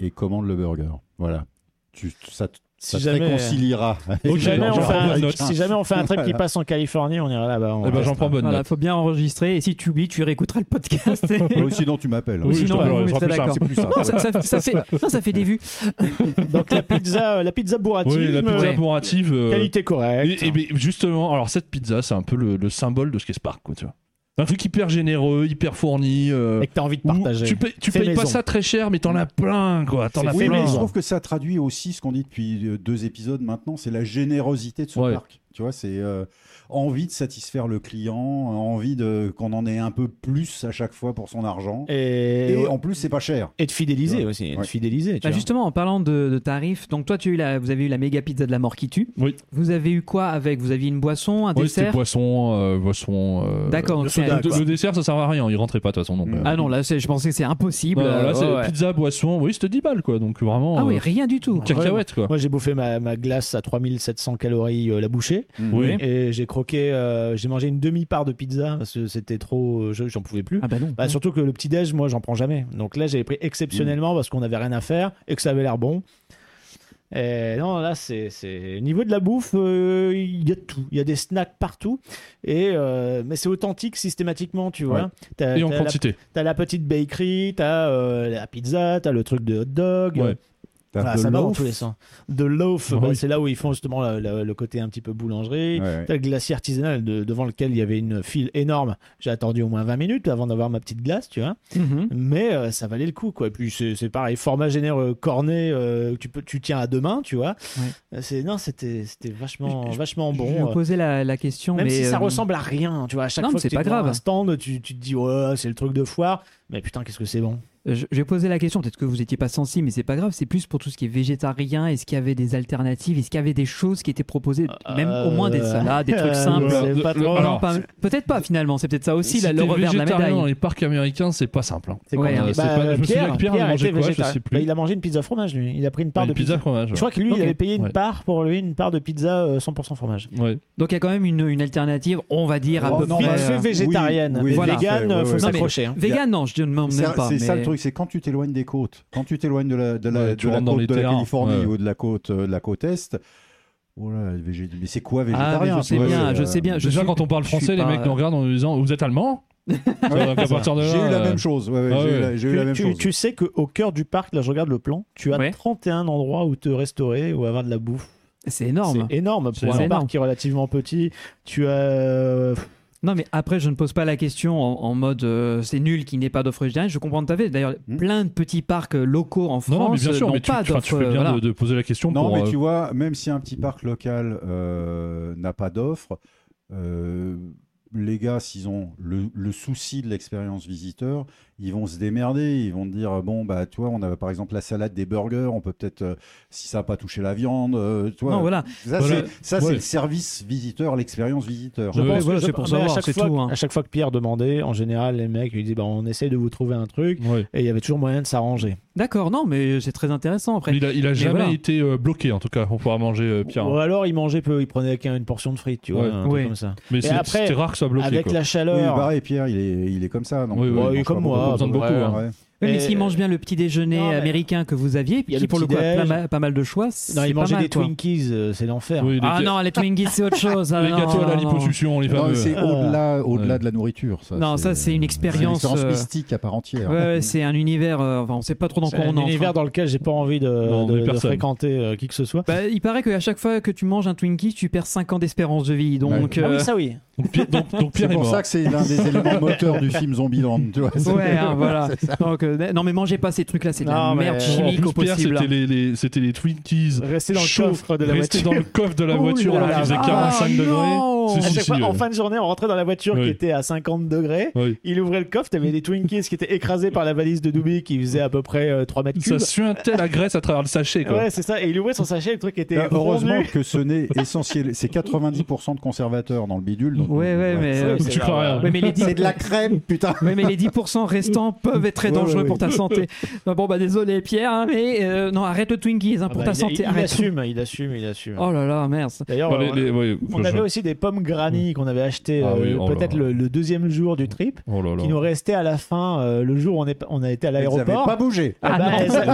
Speaker 6: et commandes le burger. Voilà. Tu, tu- ça te-
Speaker 7: Si
Speaker 6: ça te
Speaker 7: jamais- euh,
Speaker 6: réconciliera. avec
Speaker 9: Ok,
Speaker 6: le
Speaker 7: Si jamais,
Speaker 9: j'en
Speaker 7: on
Speaker 6: burger
Speaker 7: fait un,
Speaker 9: prends bonne note.
Speaker 6: américain.
Speaker 7: si jamais on fait un trip qui passe en Californie, on ira là-bas. on
Speaker 9: Eh ben,
Speaker 7: reste.
Speaker 9: j'en prends bonne
Speaker 8: Voilà,
Speaker 9: note.
Speaker 8: faut bien enregistrer. Et si tu oublies, tu réécouteras le podcast.
Speaker 6: Ou sinon, tu m'appelles. hein.
Speaker 8: Ou
Speaker 9: Oui,
Speaker 8: sinon,
Speaker 9: je te
Speaker 8: on vous
Speaker 9: parlerai, ce
Speaker 8: mettra
Speaker 9: sera plus
Speaker 8: d'accord.
Speaker 6: c'est
Speaker 9: simple,
Speaker 6: plus simple.
Speaker 8: Non, ça, ça- ça fait, non, ça fait des vues. Bah,
Speaker 7: Donc la pizza, euh, la pizza bourrative,
Speaker 9: Oui, la pizza
Speaker 7: euh,
Speaker 8: Ouais.
Speaker 9: bourrative. euh,
Speaker 7: qualité correcte.
Speaker 9: Et, et ben, justement, alors cette pizza, c'est un peu le, le symbole de ce qu'est Spark, quoi, tu vois. Un truc hyper généreux, hyper fourni. euh,
Speaker 7: et que t'as envie de
Speaker 8: Mmh.
Speaker 9: où
Speaker 7: partager.
Speaker 9: Tu payes, tu
Speaker 7: C'est
Speaker 9: payes pas
Speaker 7: maison.
Speaker 9: ça très cher, mais t'en as plein, quoi. T'en
Speaker 7: C'est
Speaker 9: as
Speaker 6: Oui,
Speaker 7: fait
Speaker 9: plein.
Speaker 6: mais je
Speaker 7: plaisir.
Speaker 6: trouve que ça traduit aussi ce qu'on dit depuis euh, deux épisodes maintenant, c'est la générosité de ce
Speaker 9: Ouais.
Speaker 6: parc. Tu vois, c'est euh, envie de satisfaire le client, euh, envie de qu'on en ait un peu plus à chaque fois pour son argent. Et,
Speaker 7: Et,
Speaker 6: en plus, c'est pas cher.
Speaker 7: et de fidéliser
Speaker 6: Ouais.
Speaker 7: aussi. et De
Speaker 6: Ouais.
Speaker 7: fidéliser. tu
Speaker 8: Bah,
Speaker 7: vois.
Speaker 8: justement, en parlant de, de tarifs, donc toi, tu as eu la, vous avez eu la méga pizza de la mort qui tue.
Speaker 9: Oui.
Speaker 8: Vous avez eu quoi avec Vous aviez une boisson, un
Speaker 9: Ouais, c'était
Speaker 8: dessert
Speaker 9: poisson, euh, boisson. euh,
Speaker 8: D'accord,
Speaker 9: Le,
Speaker 8: donc c'est
Speaker 9: le-
Speaker 8: un-
Speaker 9: le dessert, ça sert à rien. Il rentrait pas de toute façon. Donc,
Speaker 6: Mm.
Speaker 9: euh,
Speaker 8: Ah non, là, c'est- je pensais que c'est impossible.
Speaker 9: non, non, là,
Speaker 8: Euh,
Speaker 9: c'est
Speaker 8: ouais, ouais.
Speaker 9: pizza, boisson. Oui, c'était 10 balles, quoi. Donc vraiment.
Speaker 8: Ah oui,
Speaker 9: euh,
Speaker 8: rien du tout.
Speaker 9: Cacahuète, quoi.
Speaker 7: Moi, j'ai bouffé ma, ma glace à 3700 calories euh, la bouchée.
Speaker 9: Oui.
Speaker 7: Et j'ai croqué, euh, j'ai mangé une demi-part de pizza parce que c'était trop. euh, je- J'en pouvais plus.
Speaker 8: Ah bah non.
Speaker 7: Bah, surtout que le petit-déj, moi, j'en prends jamais. Donc là, j'avais pris
Speaker 9: Mm.
Speaker 7: exceptionnellement parce qu'on n'avait rien à faire et que ça avait l'air bon. Et non, là, c'est. c'est- Au niveau de la bouffe, euh, il y a de tout. Il y a des snacks partout. Et, euh, mais c'est authentique systématiquement, tu vois.
Speaker 9: Ouais.
Speaker 7: T'as-
Speaker 9: Et en
Speaker 7: t'as la-
Speaker 9: quantité.
Speaker 7: T'as la petite bakery, t'as euh, la pizza, t'as le truc de hot dog.
Speaker 9: Ouais.
Speaker 6: T'as
Speaker 7: Voilà,
Speaker 6: de
Speaker 7: ça va dans
Speaker 6: l'offre.
Speaker 7: tous les sens. De loaf,
Speaker 9: Ouais.
Speaker 7: bah, c'est là où ils font justement la- la- le côté un petit peu boulangerie.
Speaker 6: Ouais, ouais.
Speaker 7: T'as le glacier artisanal de- devant lequel il y avait une file énorme. J'ai attendu au moins 20 minutes avant d'avoir ma petite glace, tu vois.
Speaker 8: Mhm.
Speaker 7: Mais euh, ça valait le coup, quoi. Et puis c'est c'est pareil, format généreux, cornet, euh, tu, peux, tu tiens à deux mains, tu vois. Euh, c'est Non, c'était c'était vachement,
Speaker 8: Je- je-
Speaker 7: vachement
Speaker 8: je vais
Speaker 7: bon.
Speaker 8: vous
Speaker 7: euh.
Speaker 8: poser la, la question.
Speaker 7: Même
Speaker 8: mais,
Speaker 7: si ça
Speaker 8: euh,
Speaker 7: ressemble à rien, tu vois, à chaque
Speaker 8: non, mais
Speaker 7: fois que
Speaker 8: c'est
Speaker 7: tu
Speaker 8: pas grave.
Speaker 7: un stand, tu, tu te dis, ouais, c'est le truc de foire, mais putain, qu'est-ce que c'est bon.
Speaker 8: Je, je vais poser la question, peut-être que vous n'étiez pas sensible, mais c'est pas grave, c'est plus pour tout ce qui est végétarien, est-ce qu'il y avait des alternatives, est-ce qu'il y avait des choses qui étaient proposées, même au moins des
Speaker 7: Euh,
Speaker 8: salades, des trucs simples.
Speaker 7: euh, c'est pas
Speaker 9: Le-
Speaker 7: trop-
Speaker 9: alors,
Speaker 8: Non, pas- Peut-être pas finalement, c'est peut-être ça aussi
Speaker 9: Si
Speaker 8: la, le
Speaker 9: t'es
Speaker 8: revers de la
Speaker 9: végétarien
Speaker 8: médaille.
Speaker 9: Dans les parcs américains, c'est pas simple. hein.
Speaker 7: C'est
Speaker 8: Ouais,
Speaker 7: quoi,
Speaker 8: hein.
Speaker 7: euh,
Speaker 9: Bah,
Speaker 7: c'est pas- je me souviens
Speaker 9: Pierre-
Speaker 7: que Pierre
Speaker 9: Pierre
Speaker 7: a
Speaker 9: mangeait
Speaker 7: été
Speaker 9: quoi, je
Speaker 7: végétarien.
Speaker 9: sais plus. Ah,
Speaker 7: Bah, il a mangé une pizza fromage, lui. Il a pris une part
Speaker 9: Une
Speaker 7: de pizza.
Speaker 9: pizza fromage. ouais.
Speaker 7: Je crois que lui,
Speaker 8: Ok.
Speaker 7: il avait payé une
Speaker 9: Ouais.
Speaker 7: part pour lui, une part de pizza euh, 100% fromage.
Speaker 9: Ouais.
Speaker 8: Donc il y a quand même une, une alternative, on va dire à
Speaker 6: Oh,
Speaker 8: peu
Speaker 6: non,
Speaker 8: près.
Speaker 6: bah,
Speaker 7: Vite
Speaker 6: ouais.
Speaker 7: fait
Speaker 8: euh,
Speaker 7: végétarienne.
Speaker 6: Oui, oui,
Speaker 7: Les
Speaker 8: voilà.
Speaker 7: véganes,
Speaker 6: Ouais, ouais,
Speaker 7: faut
Speaker 6: ouais.
Speaker 7: s'accrocher. hein.
Speaker 8: Vegan, non, je ne m'en
Speaker 6: C'est
Speaker 8: même pas.
Speaker 6: c'est ça
Speaker 8: mais-
Speaker 6: le truc, c'est quand tu t'éloignes des côtes, quand tu t'éloignes de la, de la,
Speaker 9: Ouais,
Speaker 6: de
Speaker 9: tu
Speaker 6: la
Speaker 9: rentres dans
Speaker 6: côte
Speaker 9: les
Speaker 6: de la
Speaker 9: terrains.
Speaker 6: Californie
Speaker 9: Ouais.
Speaker 6: ou de la côte, euh, de la côte est. Oh là, le végé- mais c'est quoi
Speaker 8: Ah, mais
Speaker 6: végétarien
Speaker 8: je sais
Speaker 6: quoi,
Speaker 8: bien,
Speaker 6: c'est,
Speaker 8: je
Speaker 6: euh,
Speaker 8: sais bien. je
Speaker 9: Déjà,
Speaker 8: suis-
Speaker 9: quand on parle
Speaker 8: je suis
Speaker 9: français, les
Speaker 8: pas,
Speaker 9: mecs nous
Speaker 8: euh,
Speaker 9: regardent en nous disant Vous êtes allemand
Speaker 6: Ouais.
Speaker 9: Donc, à partir de là,
Speaker 6: J'ai eu la
Speaker 9: euh,
Speaker 6: même chose. ouais, ouais,
Speaker 9: ah
Speaker 6: j'ai eu
Speaker 9: ouais.
Speaker 6: la- J'ai eu
Speaker 7: Tu-
Speaker 6: la même
Speaker 7: tu,
Speaker 6: chose.
Speaker 7: tu sais qu'au cœur du parc, là je regarde le plan, tu as
Speaker 8: Ouais.
Speaker 7: 31 endroits où te restaurer ou avoir de la bouffe.
Speaker 8: C'est énorme.
Speaker 7: C'est énorme
Speaker 9: C'est
Speaker 7: pour un
Speaker 8: énorme.
Speaker 7: parc qui est relativement petit. Tu as. euh,
Speaker 8: Non, mais après, je ne pose pas la question en, en mode euh, c'est nul qu'il n'ait pas d'offre végétarienne. Je comprends, t'avais d'ailleurs
Speaker 6: Hmm.
Speaker 8: plein de petits parcs euh, locaux en
Speaker 9: Non,
Speaker 8: France
Speaker 9: non, mais bien sûr,
Speaker 8: n'ont
Speaker 9: mais tu,
Speaker 8: pas
Speaker 9: tu- enfin, tu
Speaker 8: d'offre.
Speaker 9: fais bien
Speaker 8: voilà.
Speaker 9: de, de poser la question
Speaker 6: Non,
Speaker 9: pour.
Speaker 6: mais
Speaker 9: euh,
Speaker 6: tu vois, même si un petit parc local euh, n'a pas d'offre, euh, les gars, s'ils ont le, le souci de l'expérience visiteur, ils vont se démerder. Ils vont te dire bon, bah, toi, on a par exemple la salade des burgers, on peut peut-être, euh, si ça n'a pas touché la viande, euh, toi.
Speaker 8: Non, voilà.
Speaker 6: Ça,
Speaker 9: Voilà.
Speaker 6: c'est- ça,
Speaker 9: Ouais.
Speaker 6: c'est le service visiteur, l'expériance visiteur.
Speaker 9: Je-
Speaker 7: Je
Speaker 9: Ouais,
Speaker 7: pense que
Speaker 8: voilà,
Speaker 7: je-
Speaker 8: c'est pour
Speaker 7: mais
Speaker 8: savoir,
Speaker 7: à chaque
Speaker 8: c'est
Speaker 7: fois-
Speaker 8: tout, hein.
Speaker 7: À chaque fois que Pierre demandait, en général, les mecs lui disaient bah, on essaye de vous trouver un truc.
Speaker 9: ouais.
Speaker 7: Et il y avait toujours moyen de s'arranger.
Speaker 8: D'accord, non, mais c'est très intéressant après.
Speaker 9: Il a, il a jamais
Speaker 8: voilà.
Speaker 9: été euh, bloqué, en tout cas, pour pouvoir manger euh, Pierre.
Speaker 7: Ou alors il mangeait peu, il prenait qu'un- une portion de frites, tu vois,
Speaker 9: Ouais.
Speaker 7: un truc
Speaker 8: Ouais.
Speaker 7: comme ça.
Speaker 9: Mais
Speaker 7: Et
Speaker 9: c'est-
Speaker 7: après,
Speaker 9: c'était rare que ça soit bloqué.
Speaker 7: Avec
Speaker 9: quoi.
Speaker 7: la
Speaker 6: Oui, bah,
Speaker 7: chaleur.
Speaker 6: pareil, Pierre, il est, il est comme ça. donc,
Speaker 9: Oui, oui,
Speaker 6: euh,
Speaker 9: il
Speaker 6: mange
Speaker 7: est
Speaker 6: pas
Speaker 7: comme
Speaker 6: beaucoup.
Speaker 7: moi,
Speaker 9: Pas besoin de beaucoup, hein.
Speaker 6: Ouais.
Speaker 8: Oui, mais
Speaker 7: Euh,
Speaker 8: s'il mange bien le petit déjeuner
Speaker 7: non, mais-
Speaker 8: américain que vous aviez,
Speaker 7: Il y a
Speaker 8: qui
Speaker 7: le
Speaker 8: pour le coup a
Speaker 7: petit-déj.
Speaker 8: plein- ma- pas, mal de choix,
Speaker 7: Non,
Speaker 8: c'est
Speaker 7: il
Speaker 8: pas
Speaker 7: mangeait
Speaker 8: mal,
Speaker 7: des
Speaker 8: quoi.
Speaker 7: Twinkies, euh, c'est l'enfer.
Speaker 9: Oui, les
Speaker 8: Ah
Speaker 9: ga-
Speaker 8: non, les Twinkies, c'est autre chose. Ah,
Speaker 9: les
Speaker 8: non,
Speaker 9: gâteaux à la
Speaker 8: non, non.
Speaker 9: liposuction, les
Speaker 6: Non, mais
Speaker 9: fameux.
Speaker 6: c'est
Speaker 7: Ah.
Speaker 6: au-delà, au-delà
Speaker 9: Ouais.
Speaker 6: de la nourriture. Ça,
Speaker 8: Non, ça, c'est une expérience,
Speaker 6: une
Speaker 8: euh,
Speaker 6: expérience mystique à part entière.
Speaker 8: Ouais, ouais, c'est un univers, euh, enfin, on sait pas trop dans
Speaker 7: C'est
Speaker 8: quoi
Speaker 7: un
Speaker 8: on entre.
Speaker 7: univers
Speaker 8: hein.
Speaker 7: dans lequel j'ai pas envie de,
Speaker 9: Non,
Speaker 7: de-
Speaker 9: mais
Speaker 7: de
Speaker 9: personne.
Speaker 7: fréquenter euh, qui que ce soit.
Speaker 8: Bah, il paraît qu'à chaque fois que tu manges un Twinkie, tu perds 5 ans d'espérance de vie. Donc,
Speaker 6: Ouais.
Speaker 7: Ah
Speaker 8: euh,
Speaker 7: oui, ça oui.
Speaker 9: Donc Pierre, donc- donc
Speaker 6: C'est
Speaker 9: Pierre est
Speaker 6: pour
Speaker 9: mort.
Speaker 6: ça que c'est l'un des éléments moteurs du film Zombieland. Tu vois, C'est-
Speaker 8: ouais, hein, voilà. Donc, euh, non, mais mangez pas ces trucs-là, c'est de la
Speaker 7: Non, mais- euh,
Speaker 8: merde
Speaker 7: En
Speaker 9: En
Speaker 8: chimique
Speaker 9: plus,
Speaker 8: au
Speaker 9: Pierre,
Speaker 8: possible.
Speaker 9: c'était les, les- c'était les Twinkies.
Speaker 7: Rester dans
Speaker 9: chauds,
Speaker 7: le coffre de la
Speaker 9: rester
Speaker 7: voiture.
Speaker 9: dans le coffre de la voiture,
Speaker 7: là
Speaker 9: alors
Speaker 7: là.
Speaker 9: qu'il faisait
Speaker 7: Ah,
Speaker 9: 45
Speaker 8: non.
Speaker 9: degrés.
Speaker 7: À
Speaker 9: Si, si,
Speaker 7: chaque fois,
Speaker 9: si,
Speaker 7: en
Speaker 9: euh,
Speaker 7: fin de journée, on rentrait dans la voiture
Speaker 9: Oui.
Speaker 7: qui était à 50 degrés.
Speaker 9: oui.
Speaker 7: Il ouvrait le coffre, t'avais des Twinkies qui étaient écrasés par la valise de Doobie qui faisait à peu près euh, 3 mètres
Speaker 9: Ça
Speaker 7: cubes.
Speaker 9: suintait la graisse à travers le sachet, quoi.
Speaker 7: Ouais, c'est ça. Et il ouvrait son sachet, le truc était
Speaker 6: Là, Ah, heureusement
Speaker 7: fondu.
Speaker 6: que ce n'est essentiel. C'est 90% de conservateurs dans le bidule. donc-
Speaker 8: Ouais, ouais, mais. euh,
Speaker 9: Tu crois rien.
Speaker 8: ouais, mais les 10
Speaker 6: C'est de la crème, putain.
Speaker 8: Ouais, mais les 10% restants peuvent être très
Speaker 6: Ouais,
Speaker 8: dangereux
Speaker 6: ouais, ouais.
Speaker 8: pour ta santé. Bah, bon, bah désolé Pierre, hein, mais euh, non, arrête le Twinkies hein,
Speaker 7: Ah
Speaker 8: pour
Speaker 7: bah,
Speaker 8: ta
Speaker 7: il-
Speaker 8: santé.
Speaker 7: il,
Speaker 8: arrête.
Speaker 7: assume, il assume, il assume.
Speaker 8: Oh là là, merde.
Speaker 7: D'ailleurs, euh,
Speaker 9: Bah, les-
Speaker 7: on-
Speaker 9: les- ouais,
Speaker 7: on
Speaker 9: je-
Speaker 7: avait aussi des pommes granny qu'on avait achetées
Speaker 9: Ah
Speaker 7: euh,
Speaker 9: oui, oh là
Speaker 7: peut-être
Speaker 9: là.
Speaker 7: le, le deuxième jour du trip,
Speaker 9: Oh là là.
Speaker 7: qui nous restait à la fin, euh, le jour où on, est, on a été à
Speaker 6: Ils n'avaient
Speaker 7: l'aéroport.
Speaker 6: pas bougé.
Speaker 7: Ah bah,
Speaker 8: non.
Speaker 7: elles,
Speaker 9: Non.
Speaker 7: elles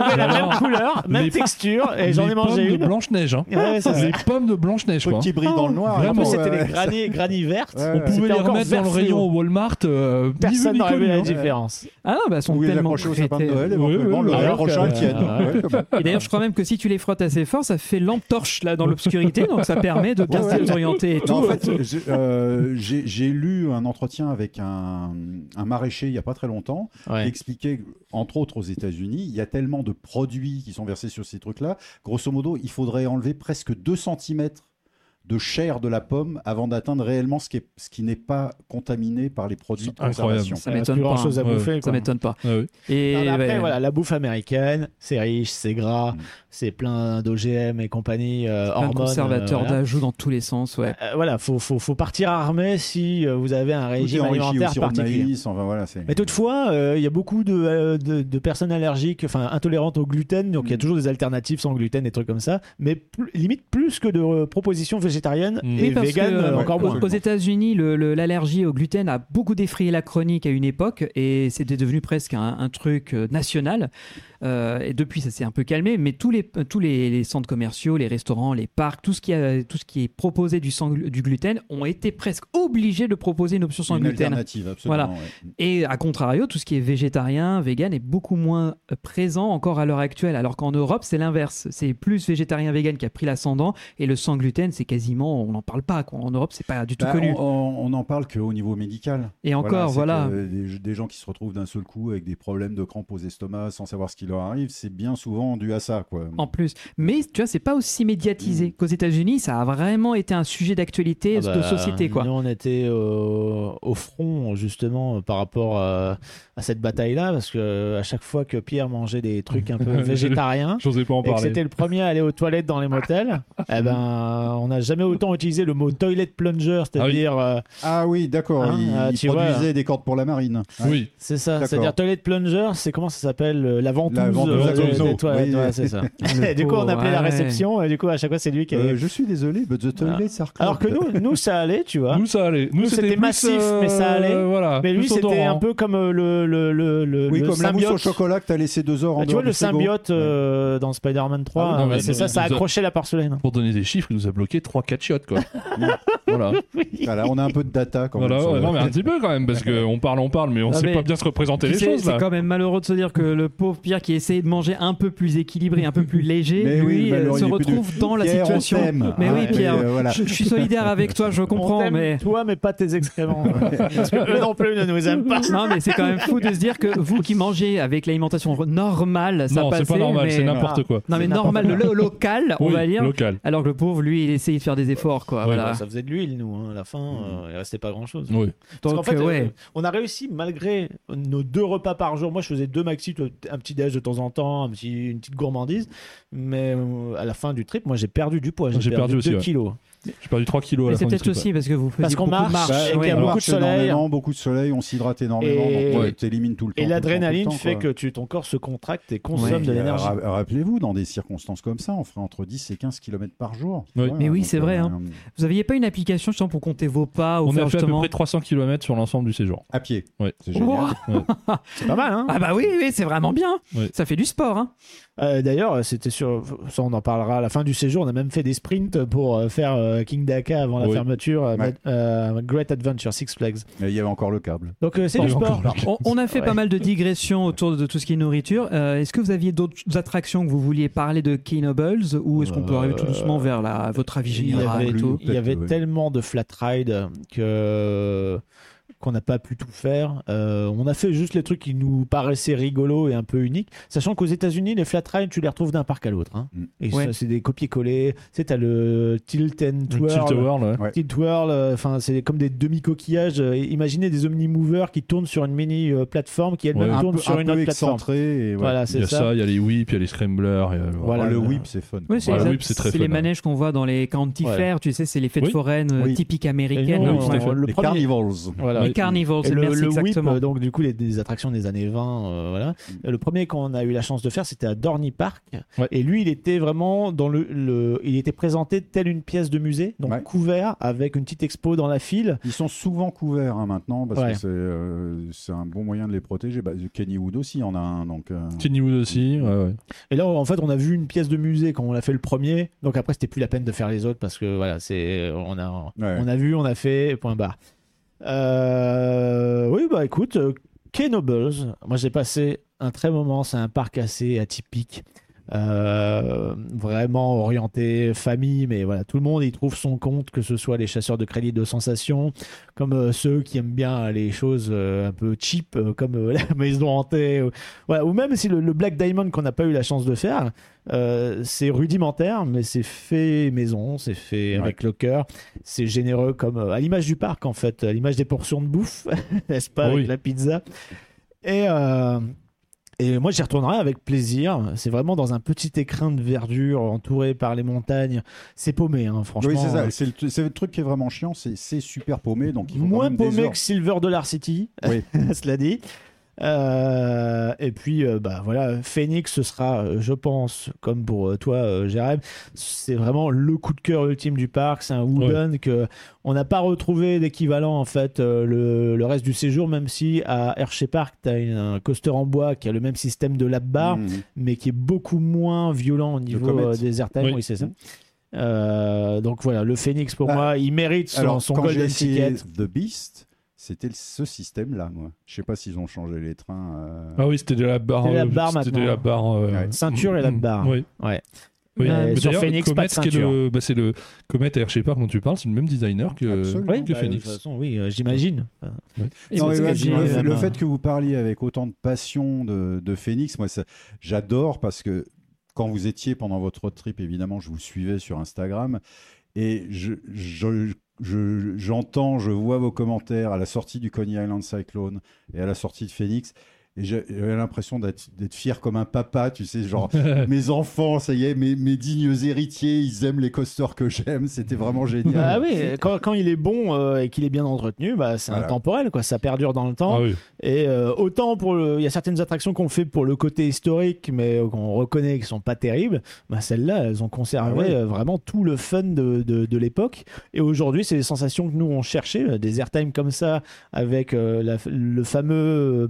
Speaker 7: avaient la
Speaker 9: Non.
Speaker 7: même couleur, même
Speaker 9: Les-
Speaker 7: texture, et Eh, j'en ai mangé
Speaker 9: Les pommes de
Speaker 7: une.
Speaker 9: Blanche-Neige, hein.
Speaker 7: Ouais, c'est ça.
Speaker 9: Les pommes de Blanche-Neige, quoi.
Speaker 6: Petit brille dans le noir.
Speaker 7: En
Speaker 9: Vraiment,
Speaker 7: plus,
Speaker 9: ouais,
Speaker 7: c'était
Speaker 6: ouais.
Speaker 7: des granny, granny vertes.
Speaker 6: Ouais,
Speaker 9: On
Speaker 6: ouais.
Speaker 9: pouvait
Speaker 7: C'était
Speaker 9: les
Speaker 7: encore
Speaker 9: remettre dans le
Speaker 7: vert fluo.
Speaker 9: rayon au Walmart. euh, ni
Speaker 7: Personne
Speaker 9: vu, ni
Speaker 7: n'aurait vu
Speaker 9: connu,
Speaker 7: la
Speaker 9: hein.
Speaker 7: différence.
Speaker 8: Ah non, bah elles sont
Speaker 6: Ou les
Speaker 8: tellement
Speaker 6: accrocher au sapin de
Speaker 8: crétins.
Speaker 6: Noël,
Speaker 9: Ouais, ouais,
Speaker 6: éventuellement, le
Speaker 9: ouais.
Speaker 6: Père
Speaker 7: Alors que-
Speaker 6: Rochard qui est-
Speaker 7: Ouais.
Speaker 6: Ouais, comme-
Speaker 8: Et d'ailleurs, je crois même que si tu les frottes assez fort, ça fait lampe torche là dans l'obscurité, donc ça permet de bien
Speaker 6: Ouais, ouais.
Speaker 8: s'orienter et
Speaker 6: Non, en fait, j'ai euh, j'ai- j'ai lu un entretien avec un, un maraîcher il n'y a pas très longtemps qui
Speaker 7: Ouais.
Speaker 6: expliquait, entre autres aux États-Unis, il y a tellement de produits qui sont versés sur ces trucs-là. Grosso modo, il faudrait enlever presque 2 cm de chair de la pomme avant d'atteindre réellement ce qui est- ce qui n'est pas contaminé par les produits de
Speaker 9: Incroyable.
Speaker 6: conservation.
Speaker 8: Ça
Speaker 7: Il y a
Speaker 8: m'étonne
Speaker 7: plus
Speaker 8: pas. hein.
Speaker 7: grand-chose à
Speaker 9: Ouais.
Speaker 7: bouffer,
Speaker 8: Ça
Speaker 7: quoi.
Speaker 8: m'étonne pas.
Speaker 9: Ah oui.
Speaker 8: Et
Speaker 7: Non, mais après,
Speaker 8: ouais.
Speaker 7: voilà, la bouffe américaine, c'est riche, c'est gras,
Speaker 6: Mm.
Speaker 7: c'est plein d'OGM et compagnie, euh,
Speaker 8: un
Speaker 7: hormones.
Speaker 8: conservateur
Speaker 7: euh, voilà.
Speaker 8: d'ajout dans tous les sens, ouais.
Speaker 7: Euh, voilà, faut, faut, faut partir armé si euh, vous avez un
Speaker 6: Tout est
Speaker 7: régime
Speaker 6: enrichi au
Speaker 7: alimentaire
Speaker 6: sirop de
Speaker 7: particulier.
Speaker 6: maïs, enfin voilà, c'est...
Speaker 7: Mais toutefois, euh, il y a beaucoup de, euh, de, de personnes allergiques, enfin intolérantes au gluten, donc il y a
Speaker 6: Mm.
Speaker 7: toujours des alternatives sans gluten, des trucs comme ça, mais plus- limite plus que de euh, propositions végétariennes
Speaker 9: Mm.
Speaker 7: et
Speaker 8: Oui, parce
Speaker 7: véganes,
Speaker 8: que,
Speaker 7: euh,
Speaker 8: euh,
Speaker 7: encore
Speaker 6: ouais.
Speaker 7: moins.
Speaker 8: Aux États-Unis, le- le- l'allergie au gluten a beaucoup défrayé la chronique à une époque et c'était devenu presque un, un truc euh, national. Euh, et depuis, ça s'est un peu calmé, mais tous les euh, tous les, les centres commerciaux, les restaurants, les parcs, tout ce qui a, tout ce qui est proposé du sang- du gluten ont été presque obligés de proposer une option sans
Speaker 6: une
Speaker 8: gluten.
Speaker 6: alternative, absolument.
Speaker 8: Voilà.
Speaker 6: ouais.
Speaker 8: Et à contrario, tout ce qui est végétarien, vegan est beaucoup moins euh, présent encore à l'heure actuelle, alors qu'en Europe, c'est l'inverse. C'est plus végétarien, vegan qui a pris l'ascendant, et le sans gluten, c'est quasiment, on n'en parle pas. quoi. En Europe, c'est pas du tout
Speaker 6: Bah,
Speaker 8: connu.
Speaker 6: on, on- on en parle qu'au niveau médical.
Speaker 8: Et encore,
Speaker 6: c'est
Speaker 8: voilà.
Speaker 6: que Des, des gens qui se retrouvent d'un seul coup avec des problèmes de crampes aux estomacs sans savoir ce qui leur arrive, c'est bien souvent dû à ça. Quoi.
Speaker 8: En plus. Mais tu vois, c'est pas aussi
Speaker 6: Mm.
Speaker 8: médiatisé qu'aux États-Unis. Ça a vraiment été un sujet d'actualité
Speaker 7: Ah
Speaker 8: de
Speaker 7: bah,
Speaker 8: société, quoi.
Speaker 7: Nous, on était au, au front, justement, par rapport euh, à cette bataille-là, parce que euh, à chaque fois que Pierre mangeait des trucs un peu végétariens,
Speaker 9: J'osais pas en
Speaker 7: et que
Speaker 9: parler.
Speaker 7: c'était le premier à aller aux toilettes dans les motels, eh ben, on n'a jamais autant utilisé le mot toilet plunger, c'est-à-dire, euh,
Speaker 6: Ah oui, d'accord.
Speaker 7: Hein,
Speaker 6: ils
Speaker 7: euh,
Speaker 6: ils
Speaker 7: tu vois,
Speaker 6: produisaient des cordes pour la marine.
Speaker 9: Oui,
Speaker 7: c'est ça,
Speaker 6: D'accord.
Speaker 7: c'est-à-dire toilet plunger, c'est comment ça s'appelle, euh, la ventouse,
Speaker 6: La ventouse
Speaker 7: euh,
Speaker 9: à
Speaker 7: des-
Speaker 6: Gomzo.
Speaker 7: des toilettes,
Speaker 6: Oui.
Speaker 7: ouais, c'est ça. Et du coup, on appelait la
Speaker 8: Ouais.
Speaker 7: réception, et du coup, à chaque fois, c'est lui qui allait.
Speaker 6: Euh, je suis désolé, but the toilet, ça recorde.
Speaker 7: Alors que nous, nous, ça allait, tu vois.
Speaker 9: nous ça allait. Nous,
Speaker 7: Ah. Nous, c'était
Speaker 9: plus,
Speaker 7: massif,
Speaker 9: euh,
Speaker 7: mais ça allait.
Speaker 9: Voilà,
Speaker 7: Mais lui,
Speaker 9: plus
Speaker 7: c'était
Speaker 9: odorant.
Speaker 7: un peu comme euh, le, le, le, le,
Speaker 6: oui,
Speaker 7: le
Speaker 6: comme la mousse au
Speaker 7: symbiote. Bah,
Speaker 6: chocolat que t'as laissé deux heures en
Speaker 7: tu
Speaker 6: dehors
Speaker 7: vois
Speaker 6: du
Speaker 7: le
Speaker 6: frigo.
Speaker 7: symbiote euh, dans Spider-Man 3,
Speaker 9: Ah oui, non,
Speaker 7: euh,
Speaker 9: mais
Speaker 7: c'est
Speaker 9: il
Speaker 7: ça,
Speaker 9: nous
Speaker 7: ça
Speaker 9: a-
Speaker 7: accrochait la porcelaine.
Speaker 9: Pour donner des chiffres, il nous a bloqué 3-4 chiottes, quoi. voilà.
Speaker 6: Voilà, on a un peu de data quand
Speaker 9: Voilà,
Speaker 6: même. sur
Speaker 9: ouais,
Speaker 6: le-
Speaker 9: non, mais un petit peu quand même, parce qu'on parle, on parle, mais on
Speaker 8: Ah,
Speaker 9: sait
Speaker 8: mais
Speaker 9: pas bien se représenter
Speaker 8: Puis
Speaker 9: les
Speaker 8: C'est
Speaker 9: choses,
Speaker 8: c'est
Speaker 9: là.
Speaker 8: quand même malheureux de se dire que le pauvre Pierre qui essayait de manger un peu plus équilibré, un peu plus léger,
Speaker 6: Mais oui,
Speaker 8: lui
Speaker 6: le
Speaker 8: euh,
Speaker 6: malheureux,
Speaker 8: se
Speaker 6: il est plus
Speaker 8: retrouve dans la
Speaker 6: Pierre, on
Speaker 8: situation.
Speaker 6: t'aime.
Speaker 8: Mais
Speaker 6: Ah,
Speaker 8: oui,
Speaker 6: mais,
Speaker 8: Pierre,
Speaker 6: euh, voilà.
Speaker 8: je, je suis solidaire avec toi, je
Speaker 7: On
Speaker 8: comprends,
Speaker 7: t'aime,
Speaker 8: mais.
Speaker 7: Toi, mais pas tes excréments. Parce que eux non plus ne nous aiment pas.
Speaker 8: Non, mais c'est quand même fou de se dire que vous qui mangez avec l'alimentation normale, ça
Speaker 9: non, c'est
Speaker 8: passait.
Speaker 9: pas normal,
Speaker 8: mais-
Speaker 9: c'est n'importe
Speaker 7: Ah.
Speaker 9: quoi.
Speaker 8: Non, mais
Speaker 7: C'est n'importe
Speaker 8: normal, le local, on
Speaker 9: oui,
Speaker 8: va dire.
Speaker 9: local.
Speaker 8: Alors que le pauvre, lui, il essayait de faire des efforts, quoi. voilà.
Speaker 7: Ça faisait de l'huile, nous, hein, à la fin, euh, il restait pas grand chose.
Speaker 9: Oui.
Speaker 8: Donc,
Speaker 7: Parce qu'en fait,
Speaker 8: euh, ouais.
Speaker 7: euh, on a réussi malgré nos deux repas par jour. Moi, je faisais deux maxi, un petit déj de temps en temps, un petit- une petite gourmandise. Mais euh, à la fin du trip, moi, j'ai perdu du poids. J'ai
Speaker 9: J'ai
Speaker 7: perdu,
Speaker 9: perdu aussi,
Speaker 7: 2
Speaker 9: ouais.
Speaker 7: kilos.
Speaker 9: J'ai perdu 3 kilos à
Speaker 8: Mais
Speaker 9: la
Speaker 8: c'est
Speaker 9: fin du
Speaker 8: peut-être
Speaker 9: trip, ouais.
Speaker 8: aussi parce que vous faisiez
Speaker 7: Parce qu'on
Speaker 8: beaucoup de
Speaker 7: marche,
Speaker 8: marche.
Speaker 7: et
Speaker 9: Bah,
Speaker 7: qu'il y a
Speaker 8: voilà.
Speaker 6: on
Speaker 7: beaucoup de
Speaker 6: marche
Speaker 7: soleil.
Speaker 6: énormément, beaucoup de soleil, on s'hydrate énormément,
Speaker 7: Et-
Speaker 6: donc tu élimines tout le temps.
Speaker 7: Et
Speaker 6: tout le temps, tout le
Speaker 7: l'adrénaline
Speaker 6: temps,
Speaker 7: fait
Speaker 6: quoi.
Speaker 7: que tu, ton corps se contracte et
Speaker 6: Ouais,
Speaker 7: consomme de
Speaker 6: puis,
Speaker 7: l'énergie.
Speaker 6: euh, ra- Rappelez-vous, dans des circonstances comme ça, on ferait entre 10 et 15 km par jour.
Speaker 9: Oui.
Speaker 6: Ouais,
Speaker 8: Mais oui,
Speaker 6: donc,
Speaker 8: c'est vrai,
Speaker 6: euh,
Speaker 8: hein. Vous aviez pas une application, je sens, pour compter vos pas ou
Speaker 9: On
Speaker 8: faire
Speaker 9: a fait à peu
Speaker 8: justement.
Speaker 9: près 300 km sur l'ensemble du séjour.
Speaker 6: À pied.
Speaker 9: Ouais.
Speaker 6: C'est génial.
Speaker 8: Wow.
Speaker 7: C'est pas mal, hein
Speaker 8: Ah bah oui, oui, c'est vraiment bien.
Speaker 9: Oui.
Speaker 8: Ça fait du sport. Hein.
Speaker 7: Euh, D'ailleurs, c'était sur. Ça, on en parlera à la fin du séjour. On a même fait des sprints pour euh, faire euh, King Daka avant la
Speaker 9: Oui.
Speaker 7: fermeture. euh,
Speaker 6: Ouais.
Speaker 7: euh, Great Adventure, Six Flags.
Speaker 6: Mais il y avait encore le câble.
Speaker 7: Donc, euh, c'est du
Speaker 9: Pas
Speaker 7: sport.
Speaker 9: encore.
Speaker 8: On, on a fait
Speaker 7: Ouais.
Speaker 8: pas mal de digressions autour de tout ce qui est nourriture. Euh, est-ce que vous aviez d'autres attractions que vous vouliez parler de Kinobles ou est-ce qu'on peut arriver tout doucement vers la, votre avis
Speaker 7: Euh, Il y
Speaker 8: général
Speaker 7: avait,
Speaker 8: et tout
Speaker 7: il y avait
Speaker 6: Ouais.
Speaker 7: tellement de flat ride que qu'on n'a pas pu tout faire. Euh, on a fait juste les trucs qui nous paraissaient rigolos et un peu uniques, sachant qu'aux États-Unis, les flat rides, tu les retrouves d'un parc à l'autre. hein.
Speaker 6: Mm.
Speaker 7: Et
Speaker 8: Ouais.
Speaker 7: ça, c'est des copier-coller. Tu sais, t'as le tilt and
Speaker 9: Le Tilt
Speaker 7: twirl.
Speaker 9: World, ouais.
Speaker 6: Ouais.
Speaker 7: Tilt Whirl, euh, enfin c'est comme des demi-coquillages. euh, imaginez des omnimovers qui tournent sur une mini euh, plateforme qui elle-même
Speaker 9: Ouais.
Speaker 6: Un
Speaker 7: tourne
Speaker 6: peu,
Speaker 7: sur
Speaker 6: un
Speaker 7: une
Speaker 6: peu
Speaker 7: autre plateforme.
Speaker 6: excentré. Et ouais.
Speaker 7: Voilà,
Speaker 9: Il y
Speaker 7: c'est
Speaker 9: a
Speaker 7: ça.
Speaker 9: ça, il y a les whips, il y a les scramblers. il y a-
Speaker 7: Voilà.
Speaker 6: Ah, le
Speaker 7: Ouais.
Speaker 6: whip, c'est fun.
Speaker 8: Ouais, c'est,
Speaker 9: Ouais,
Speaker 8: les-
Speaker 9: oui, c'est très
Speaker 8: c'est
Speaker 9: fun,
Speaker 8: les
Speaker 9: ouais.
Speaker 8: manèges qu'on voit dans les county
Speaker 7: Ouais.
Speaker 8: fairs, tu sais, c'est les fêtes
Speaker 9: Oui.
Speaker 8: foraines euh,
Speaker 6: Oui.
Speaker 8: typiques
Speaker 7: Et
Speaker 8: américaines.
Speaker 7: nous,
Speaker 9: Ah oui, tout à
Speaker 7: on-
Speaker 9: fait.
Speaker 7: le
Speaker 6: Les
Speaker 7: premier-
Speaker 6: carnivals.
Speaker 7: voilà.
Speaker 8: Les carnivores,
Speaker 7: Et
Speaker 8: c'est
Speaker 7: le,
Speaker 8: merci,
Speaker 7: le whip,
Speaker 8: exactement. Mm.
Speaker 7: euh, donc du coup, les, des attractions des années 20, euh, voilà. Euh, Le premier qu'on a eu la chance de faire, c'était à Dorney Park.
Speaker 9: Ouais.
Speaker 7: Et lui, il était vraiment dans le, le- il était présenté telle une pièce de musée, donc
Speaker 6: Ouais.
Speaker 7: couvert avec une petite expo dans la file.
Speaker 6: Ils sont souvent couverts hein, maintenant parce
Speaker 7: Ouais.
Speaker 6: que c'est euh, c'est un bon moyen de les protéger. Bah, Kenny Wood aussi en a un. Donc, euh,
Speaker 9: Tiny Wood aussi, ouais, ouais.
Speaker 7: Et là, en fait, on a vu une pièce de musée quand on l'a fait le premier. Donc après, c'était plus la peine de faire les autres parce que voilà, c'est, euh, on a,
Speaker 6: Ouais.
Speaker 7: on a vu, on a fait, point barre. Euh, oui, bah écoute, euh, Kenobles, moi j'ai passé un très moment, c'est un parc assez atypique. euh, vraiment orienté famille, mais voilà, tout le monde y trouve son compte, que ce soit les chasseurs de crédit de sensations, comme euh, ceux qui aiment bien les choses euh, un peu cheap, euh, comme euh, la maison hantée, ou, voilà, ou même si le, le Black Diamond qu'on n'a pas eu la chance de faire, euh, c'est rudimentaire, mais c'est fait maison, c'est fait avec le cœur, c'est généreux comme euh, à l'image du parc en fait, à l'image des portions de bouffe, n'est-ce pas,
Speaker 9: Oui.
Speaker 7: avec la pizza. Et, euh, et moi j'y retournerai avec plaisir. C'est vraiment dans un petit écrin de verdure entouré par les montagnes. C'est paumé, hein, franchement.
Speaker 6: Oui, c'est ça. C'est le, t- c'est le truc qui est vraiment chiant, c'est c'est super paumé. Donc il faut quand
Speaker 7: Moins
Speaker 6: même des
Speaker 7: paumé
Speaker 6: heures.
Speaker 7: que Silver Dollar City,
Speaker 6: Oui.
Speaker 7: cela dit. Euh, et puis, euh, bah voilà, Phoenix, ce sera, euh, je pense, comme pour euh, toi, euh, Jérém, c'est vraiment le coup de cœur ultime du parc. C'est un Wooden que on n'a pas retrouvé d'équivalent en fait euh, le, le reste du séjour, même si à Hershey Park, tu as un coaster en bois qui a le même système de lap bar,
Speaker 6: Mm.
Speaker 7: mais qui est beaucoup moins violent au niveau
Speaker 6: Comet. Mm.
Speaker 7: euh, des airtime. Oui,
Speaker 9: Oui.
Speaker 7: c'est ça. Euh, donc voilà, le Phoenix pour
Speaker 6: Ah.
Speaker 7: moi, il mérite son,
Speaker 6: Alors,
Speaker 7: son
Speaker 6: quand j'ai
Speaker 7: golden
Speaker 6: essayé
Speaker 7: ticket.
Speaker 6: The Beast, c'était le- ce système-là, moi. Je sais pas s'ils ont changé les trains. euh,
Speaker 9: Ah oui, c'était de la barre.
Speaker 7: C'était de la
Speaker 9: euh,
Speaker 7: barre
Speaker 9: C'était de
Speaker 7: maintenant.
Speaker 9: la barre. euh,
Speaker 6: Ouais.
Speaker 7: Ceinture et la barre.
Speaker 9: Oui.
Speaker 7: Ouais.
Speaker 9: Oui,
Speaker 7: Mais
Speaker 9: mais
Speaker 7: sur
Speaker 9: d'ailleurs,
Speaker 7: Phoenix,
Speaker 9: Comet,
Speaker 7: pas de
Speaker 9: qui est
Speaker 7: ceinture.
Speaker 9: le, bah, c'est le Comet et Hershey Park dont tu parles, c'est le même designer que,
Speaker 6: Absolument.
Speaker 9: que
Speaker 7: Bah,
Speaker 9: Phoenix.
Speaker 7: De toute façon, oui, euh, j'imagine.
Speaker 8: Et
Speaker 6: Non,
Speaker 8: c'est
Speaker 6: mais
Speaker 8: ce que
Speaker 6: ouais,
Speaker 8: j'ai-
Speaker 6: le, le
Speaker 7: euh,
Speaker 6: fait que vous parliez avec autant de passion de, de Phoenix, moi, ça- j'adore parce que quand vous étiez pendant votre road trip, évidemment, je vous suivais sur Instagram et je, je- je- j'entends, je vois vos commentaires à la sortie du Coney Island Cyclone et à la sortie de Phoenix. Et j'ai- j'avais l'impression d'être, d'être fier comme un papa, tu sais, genre mes enfants, ça y est, mes, mes dignes héritiers, ils aiment les coasters que j'aime, c'était vraiment génial.
Speaker 7: Ah oui, quand, quand il est bon euh, et qu'il est bien entretenu, bah, c'est
Speaker 6: Voilà.
Speaker 7: intemporel, quoi. ça perdure dans le temps.
Speaker 9: Ah oui.
Speaker 7: Et euh, autant pour le- il y a certaines attractions qu'on fait pour le côté historique, mais qu'on reconnaît qui sont pas terribles. Bah celles-là, elles ont conservé
Speaker 6: Ah ouais.
Speaker 7: euh, vraiment tout le fun de, de, de l'époque. Et aujourd'hui, c'est les sensations que nous on cherchait, euh, des airtime comme ça, avec euh, la- le fameux euh,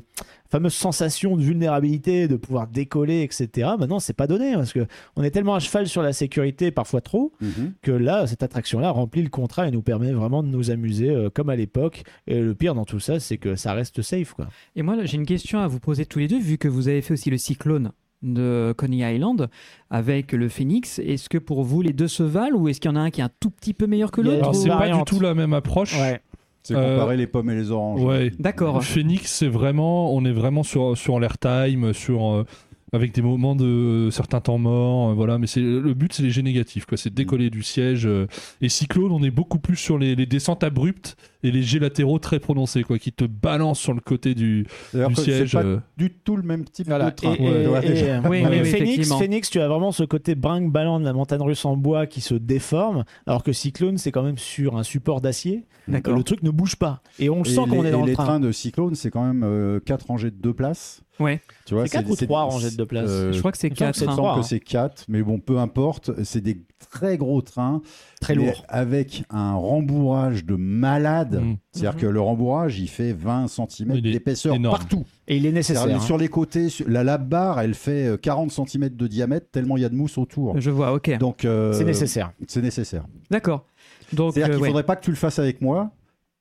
Speaker 7: fameuse sensation de vulnérabilité, de pouvoir décoller, etc. Maintenant, c'est pas donné parce que on est tellement à cheval sur la sécurité, parfois trop,
Speaker 6: Mhm.
Speaker 7: que là, cette attraction-là remplit le contrat et nous permet vraiment de nous amuser euh, comme à l'époque. Et le pire dans tout ça, c'est que ça reste safe, quoi.
Speaker 8: Et moi, là, j'ai une question à vous poser tous les deux, vu que vous avez fait aussi le cyclone de Coney Island avec le Phoenix. Est-ce que pour vous, les deux se valent ou est-ce qu'il y en a un qui est un tout petit peu meilleur que
Speaker 7: Il y a-
Speaker 8: l'autre
Speaker 9: Alors,
Speaker 7: Trop
Speaker 9: c'est pas du
Speaker 7: variante.
Speaker 9: tout la même approche.
Speaker 7: Ouais.
Speaker 6: C'est
Speaker 9: Euh,
Speaker 6: comparer les pommes et les oranges.
Speaker 9: Ouais.
Speaker 8: D'accord.
Speaker 9: Phoenix, c'est vraiment, on est vraiment sur sur l'airtime, sur euh, avec des moments de certains temps morts, euh, voilà. Mais c'est le but, c'est les jets négatifs, quoi. C'est de décoller du siège. euh. et Cyclone, on est beaucoup plus sur les, les descentes abruptes et les jets latéraux très prononcés, quoi, qui te balancent sur le côté du,
Speaker 6: D'ailleurs,
Speaker 9: du
Speaker 6: que c'est
Speaker 9: siège.
Speaker 6: pas
Speaker 9: euh.
Speaker 6: du tout le même type
Speaker 7: Voilà.
Speaker 6: de train.
Speaker 7: Et- et-
Speaker 6: Tu vois,
Speaker 7: et-
Speaker 6: déjà.
Speaker 7: euh,
Speaker 8: Oui, oui,
Speaker 7: mais
Speaker 8: oui,
Speaker 7: Phoenix,
Speaker 8: effectivement.
Speaker 7: Phoenix, tu as vraiment ce côté brinque ballant de la montagne russe en bois qui se déforme, alors que Cyclone, c'est quand même sur un support d'acier.
Speaker 8: D'accord.
Speaker 7: Le truc ne bouge pas. Et on le
Speaker 6: Et
Speaker 7: sent qu'on
Speaker 6: les-
Speaker 7: est dans
Speaker 6: et
Speaker 7: le
Speaker 6: les
Speaker 7: train.
Speaker 6: trains de Cyclone, c'est quand même 4 rangées de 2 places.
Speaker 8: Ouais.
Speaker 6: Tu vois,
Speaker 7: C'est quatre ou trois rangées de deux places
Speaker 9: euh,
Speaker 8: Je crois que c'est
Speaker 7: il me semble que
Speaker 8: quatre.
Speaker 7: c'est
Speaker 8: hein.
Speaker 6: il me
Speaker 7: trois,
Speaker 6: semble
Speaker 7: hein.
Speaker 6: que c'est 4, mais bon, peu importe. C'est des très gros trains.
Speaker 7: Très
Speaker 6: mais
Speaker 7: lourd.
Speaker 6: Avec un rembourrage de malade.
Speaker 9: Mm.
Speaker 6: C'est-à-dire
Speaker 7: Mm-hmm.
Speaker 8: Mhm.
Speaker 6: que le rembourrage, il fait 20 cm
Speaker 9: Il est
Speaker 6: d'épaisseur
Speaker 9: énorme.
Speaker 6: partout.
Speaker 7: Et il est nécessaire.
Speaker 6: C'est-à-dire
Speaker 7: hein.
Speaker 6: Sur les côtés, sur- la lap barre, elle fait euh, 40 cm de diamètre, tellement il y a de mousse autour.
Speaker 8: Je vois, ok.
Speaker 6: Donc, euh,
Speaker 7: C'est nécessaire.
Speaker 6: C'est nécessaire.
Speaker 8: D'accord. Donc,
Speaker 6: C'est-à-dire
Speaker 8: euh,
Speaker 6: qu'il
Speaker 8: ouais.
Speaker 6: faudrait pas que tu le fasses avec moi.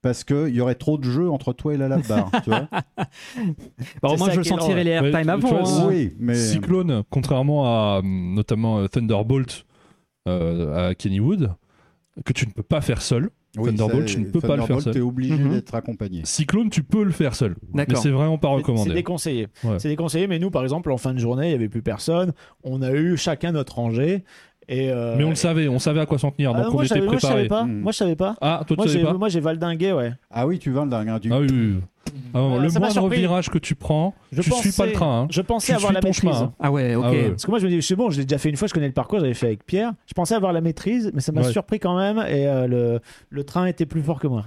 Speaker 6: Parce qu'il y aurait trop de jeux entre toi et la lap barre, tu vois.
Speaker 8: Bah, au
Speaker 7: C'est
Speaker 8: moins,
Speaker 7: ça
Speaker 8: je le
Speaker 7: qui est
Speaker 8: sentirai les
Speaker 9: Ouais,
Speaker 8: airtime
Speaker 9: tu vois,
Speaker 8: avant. hein.
Speaker 9: c'est-
Speaker 6: Oui, mais euh,
Speaker 9: Cyclone, contrairement à hum, notamment euh, Thunderbolt euh, à Kennywood, que tu ne peux pas faire seul.
Speaker 6: Oui,
Speaker 9: Thunderbolt,
Speaker 6: ça,
Speaker 9: tu ne peux pas le faire
Speaker 6: Thunderbolt,
Speaker 9: seul.
Speaker 6: t'es obligé
Speaker 8: Mhm.
Speaker 6: d'être accompagné.
Speaker 9: Cyclone, tu peux le faire seul, mais
Speaker 8: D'accord.
Speaker 9: c'est vraiment pas
Speaker 7: C'est- C'est
Speaker 9: recommandé.
Speaker 7: déconseillé.
Speaker 9: Ouais.
Speaker 7: C'est déconseillé, mais nous, par exemple, en fin de journée, il n'y avait plus personne. On a eu chacun notre rangée. Et euh,
Speaker 9: Mais on le savait, on savait à quoi s'en tenir,
Speaker 7: Ah,
Speaker 9: donc on
Speaker 7: moi, je
Speaker 9: était
Speaker 7: savais, moi, je savais
Speaker 9: préparé.
Speaker 7: pas.
Speaker 6: Mm.
Speaker 7: Moi, je savais pas.
Speaker 9: Ah, toi
Speaker 7: Moi,
Speaker 9: tu savais
Speaker 7: j'ai-
Speaker 9: pas
Speaker 7: moi, j'ai valdingué, ouais.
Speaker 6: Ah oui, tu vas le dernier du.
Speaker 9: Ah oui, oui, oui. Ah,
Speaker 7: Ah,
Speaker 9: le
Speaker 7: ça m'a
Speaker 9: moindre
Speaker 7: surpris.
Speaker 9: virage que tu prends,
Speaker 7: Je
Speaker 9: tu suis pas
Speaker 7: pensais-
Speaker 9: le train. hein.
Speaker 7: Je pensais
Speaker 9: Tu
Speaker 7: avoir
Speaker 9: suis
Speaker 7: la
Speaker 9: ton
Speaker 7: maîtrise.
Speaker 9: chemin, hein.
Speaker 8: Ah ouais, ok.
Speaker 9: Ah ouais.
Speaker 7: Parce que moi je me dis, c'est bon, j'ai déjà fait une fois, je connais le parcours, j'avais fait avec Pierre. Je pensais avoir la maîtrise, mais ça m'a
Speaker 9: Ouais.
Speaker 7: surpris quand même et euh, le, le train était plus fort que moi.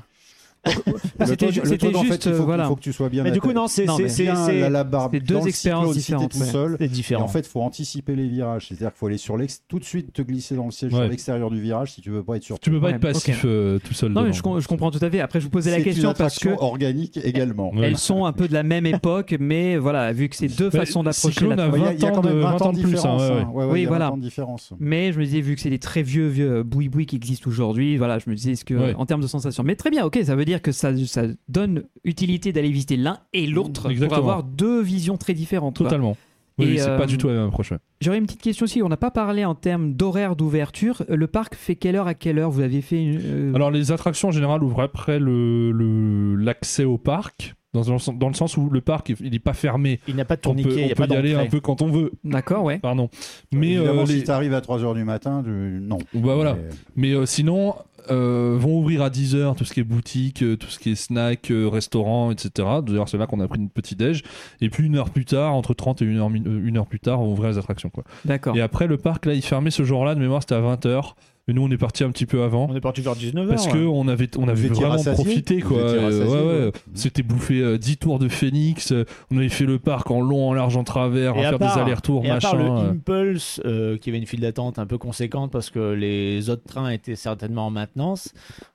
Speaker 8: Bah, c'était
Speaker 6: truc-
Speaker 8: ju-
Speaker 6: truc,
Speaker 8: c'était
Speaker 6: en fait,
Speaker 8: juste,
Speaker 6: il faut,
Speaker 8: euh,
Speaker 6: que-
Speaker 8: voilà.
Speaker 6: faut que tu sois bien.
Speaker 7: mais du coup,
Speaker 6: atta-
Speaker 7: non, c'est
Speaker 8: Non,
Speaker 7: c'est-
Speaker 8: mais
Speaker 7: c'est-
Speaker 6: bien
Speaker 7: c'est-
Speaker 6: la, la barre.
Speaker 8: c'est deux
Speaker 6: dans le
Speaker 8: expériences
Speaker 6: cyclone, si t'es
Speaker 8: différentes,
Speaker 6: tout
Speaker 8: ouais.
Speaker 6: seul.
Speaker 7: c'est
Speaker 6: Et
Speaker 7: différent.
Speaker 6: en fait, faut anticiper les virages. C'est-à-dire qu'il faut aller sur l'ex, tout de suite te glisser dans le siège
Speaker 9: Ouais.
Speaker 6: sur l'extérieur du virage si tu veux pas être sur.
Speaker 9: Tu peux pas
Speaker 8: Ouais,
Speaker 9: être passif
Speaker 8: ok.
Speaker 9: euh, tout seul.
Speaker 8: Non, mais
Speaker 9: devant.
Speaker 8: je, com- je comprends tout à fait. Après, je vous posais la
Speaker 6: C'est
Speaker 8: question
Speaker 6: une
Speaker 8: parce que
Speaker 6: attraction organique également.
Speaker 9: Ouais.
Speaker 8: elles sont un peu de la même époque, mais voilà, vu que c'est deux
Speaker 9: Mais
Speaker 8: façons d'approcher
Speaker 9: Cyclone
Speaker 8: la
Speaker 9: a
Speaker 6: Il y a- il y, a
Speaker 9: 20
Speaker 6: quand même
Speaker 9: de-
Speaker 6: 20 ans de
Speaker 9: de plus. hein,
Speaker 6: différence.
Speaker 9: ouais, ouais.
Speaker 6: hein. Ouais, ouais,
Speaker 8: Oui,
Speaker 6: il y a
Speaker 8: voilà.
Speaker 6: 20 ans de différence.
Speaker 8: Mais je me disais, vu que c'est des très vieux, vieux euh, boui-boui qui existent aujourd'hui, voilà, je me disais, est-ce que, euh,
Speaker 9: Ouais.
Speaker 8: en termes de sensation. Mais très bien, ok, ça veut dire que ça, ça donne utilité d'aller visiter l'un et l'autre pour
Speaker 9: Exactement.
Speaker 8: avoir deux visions très différentes. quoi.
Speaker 9: Totalement. Oui, oui,
Speaker 8: Et,
Speaker 9: c'est
Speaker 8: euh,
Speaker 9: pas du tout la même approche. ouais.
Speaker 8: J'aurais une petite question aussi. On n'a pas parlé en termes d'horaire d'ouverture. Euh, Le parc fait quelle heure à quelle heure Vous avez fait une. euh,
Speaker 9: Alors, les attractions en général ouvrent après le- le- l'accès au parc, dans, un sens- dans le sens où le parc il n'est pas fermé.
Speaker 7: Il n'y a pas de
Speaker 9: On
Speaker 7: tourniquet,
Speaker 9: peut,
Speaker 7: il n'y
Speaker 9: on
Speaker 7: a pas
Speaker 9: peut y aller
Speaker 7: d'entrée.
Speaker 9: un peu quand on veut,
Speaker 8: D'accord, ouais.
Speaker 9: pardon. Mais
Speaker 6: Évidemment,
Speaker 9: euh,
Speaker 6: si
Speaker 9: les-
Speaker 6: t'arrives à 3h du matin, tu- non.
Speaker 9: bah voilà.
Speaker 6: Mais-
Speaker 9: Mais euh, sinon, euh, vont ouvrir à 10h tout ce qui est boutique, euh, tout ce qui est snack, euh, restaurant, etc. D'ailleurs, c'est là qu'on a pris une petite déj. Et puis une heure plus tard, entre 30 et une heure, mi- euh, une heure plus tard, vont ouvrir les attractions. Quoi.
Speaker 6: Ah.
Speaker 8: D'accord.
Speaker 9: Et après, le parc, là, il fermait ce jour-là, de mémoire, c'était à 20h. Et nous, on est parti un petit peu avant.
Speaker 7: On est parti vers 19h.
Speaker 9: Parce que on avait, on avait
Speaker 6: étiez
Speaker 9: vraiment
Speaker 6: rassasiés
Speaker 9: profité
Speaker 6: Vous
Speaker 9: quoi.
Speaker 6: étiez
Speaker 9: Euh,
Speaker 6: rassasiés,
Speaker 9: ouais, ouais.
Speaker 6: ouais.
Speaker 9: C'était bouffé euh, 10 tours de Phoenix. euh, on avait fait le parc en long, en large, en travers, à
Speaker 7: à
Speaker 9: faire
Speaker 7: part-
Speaker 9: des allers-retours,
Speaker 7: et à
Speaker 9: machin.
Speaker 7: part le
Speaker 9: euh.
Speaker 7: Impulse, euh, qui avait une file d'attente un peu conséquente parce que les autres trains étaient certainement en maintenance,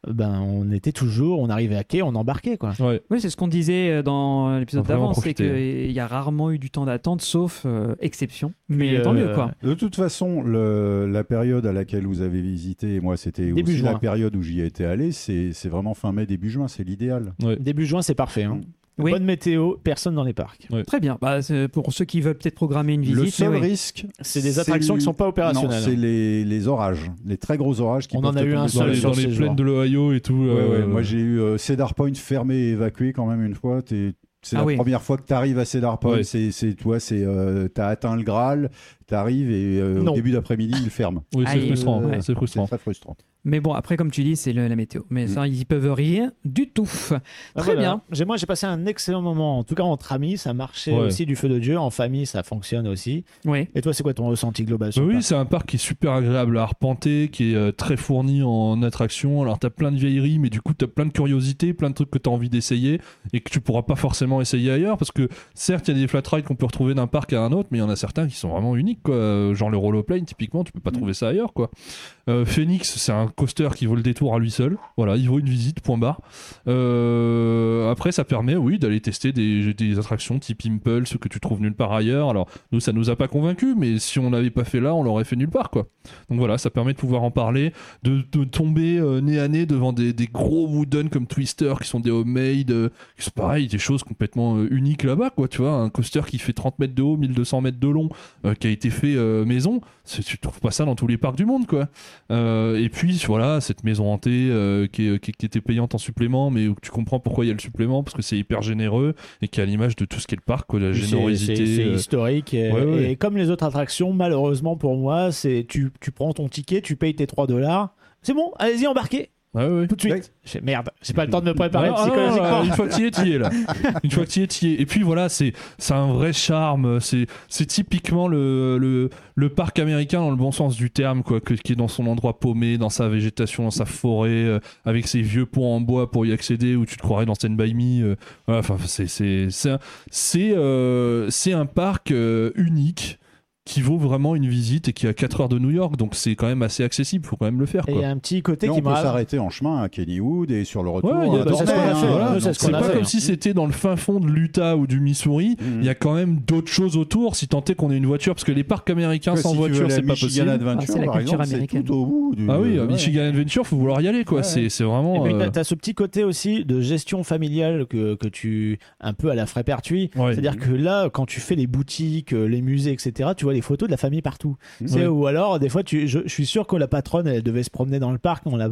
Speaker 7: euh, ben on était toujours, on arrivait à quai, on embarquait quoi.
Speaker 9: Ouais.
Speaker 8: Oui, c'est ce qu'on disait euh, dans l'épisode
Speaker 9: Faut vraiment
Speaker 8: d'avant, c'est
Speaker 9: profiter.
Speaker 8: qu'il y a rarement eu du temps d'attente, sauf euh, exception. Mais
Speaker 7: Puis,
Speaker 8: tant
Speaker 7: euh,
Speaker 8: mieux, quoi.
Speaker 6: De toute façon, le- la période à laquelle vous avez visité, et moi c'était
Speaker 7: Début
Speaker 6: aussi la
Speaker 7: juin.
Speaker 6: période où j'y étais allé, c'est c'est vraiment fin mai, début juin, c'est l'idéal.
Speaker 7: Début juin, c'est parfait. hein.
Speaker 8: Oui.
Speaker 7: Bonne météo, personne dans les parcs.
Speaker 8: Très bien. Bah, c'est pour ceux qui veulent peut-être programmer une visite,
Speaker 6: Le seul
Speaker 8: mais ouais.
Speaker 6: risque,
Speaker 7: C'est des attractions
Speaker 6: le-
Speaker 7: qui sont pas
Speaker 6: non, c'est
Speaker 7: opérationnelles.
Speaker 6: les, les orages, les très gros orages qui
Speaker 7: On en
Speaker 6: peuvent
Speaker 7: a
Speaker 6: te
Speaker 7: eu
Speaker 6: tomber
Speaker 7: un
Speaker 6: sur
Speaker 9: Dans
Speaker 7: seul
Speaker 6: la
Speaker 9: les,
Speaker 7: sur
Speaker 9: dans
Speaker 7: ces
Speaker 9: les plaines
Speaker 7: jours.
Speaker 9: de l'Ohio et tout.
Speaker 6: Ouais,
Speaker 9: euh,
Speaker 6: ouais, Moi, j'ai eu euh, Cedar Point fermé et évacué quand même une fois. T'es- C'est
Speaker 8: Ah
Speaker 6: la
Speaker 8: oui.
Speaker 6: première fois que tu arrives à Cedar Point.
Speaker 9: Ouais.
Speaker 6: C'est, c'est, tu vois, c'est, euh, t'as atteint le Graal, t'arrives et euh,
Speaker 7: Non.
Speaker 6: au début d'après-midi, il ferme.
Speaker 9: Oui, c'est
Speaker 8: Aïe,
Speaker 9: frustrant.
Speaker 8: ouais.
Speaker 9: C'est
Speaker 6: C'est
Speaker 9: frustrant.
Speaker 6: très frustrant.
Speaker 8: mais bon, après, comme tu dis, c'est le- la météo. Mais ça, ils y peuvent rien du tout.
Speaker 7: Ah,
Speaker 8: Très
Speaker 7: voilà.
Speaker 8: bien.
Speaker 7: J'ai- Moi j'ai passé un excellent moment, en tout cas entre amis, ça marchait
Speaker 9: Ouais.
Speaker 7: aussi du feu de Dieu, en famille ça fonctionne aussi.
Speaker 8: Oui.
Speaker 7: Et toi c'est quoi ton ressenti global
Speaker 9: Bah
Speaker 7: sur le
Speaker 9: oui,
Speaker 7: parc
Speaker 9: c'est un parc qui est super agréable à arpenter, qui est euh, très fourni en attractions. Alors, t'as plein de vieilleries, mais du coup, t'as plein de curiosités, plein de trucs que t'as envie d'essayer et que tu pourras pas forcément essayer ailleurs. Parce que, certes, il y a des flat rides qu'on peut retrouver d'un parc à un autre, mais il y en a certains qui sont vraiment uniques, quoi. Euh, Genre le Rollowplane, typiquement, tu peux pas trouver ça ailleurs, quoi. Euh, Phoenix, c'est un coaster qui vaut le détour à lui seul. Voilà, il vaut une visite, point barre. Euh, après, ça permet, oui, d'aller tester des, des attractions type Impulse que tu trouves nulle part ailleurs. Alors, nous, ça nous a pas convaincus, mais si on l'avait pas fait là, on l'aurait fait nulle part, quoi. Donc voilà, ça permet de pouvoir en parler, de, de tomber euh, nez à nez devant des, des gros wooden comme Twister qui sont des homemade, euh, qui sont pareil, des choses complètement euh, uniques là-bas, quoi. Tu vois, un coaster qui fait 30 mètres de haut, 1200 mètres de long, euh, qui a été fait euh, maison, c'est- tu trouves pas ça dans tous les parcs du monde, quoi. Euh, et puis voilà, cette maison hantée euh, qui, est- qui- qui était payante en supplément, mais où tu comprends pourquoi il y a le supplément parce que c'est hyper généreux et qui est à l'image de tout ce qui est le parc, quoi, la
Speaker 7: C'est-
Speaker 9: générosité.
Speaker 7: C'est c'est
Speaker 9: euh,
Speaker 7: historique. Et,
Speaker 9: ouais, ouais.
Speaker 7: et comme les autres attractions, malheureusement pour moi, c'est tu, tu prends ton ticket, tu payes tes 3 dollars. C'est bon, allez-y, embarquez
Speaker 9: ouais, ouais.
Speaker 7: tout de suite. J'ai- Merde, j'ai pas le temps de me préparer
Speaker 9: Ah,
Speaker 7: psychologiquement.
Speaker 9: ah, ah, une fois que tu y es, tu y es là. Une fois que tu y es, tu y es. Et puis voilà, c'est c'est un vrai charme. C'est c'est typiquement le, le le parc américain dans le bon sens du terme, quoi, que- qui est dans son endroit paumé, dans sa végétation, dans sa forêt, euh, avec ses vieux ponts en bois pour y accéder, où tu te croirais dans Stand by Me. euh, voilà, enfin, c'est c'est c'est un- c'est euh, c'est un parc euh, unique qui vaut vraiment une visite et qui est à 4 heures de New York, donc c'est quand même assez accessible. Faut quand même le faire.
Speaker 7: Et
Speaker 9: Quoi.
Speaker 7: il y a un petit côté
Speaker 6: Et on
Speaker 7: qui
Speaker 6: peut
Speaker 7: m'a.
Speaker 6: s'arrêter en chemin à Kennywood et sur le retour.
Speaker 9: Ouais, il y
Speaker 6: à
Speaker 9: a- bah, c'est ce
Speaker 6: Dornay,
Speaker 9: qu'on a fait,
Speaker 6: hein.
Speaker 7: voilà, c'est
Speaker 6: Donc,
Speaker 7: euh, ce
Speaker 9: C'est
Speaker 7: qu'on a
Speaker 9: pas
Speaker 7: fait. Mm.
Speaker 9: comme si c'était dans le fin fond de l'Utah ou du Missouri.
Speaker 6: Mhm.
Speaker 9: Il y a quand même d'autres choses autour, si tant est qu'on ait une voiture, parce que les parcs américains
Speaker 6: Parce que
Speaker 9: sans
Speaker 6: si tu veux
Speaker 9: voiture,
Speaker 6: aller à
Speaker 9: c'est pas
Speaker 6: Michigan
Speaker 9: possible.
Speaker 6: Adventure,
Speaker 8: Ah, c'est la
Speaker 6: par
Speaker 8: culture
Speaker 6: exemple, c'est
Speaker 8: américaine.
Speaker 6: tout au bout du. euh,
Speaker 9: Ah oui, à
Speaker 6: ouais.
Speaker 9: Michigan Adventure, faut vouloir y aller, quoi.
Speaker 6: Ouais,
Speaker 9: C'est c'est
Speaker 7: Et
Speaker 9: vraiment.
Speaker 7: puis
Speaker 9: euh,
Speaker 7: Eh ben, t'as- t'as ce petit côté aussi de gestion familiale que, que tu un peu à la frépertuis.
Speaker 9: Ouais.
Speaker 7: C'est-à-dire que là, quand tu fais les boutiques, euh, les musées, etc., tu vois les photos de la famille partout. C'est-
Speaker 9: Mm. Ouais.
Speaker 7: Ou alors, des fois, tu, je, je suis sûr que la patronne, elle devait se promener dans le parc. On l'a,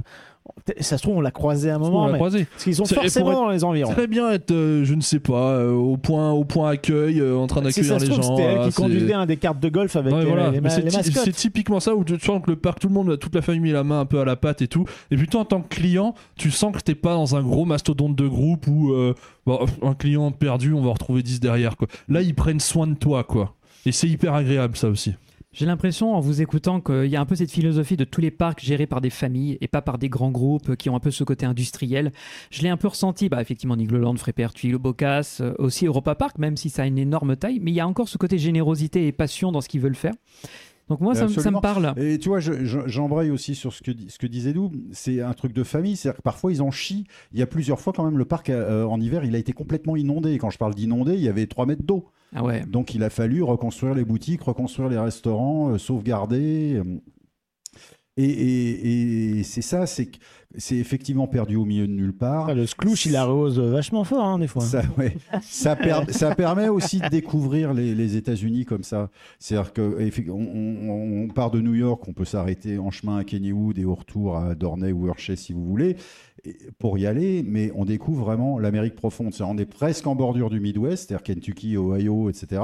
Speaker 7: ça se trouve, on l'a croisée à un
Speaker 9: on
Speaker 7: moment.
Speaker 9: l'a
Speaker 7: mais-
Speaker 9: croisé.
Speaker 7: Parce qu'ils sont
Speaker 9: C'est- et pour
Speaker 7: forcément
Speaker 9: être-
Speaker 7: dans les environs.
Speaker 9: Ça peut bien être, euh, je ne sais pas, euh, au point, au point accueil, euh, en train
Speaker 7: Si
Speaker 9: d'accueillir
Speaker 7: ça se
Speaker 9: les
Speaker 7: trouve,
Speaker 9: gens.
Speaker 7: c'était elle
Speaker 9: ah,
Speaker 7: qui
Speaker 9: c'est-
Speaker 7: conduisait un des cartes de golf avec
Speaker 9: Ouais,
Speaker 7: euh,
Speaker 9: voilà.
Speaker 7: les,
Speaker 9: Mais
Speaker 7: ma-
Speaker 9: c'est
Speaker 7: les
Speaker 9: ty-
Speaker 7: mascottes.
Speaker 9: c'est typiquement ça où tu sens que le parc, tout le monde, toute la famille met la main un peu à la pâte et tout. Et puis toi, en tant que client, tu sens que t'es pas dans un gros mastodonte de groupe où euh, bon, un client perdu, on va en retrouver 10 derrière. Quoi. Là, ils prennent soin de toi. quoi. Et c'est hyper agréable ça aussi.
Speaker 8: J'ai l'impression, en vous écoutant, qu'il y a un peu cette philosophie de tous les parcs gérés par des familles et pas par des grands groupes qui ont un peu ce côté industriel. Je l'ai un peu ressenti, bah, effectivement, Nigloland, Frépertuis, Le Bocas, euh, aussi Europa Park, même si ça a une énorme taille, mais il y a encore ce côté générosité et passion dans ce qu'ils veulent faire. Donc moi,
Speaker 6: Mais
Speaker 8: ça, me- ça me
Speaker 6: absolument.
Speaker 8: parle.
Speaker 6: Et tu vois, je- je- j'embraye aussi sur ce que, dit- ce que disait Lou. C'est un truc de famille. C'est-à-dire que parfois, ils en chient. Il y a plusieurs fois, quand même, le parc euh, en hiver, il a été complètement inondé. Et quand je parle d'inondé, il y avait 3 mètres d'eau.
Speaker 8: Ah ouais.
Speaker 6: Donc, il a fallu reconstruire les boutiques, reconstruire les restaurants, euh, sauvegarder. euh, Et, et- et c'est ça, c'est que c'est effectivement perdu au milieu de nulle part.
Speaker 7: Ah, le Sclouch, il la rehausse vachement fort, hein, des fois.
Speaker 6: Ça, ouais. ça, per- ça permet aussi de découvrir les, les États-Unis comme ça. C'est-à-dire que effi- on, on- on part de New York, on peut s'arrêter en chemin à Kennywood et au retour à Dorney ou Hershey si vous voulez et- pour y aller, mais on découvre vraiment l'Amérique profonde. C'est-à-dire, on est presque en bordure du Midwest, c'est-à-dire Kentucky, Ohio, etc.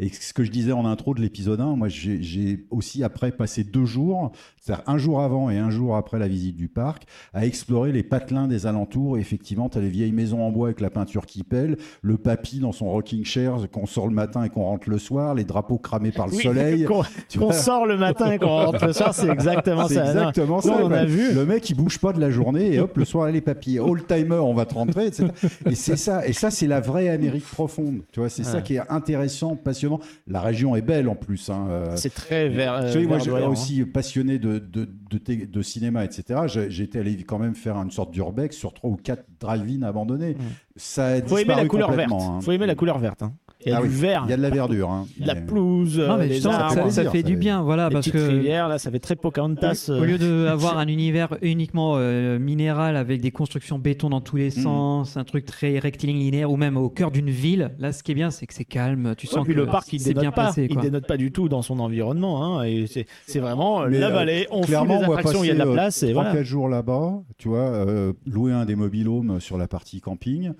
Speaker 6: Et ce que je disais en intro de l'épisode 1, moi j'ai- j'ai aussi après passé deux jours, c'est-à-dire un jour avant et un jour après la visite du parc, à explorer les patelins des alentours. Et effectivement, tu as les vieilles maisons en bois avec la peinture qui pèle, le papy dans son rocking chair qu'on sort le matin et qu'on rentre le soir, les drapeaux cramés par le
Speaker 7: Oui,
Speaker 6: soleil.
Speaker 7: qu'on
Speaker 6: Tu
Speaker 7: qu'on
Speaker 6: vois,
Speaker 7: sort le matin et qu'on rentre le soir, c'est exactement
Speaker 6: Ah, c'est
Speaker 7: ça. Non,
Speaker 6: exactement ça.
Speaker 7: on
Speaker 6: quoi.
Speaker 7: a vu.
Speaker 6: Le mec, il bouge pas de la journée et hop, le soir, les papilles. All timer, on va te rentrer, etc. Et c'est ça. Et ça, c'est la vraie Amérique profonde. Tu vois, c'est ça qui est intéressant, passionnant. La région est belle en plus. Hein. euh,
Speaker 7: C'est très vert.
Speaker 6: tu
Speaker 7: euh,
Speaker 6: sais, moi, je
Speaker 7: verdoyant, hein.
Speaker 6: aussi passionné de, de, de, thé- de cinéma, etc. J'ai- J'étais allé quand même faire une sorte d'urbex sur trois ou quatre drive-in abandonnés. Ça a
Speaker 7: Mm. hein. Faut aimer
Speaker 6: disparu
Speaker 7: la couleur verte.
Speaker 6: complètement, hein.
Speaker 7: Faut aimer la couleur verte. hein. Il y a
Speaker 6: Ah
Speaker 7: du
Speaker 6: oui,
Speaker 7: vert,
Speaker 6: Il y a de la verdure. hein.
Speaker 7: de la
Speaker 6: Mais-
Speaker 7: pelouse,
Speaker 8: Non, mais
Speaker 7: Euh, les
Speaker 8: justement,
Speaker 7: arbres,
Speaker 8: ça,
Speaker 6: arbres,
Speaker 8: ça
Speaker 6: ça
Speaker 8: fait
Speaker 6: fait-
Speaker 8: du bien, voilà,
Speaker 7: les
Speaker 8: parce
Speaker 7: petites
Speaker 8: que
Speaker 7: rivières. Là, ça fait très Pocahontas. euh.
Speaker 8: Au lieu d'avoir un univers uniquement euh, minéral avec des constructions béton dans tous les sens, un truc très rectiligne linéaire ou même au cœur d'une ville, là ce qui est bien c'est que c'est calme, tu
Speaker 7: Ouais,
Speaker 8: sens
Speaker 7: puis
Speaker 8: que
Speaker 7: le parc, il
Speaker 8: c'est
Speaker 7: dénote
Speaker 8: bien
Speaker 7: pas,
Speaker 8: placé.
Speaker 7: il
Speaker 8: quoi.
Speaker 7: dénote pas du tout dans son environnement. hein, et c'est- c'est vraiment euh,
Speaker 6: Mais,
Speaker 7: la
Speaker 6: euh,
Speaker 7: vallée, on fout
Speaker 6: Clairement,
Speaker 7: les
Speaker 6: on va
Speaker 7: attractions, il y a de la
Speaker 6: passer, euh,
Speaker 7: place. Et
Speaker 6: 3-4
Speaker 7: voilà.
Speaker 6: jours là-bas, tu vois, euh, louer un des mobilhomes sur la partie camping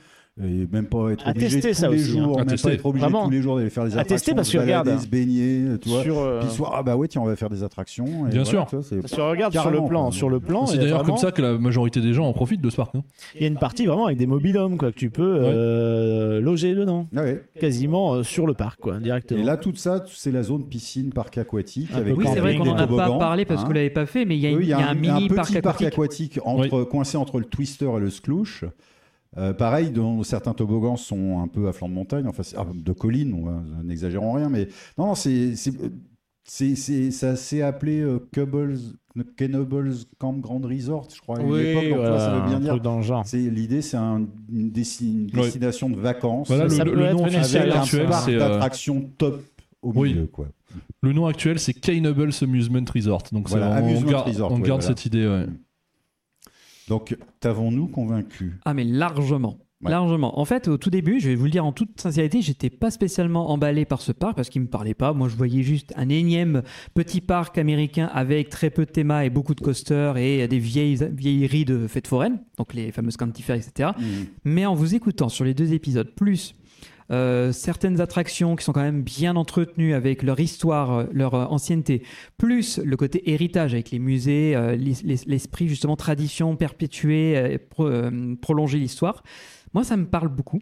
Speaker 6: et même pas être
Speaker 7: À
Speaker 6: obligé
Speaker 7: tester,
Speaker 6: tous
Speaker 7: ça
Speaker 6: les
Speaker 7: aussi, hein.
Speaker 6: jours,
Speaker 9: À
Speaker 6: même
Speaker 9: tester.
Speaker 6: pas être obligé
Speaker 7: Vraiment.
Speaker 6: tous les jours d'aller faire des
Speaker 7: À
Speaker 6: attractions,
Speaker 7: tester, parce
Speaker 6: se
Speaker 7: que
Speaker 6: balader,
Speaker 7: regarde,
Speaker 6: se baigner, tu vois.
Speaker 7: Sur, euh,
Speaker 6: Puis soir, ah bah ouais, tiens, on va faire des attractions. et
Speaker 9: Bien
Speaker 6: voilà,
Speaker 9: sûr.
Speaker 6: tu vois, c'est-
Speaker 7: si on regarde sur le
Speaker 6: Carrément,
Speaker 7: plan,
Speaker 6: quoi.
Speaker 7: sur le plan,
Speaker 9: C'est
Speaker 7: il y a
Speaker 9: d'ailleurs
Speaker 7: vraiment-
Speaker 9: comme ça que la majorité des gens en profitent de ce parc. hein.
Speaker 7: Il y a une partie vraiment avec des mobilhomes quoi que tu peux euh, loger dedans,
Speaker 6: Ah ouais.
Speaker 7: quasiment euh, sur le parc quoi, directement.
Speaker 6: Et là, tout ça, c'est la zone piscine, parc aquatique.
Speaker 7: Ah,
Speaker 6: avec
Speaker 8: Oui, c'est vrai
Speaker 6: camping,
Speaker 8: qu'on en a
Speaker 6: des
Speaker 8: pas
Speaker 6: toboggans,
Speaker 8: parlé parce
Speaker 6: hein.
Speaker 8: que vous l'avez pas fait, mais il y a, une-
Speaker 6: Oui,
Speaker 8: il y a un, mini
Speaker 6: petit
Speaker 8: parc aquatique.
Speaker 6: entre, coincé entre le Twister et le Sklouch. Euh, pareil, dont certains toboggans sont un peu à flanc de montagne, enfin, c'est- ah, de colline, on va- n'exagérons rien, mais non, non, c'est, c'est, c'est- c'est- ça s'est appelé euh, Keubel's- Kenobles Camp Grand Resort, je crois, à une époque, donc
Speaker 7: voilà,
Speaker 6: ça, ça veut bien
Speaker 7: un
Speaker 6: dire.
Speaker 7: truc dans le genre.
Speaker 6: C'est, l'idée, c'est un- une, desti- une
Speaker 9: Ouais.
Speaker 6: destination de vacances
Speaker 9: Voilà,
Speaker 7: Ça
Speaker 9: le,
Speaker 7: peut
Speaker 9: le
Speaker 7: être
Speaker 9: nom
Speaker 7: une escalade.
Speaker 9: officiel
Speaker 6: avec un
Speaker 9: actuel,
Speaker 6: parc
Speaker 9: c'est, euh,
Speaker 6: d'attractions top au
Speaker 9: oui.
Speaker 6: milieu, quoi.
Speaker 9: le nom actuel, c'est Cannibals Amusement Resort. Donc c'est
Speaker 6: Voilà,
Speaker 9: vraiment- on
Speaker 6: Amusement
Speaker 9: garde,
Speaker 6: Resort,
Speaker 9: on
Speaker 6: ouais,
Speaker 9: garde
Speaker 6: voilà.
Speaker 9: cette idée. ouais.
Speaker 6: Donc, t'avons-nous convaincu
Speaker 8: Ah mais largement.
Speaker 6: Ouais.
Speaker 8: Largement. En fait, au tout début, je vais vous le dire en toute sincérité, j'étais pas spécialement emballé par ce parc parce qu'il me parlait pas. Moi, je voyais juste un énième petit parc américain avec très peu de théma et beaucoup de coasters et des vieilles vieilleries de fêtes foraines, donc les fameuses cantifères, etc. Mais en vous écoutant sur les deux épisodes, plus euh, certaines attractions qui sont quand même bien entretenues avec leur histoire, euh, leur euh, ancienneté, plus le côté héritage avec les musées, euh, l'is- l'es- l'esprit justement tradition perpétuée, euh, pro- euh, prolonger l'histoire, moi ça me parle beaucoup.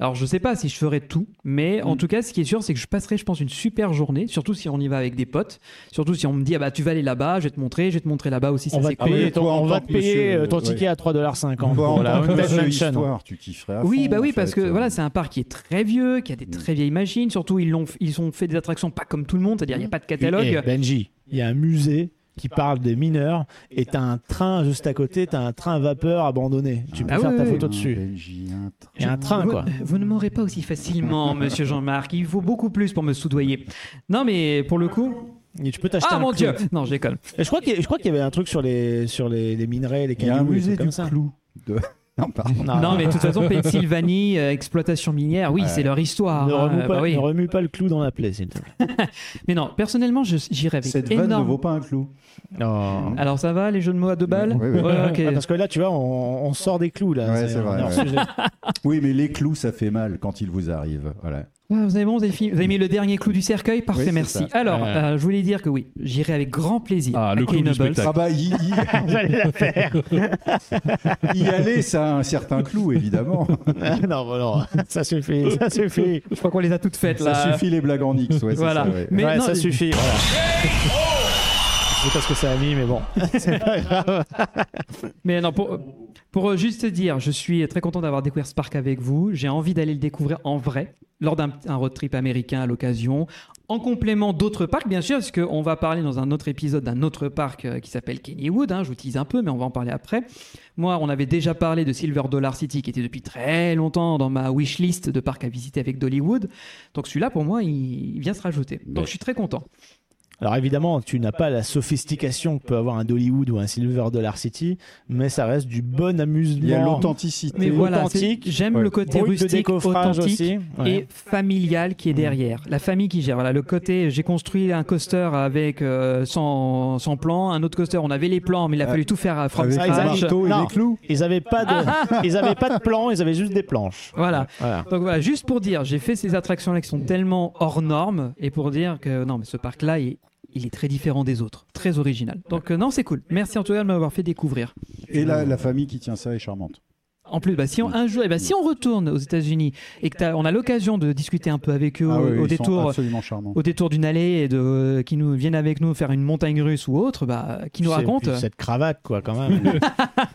Speaker 8: Alors je sais pas si je ferai tout, mais
Speaker 7: Mm.
Speaker 8: en tout cas ce qui est sûr c'est que je passerai je pense une super journée, surtout si on y va avec des potes, surtout si on me dit ah bah tu vas aller là-bas, je vais te montrer, je vais te montrer là-bas aussi,
Speaker 7: On
Speaker 8: ça
Speaker 7: va
Speaker 8: c'est
Speaker 7: te
Speaker 8: cool.
Speaker 7: payer,
Speaker 6: oui,
Speaker 7: ton,
Speaker 6: toi, en
Speaker 7: on va
Speaker 6: tant
Speaker 7: te
Speaker 6: que
Speaker 7: payer
Speaker 6: monsieur,
Speaker 7: euh, ton
Speaker 6: ouais.
Speaker 7: ticket à 3,50$.
Speaker 6: Toi, en
Speaker 7: Voilà,
Speaker 6: tant que
Speaker 7: Haunted
Speaker 6: monsieur
Speaker 7: Mansion.
Speaker 6: histoire, tu kifferais à
Speaker 8: Oui,
Speaker 6: fond,
Speaker 8: bah oui,
Speaker 6: en
Speaker 8: parce
Speaker 6: fait.
Speaker 7: euh,
Speaker 8: que voilà, c'est un parc qui est très vieux, qui a des
Speaker 7: mm.
Speaker 8: très vieilles machines. Surtout, ils l'ont, ils ont fait des attractions pas comme tout le monde, c'est-à-dire il n'y a pas de
Speaker 7: Eh,
Speaker 8: catalogue.
Speaker 7: Benji, il y a un musée qui parle des mineurs et t'as un train juste à côté, t'as un train vapeur abandonné. Tu peux
Speaker 8: Ah
Speaker 7: faire
Speaker 8: oui,
Speaker 7: ta
Speaker 8: oui.
Speaker 7: photo
Speaker 6: Un
Speaker 7: dessus.
Speaker 6: Benji, euh, un train.
Speaker 7: Il y a un train
Speaker 8: vous,
Speaker 7: quoi.
Speaker 8: vous ne m'aurez pas aussi facilement, monsieur Jean-Marc. Il faut beaucoup plus pour me soudoyer. Non, mais pour le coup.
Speaker 7: Et tu peux t'acheter
Speaker 8: Ah
Speaker 7: un
Speaker 8: mon
Speaker 7: clou.
Speaker 8: dieu Non, je déconne.
Speaker 7: Et je crois qu'il y a- je crois qu'il y avait un truc sur les sur les, les minerais, les
Speaker 6: Il y a un
Speaker 7: cailloux, les
Speaker 6: musée
Speaker 7: trucs
Speaker 6: du
Speaker 7: comme ça.
Speaker 6: clou. de- Non, pardon.
Speaker 7: Non,
Speaker 8: Non, mais de toute façon, Pennsylvanie, euh, exploitation minière, oui, c'est leur histoire.
Speaker 7: Ne
Speaker 8: hein,
Speaker 7: remue,
Speaker 8: bah
Speaker 7: pas,
Speaker 8: oui.
Speaker 7: ne remue pas le clou dans la plaie, s'il te plaît.
Speaker 8: Mais non, personnellement, je- j'irais avec
Speaker 6: Cette vanne ne
Speaker 8: énorme.
Speaker 6: vaut pas un clou.
Speaker 7: Non.
Speaker 8: Alors ça va, les jeux de mots à deux balles
Speaker 6: Oui, oui.
Speaker 8: Ouais, ok.
Speaker 7: Ah, parce que là, tu vois, on, on sort des clous là.
Speaker 6: Ouais, c'est
Speaker 7: on est
Speaker 6: vrai,
Speaker 7: hors
Speaker 6: ouais.
Speaker 7: sujet.
Speaker 6: Oui, mais les clous, ça fait mal quand ils vous arrivent. Voilà.
Speaker 8: Ouais, vous avez bon, vous avez, fini- vous avez mis le dernier clou du cercueil, parfait,
Speaker 6: Oui, c'est
Speaker 8: merci.
Speaker 6: ça.
Speaker 8: Alors,
Speaker 7: Ouais.
Speaker 8: euh, je voulais dire que oui, j'irai avec grand plaisir.
Speaker 9: Ah,
Speaker 8: à
Speaker 9: le clou du
Speaker 8: Kenobles.
Speaker 9: spectacle.
Speaker 6: Ah bah, y, y-
Speaker 7: J'allais la faire.
Speaker 6: y aller, ça a un certain clou, évidemment.
Speaker 7: Ah, non, bon, non, ça suffit, ça suffit.
Speaker 8: Je crois qu'on les a toutes faites là.
Speaker 6: Ça suffit les blagues en X, ouais, c'est
Speaker 8: Voilà.
Speaker 6: ça, ouais.
Speaker 8: Mais
Speaker 7: ouais,
Speaker 8: non,
Speaker 7: ça suffit. voilà. Je sais pas ce que ça a mis, mais bon.
Speaker 8: Mais non, pour, pour euh, juste dire, je suis très content d'avoir découvert ce parc avec vous. J'ai envie d'aller le découvrir en vrai, lors d'un un road trip américain à l'occasion. En complément d'autres parcs, bien sûr, parce qu'on va parler dans un autre épisode d'un autre parc euh, qui s'appelle Kennywood. Hein, je vous tease un peu, mais on va en parler après. Moi, on avait déjà parlé de Silver Dollar City, qui était depuis très longtemps dans ma wish list de parcs à visiter avec Dollywood. Donc celui-là, pour moi, il, il vient se rajouter. Donc je suis très content.
Speaker 7: Alors évidemment, tu n'as pas la sophistication que peut avoir un Dollywood ou un Silver Dollar City, mais ça reste du bon amusement.
Speaker 6: Il y a l'authenticité.
Speaker 8: Mais voilà,
Speaker 7: authentique.
Speaker 8: c'est- j'aime
Speaker 6: Ouais.
Speaker 8: le côté
Speaker 7: Bruit de
Speaker 8: rustique,
Speaker 7: décoffrage
Speaker 8: authentique
Speaker 7: aussi. Ouais.
Speaker 8: et familial
Speaker 6: Mmh.
Speaker 8: qui est derrière. La famille qui gère. Voilà, le côté, j'ai construit un coaster avec euh, sans, sans plan, un autre coaster, on avait les plans, mais il a fallu tout faire à from
Speaker 6: Euh, Avec
Speaker 7: ils
Speaker 6: le
Speaker 8: scratch.
Speaker 6: marteau et
Speaker 7: Non.
Speaker 6: les clous.
Speaker 7: Ils avaient pas de, ils avaient pas de plan, ils avaient juste des planches.
Speaker 8: Voilà.
Speaker 7: Voilà.
Speaker 8: Donc voilà, juste pour dire, j'ai fait ces attractions-là qui sont tellement hors normes et pour dire que non, mais ce parc-là, il, il est très différent des autres, très original. Donc euh, non, c'est cool. Merci en tout cas de m'avoir fait découvrir.
Speaker 6: Et la, la famille qui tient ça est charmante.
Speaker 8: En plus, bah, si on, un jour, eh ben, si on retourne aux États-Unis et que t'as- on a l'occasion de discuter un peu avec eux
Speaker 6: Ah
Speaker 8: au,
Speaker 6: oui,
Speaker 8: au
Speaker 6: ils sont
Speaker 8: détour,
Speaker 6: absolument charmants.
Speaker 8: au détour d'une allée et de euh, qui nous viennent avec nous faire une montagne russe ou autre, bah, qui nous
Speaker 7: C'est-
Speaker 8: raconte
Speaker 7: puis Cette cravate, quoi, quand même.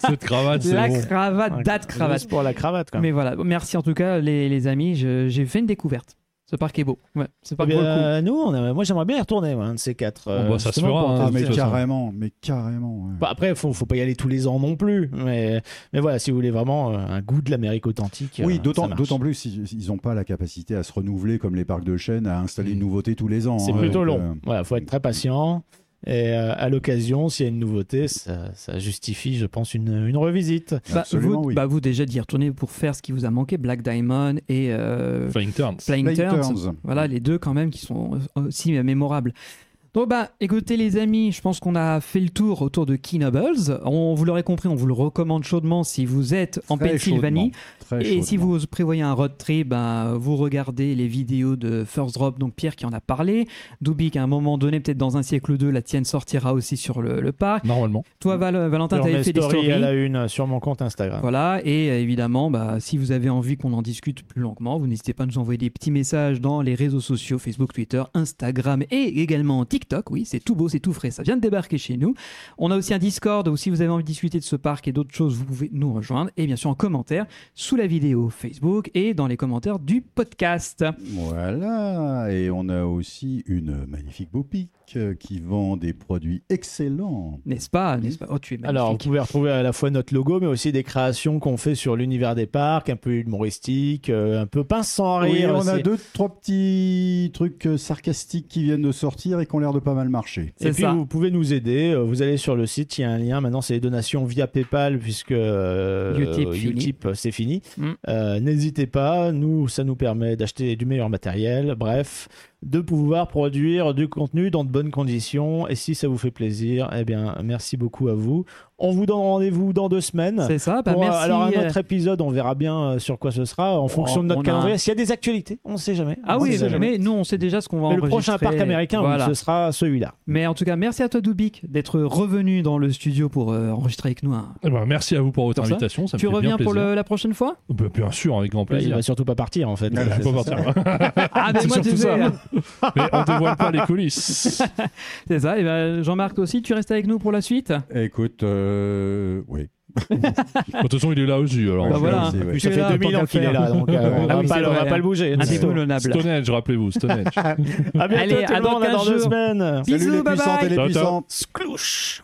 Speaker 9: Cette cravate, c'est
Speaker 8: la
Speaker 9: bon.
Speaker 8: cravate, date cravate.
Speaker 7: Juste pour la cravate, quand même.
Speaker 8: Mais voilà, merci en tout cas les, les amis, je- j'ai fait une découverte. Ce parc est beau. Ouais, ce parc
Speaker 7: Eh
Speaker 8: vaut le
Speaker 7: bien,
Speaker 8: coup. Bah,
Speaker 7: nous, on a- moi j'aimerais bien y retourner, moi, un de ces quatre. euh,
Speaker 9: bah, ça se
Speaker 7: justement,
Speaker 9: fera,
Speaker 7: pour
Speaker 9: hein,
Speaker 7: tester.
Speaker 6: Ah, mais
Speaker 9: de toute façon.
Speaker 6: carrément, mais carrément. ouais.
Speaker 7: Bah, après, faut, faut pas y aller tous les ans non plus. Mais, mais voilà, si vous voulez vraiment euh, un goût de l'Amérique authentique. euh,
Speaker 6: Oui,
Speaker 7: ça
Speaker 6: d'autant
Speaker 7: marche.
Speaker 6: d'autant plus s'ils ils n'ont pas la capacité à se renouveler comme les parcs de chaîne, à installer
Speaker 8: Mm.
Speaker 6: une nouveauté tous les ans.
Speaker 7: C'est
Speaker 6: hein,
Speaker 7: plutôt
Speaker 6: donc,
Speaker 7: long.
Speaker 6: euh,
Speaker 7: Voilà, faut être très patient. Et euh, à l'occasion, s'il y a une nouveauté, ça, ça justifie, je pense, une, une revisite.
Speaker 8: Bah,
Speaker 6: Absolument,
Speaker 8: vous,
Speaker 6: oui.
Speaker 8: bah, vous déjà d'y retourner pour faire ce qui vous a manqué, Black Diamond et euh,
Speaker 9: Flying Turns.
Speaker 8: Flying,
Speaker 6: Flying
Speaker 8: Turns.
Speaker 6: Turns.
Speaker 8: Voilà les deux quand même qui sont euh, aussi mémorables. Donc bah écoutez les amis, je pense qu'on a fait le tour autour de Kinobles. On vous l'aurez compris, on vous le recommande chaudement si vous êtes en
Speaker 6: Très
Speaker 8: Pennsylvanie.
Speaker 6: chaudement, très
Speaker 8: Et si
Speaker 6: chaudement.
Speaker 8: vous prévoyez un road trip, ben, vous regardez les vidéos de First Drop, donc Pierre qui en a parlé. Doubi qui à un moment donné, peut-être dans un siècle ou deux, la tienne sortira aussi sur le, le parc.
Speaker 9: Normalement.
Speaker 8: Toi Val- Valentin,
Speaker 7: Alors,
Speaker 8: t'avais
Speaker 7: mes
Speaker 8: fait des stories.
Speaker 7: stories à la une euh, sur mon compte Instagram.
Speaker 8: Voilà, et euh, évidemment, bah, si vous avez envie qu'on en discute plus longuement, vous n'hésitez pas à nous envoyer des petits messages dans les réseaux sociaux, Facebook, Twitter, Instagram et également TikTok. Oui, c'est tout beau, c'est tout frais, ça vient de débarquer chez nous. On a aussi un Discord où si vous avez envie de discuter de ce parc et d'autres choses, vous pouvez nous rejoindre. Et bien sûr, en commentaire sous la vidéo Facebook et dans les commentaires du podcast.
Speaker 6: Voilà, et on a aussi une magnifique boutique euh, qui vend des produits excellents.
Speaker 8: N'est-ce pas, n'est-ce pas Oh, tu es magnifique.
Speaker 7: Alors, vous pouvez retrouver à la fois notre logo, mais aussi des créations qu'on fait sur l'univers des parcs, un peu humoristique, euh, un peu pince sans rire.
Speaker 6: Oui, on a
Speaker 7: c'est-
Speaker 6: deux, trois petits trucs euh, sarcastiques qui viennent de sortir et qui ont l'air de pas mal marcher.
Speaker 7: Et
Speaker 8: C'est
Speaker 7: puis
Speaker 8: ça.
Speaker 7: vous pouvez nous aider. euh, Vous allez sur le site, il y a un lien. Maintenant, c'est les donations via PayPal puisque euh,
Speaker 8: Utip,
Speaker 7: euh,
Speaker 8: fini.
Speaker 7: Utip, euh, c'est fini.
Speaker 8: Mm.
Speaker 7: Euh, N'hésitez pas. Nous, ça nous permet d'acheter du meilleur matériel. Bref, de pouvoir produire du contenu dans de bonnes conditions. Et si ça vous fait plaisir, eh bien, merci beaucoup à vous. On vous donne rendez-vous dans deux semaines.
Speaker 8: C'est ça, bah,
Speaker 7: Pour, euh,
Speaker 8: merci.
Speaker 7: alors un
Speaker 8: euh,
Speaker 7: autre épisode, on verra bien euh, sur quoi ce sera en fonction de
Speaker 8: on
Speaker 7: notre
Speaker 8: a
Speaker 7: calendrier.
Speaker 8: un-
Speaker 7: S'il y a des actualités, on ne sait jamais.
Speaker 8: Ah
Speaker 7: On
Speaker 8: oui,
Speaker 7: sait jamais.
Speaker 8: mais nous on sait déjà ce qu'on va
Speaker 7: Mais le prochain
Speaker 8: enregistrer.
Speaker 7: parc américain, oui,
Speaker 8: Voilà.
Speaker 7: ce sera celui-là.
Speaker 8: Mais en tout cas, merci à toi Doubik d'être revenu dans le studio pour euh, enregistrer avec nous. un-
Speaker 9: Eh ben, merci à vous pour votre
Speaker 8: Comme ça.
Speaker 9: invitation. Ça me
Speaker 8: Tu
Speaker 9: fait
Speaker 8: reviens
Speaker 9: bien
Speaker 8: pour
Speaker 9: plaisir.
Speaker 8: le- la prochaine fois
Speaker 9: Bah, bien sûr, avec grand
Speaker 7: Là, il
Speaker 9: plaisir.
Speaker 7: va surtout pas partir en fait.
Speaker 9: Je vais pas partir.
Speaker 8: Ah ben
Speaker 9: C'est
Speaker 8: moi
Speaker 9: surtout
Speaker 8: tu sais,
Speaker 9: ça. Mais on dévoile pas les coulisses.
Speaker 8: c'est ça. Et ben Jean-Marc toi aussi, tu restes avec nous pour la suite. Bah,
Speaker 6: Écoute, euh, oui.
Speaker 9: De toute façon, il est là aussi. Alors,
Speaker 8: Bah,
Speaker 9: Je-
Speaker 8: voilà.
Speaker 6: c'est- ouais.
Speaker 7: Puis ça
Speaker 8: Tu es là,
Speaker 7: fait
Speaker 8: tant
Speaker 7: 2000 ans
Speaker 8: qu'à
Speaker 7: qu'il est là,
Speaker 8: faire.
Speaker 7: donc euh, on,
Speaker 8: Ah
Speaker 7: va
Speaker 8: oui,
Speaker 7: pas,
Speaker 8: c'est
Speaker 7: le- on va
Speaker 8: vrai,
Speaker 7: pas
Speaker 8: hein.
Speaker 7: le bouger. donc.
Speaker 8: Indéboulonnable.
Speaker 9: Stone Age, rappelez-vous, Stone Age.
Speaker 7: À bientôt
Speaker 8: Allez,
Speaker 7: tout
Speaker 8: à
Speaker 7: le
Speaker 8: dans
Speaker 7: monde, à dans
Speaker 8: 15
Speaker 7: deux
Speaker 8: jours.
Speaker 7: semaines.
Speaker 6: Salut
Speaker 8: Bisous,
Speaker 6: les
Speaker 8: bye
Speaker 6: puissantes
Speaker 8: bye.
Speaker 6: et les
Speaker 9: Ciao, ciao.
Speaker 6: puissantes.
Speaker 7: Sclouche.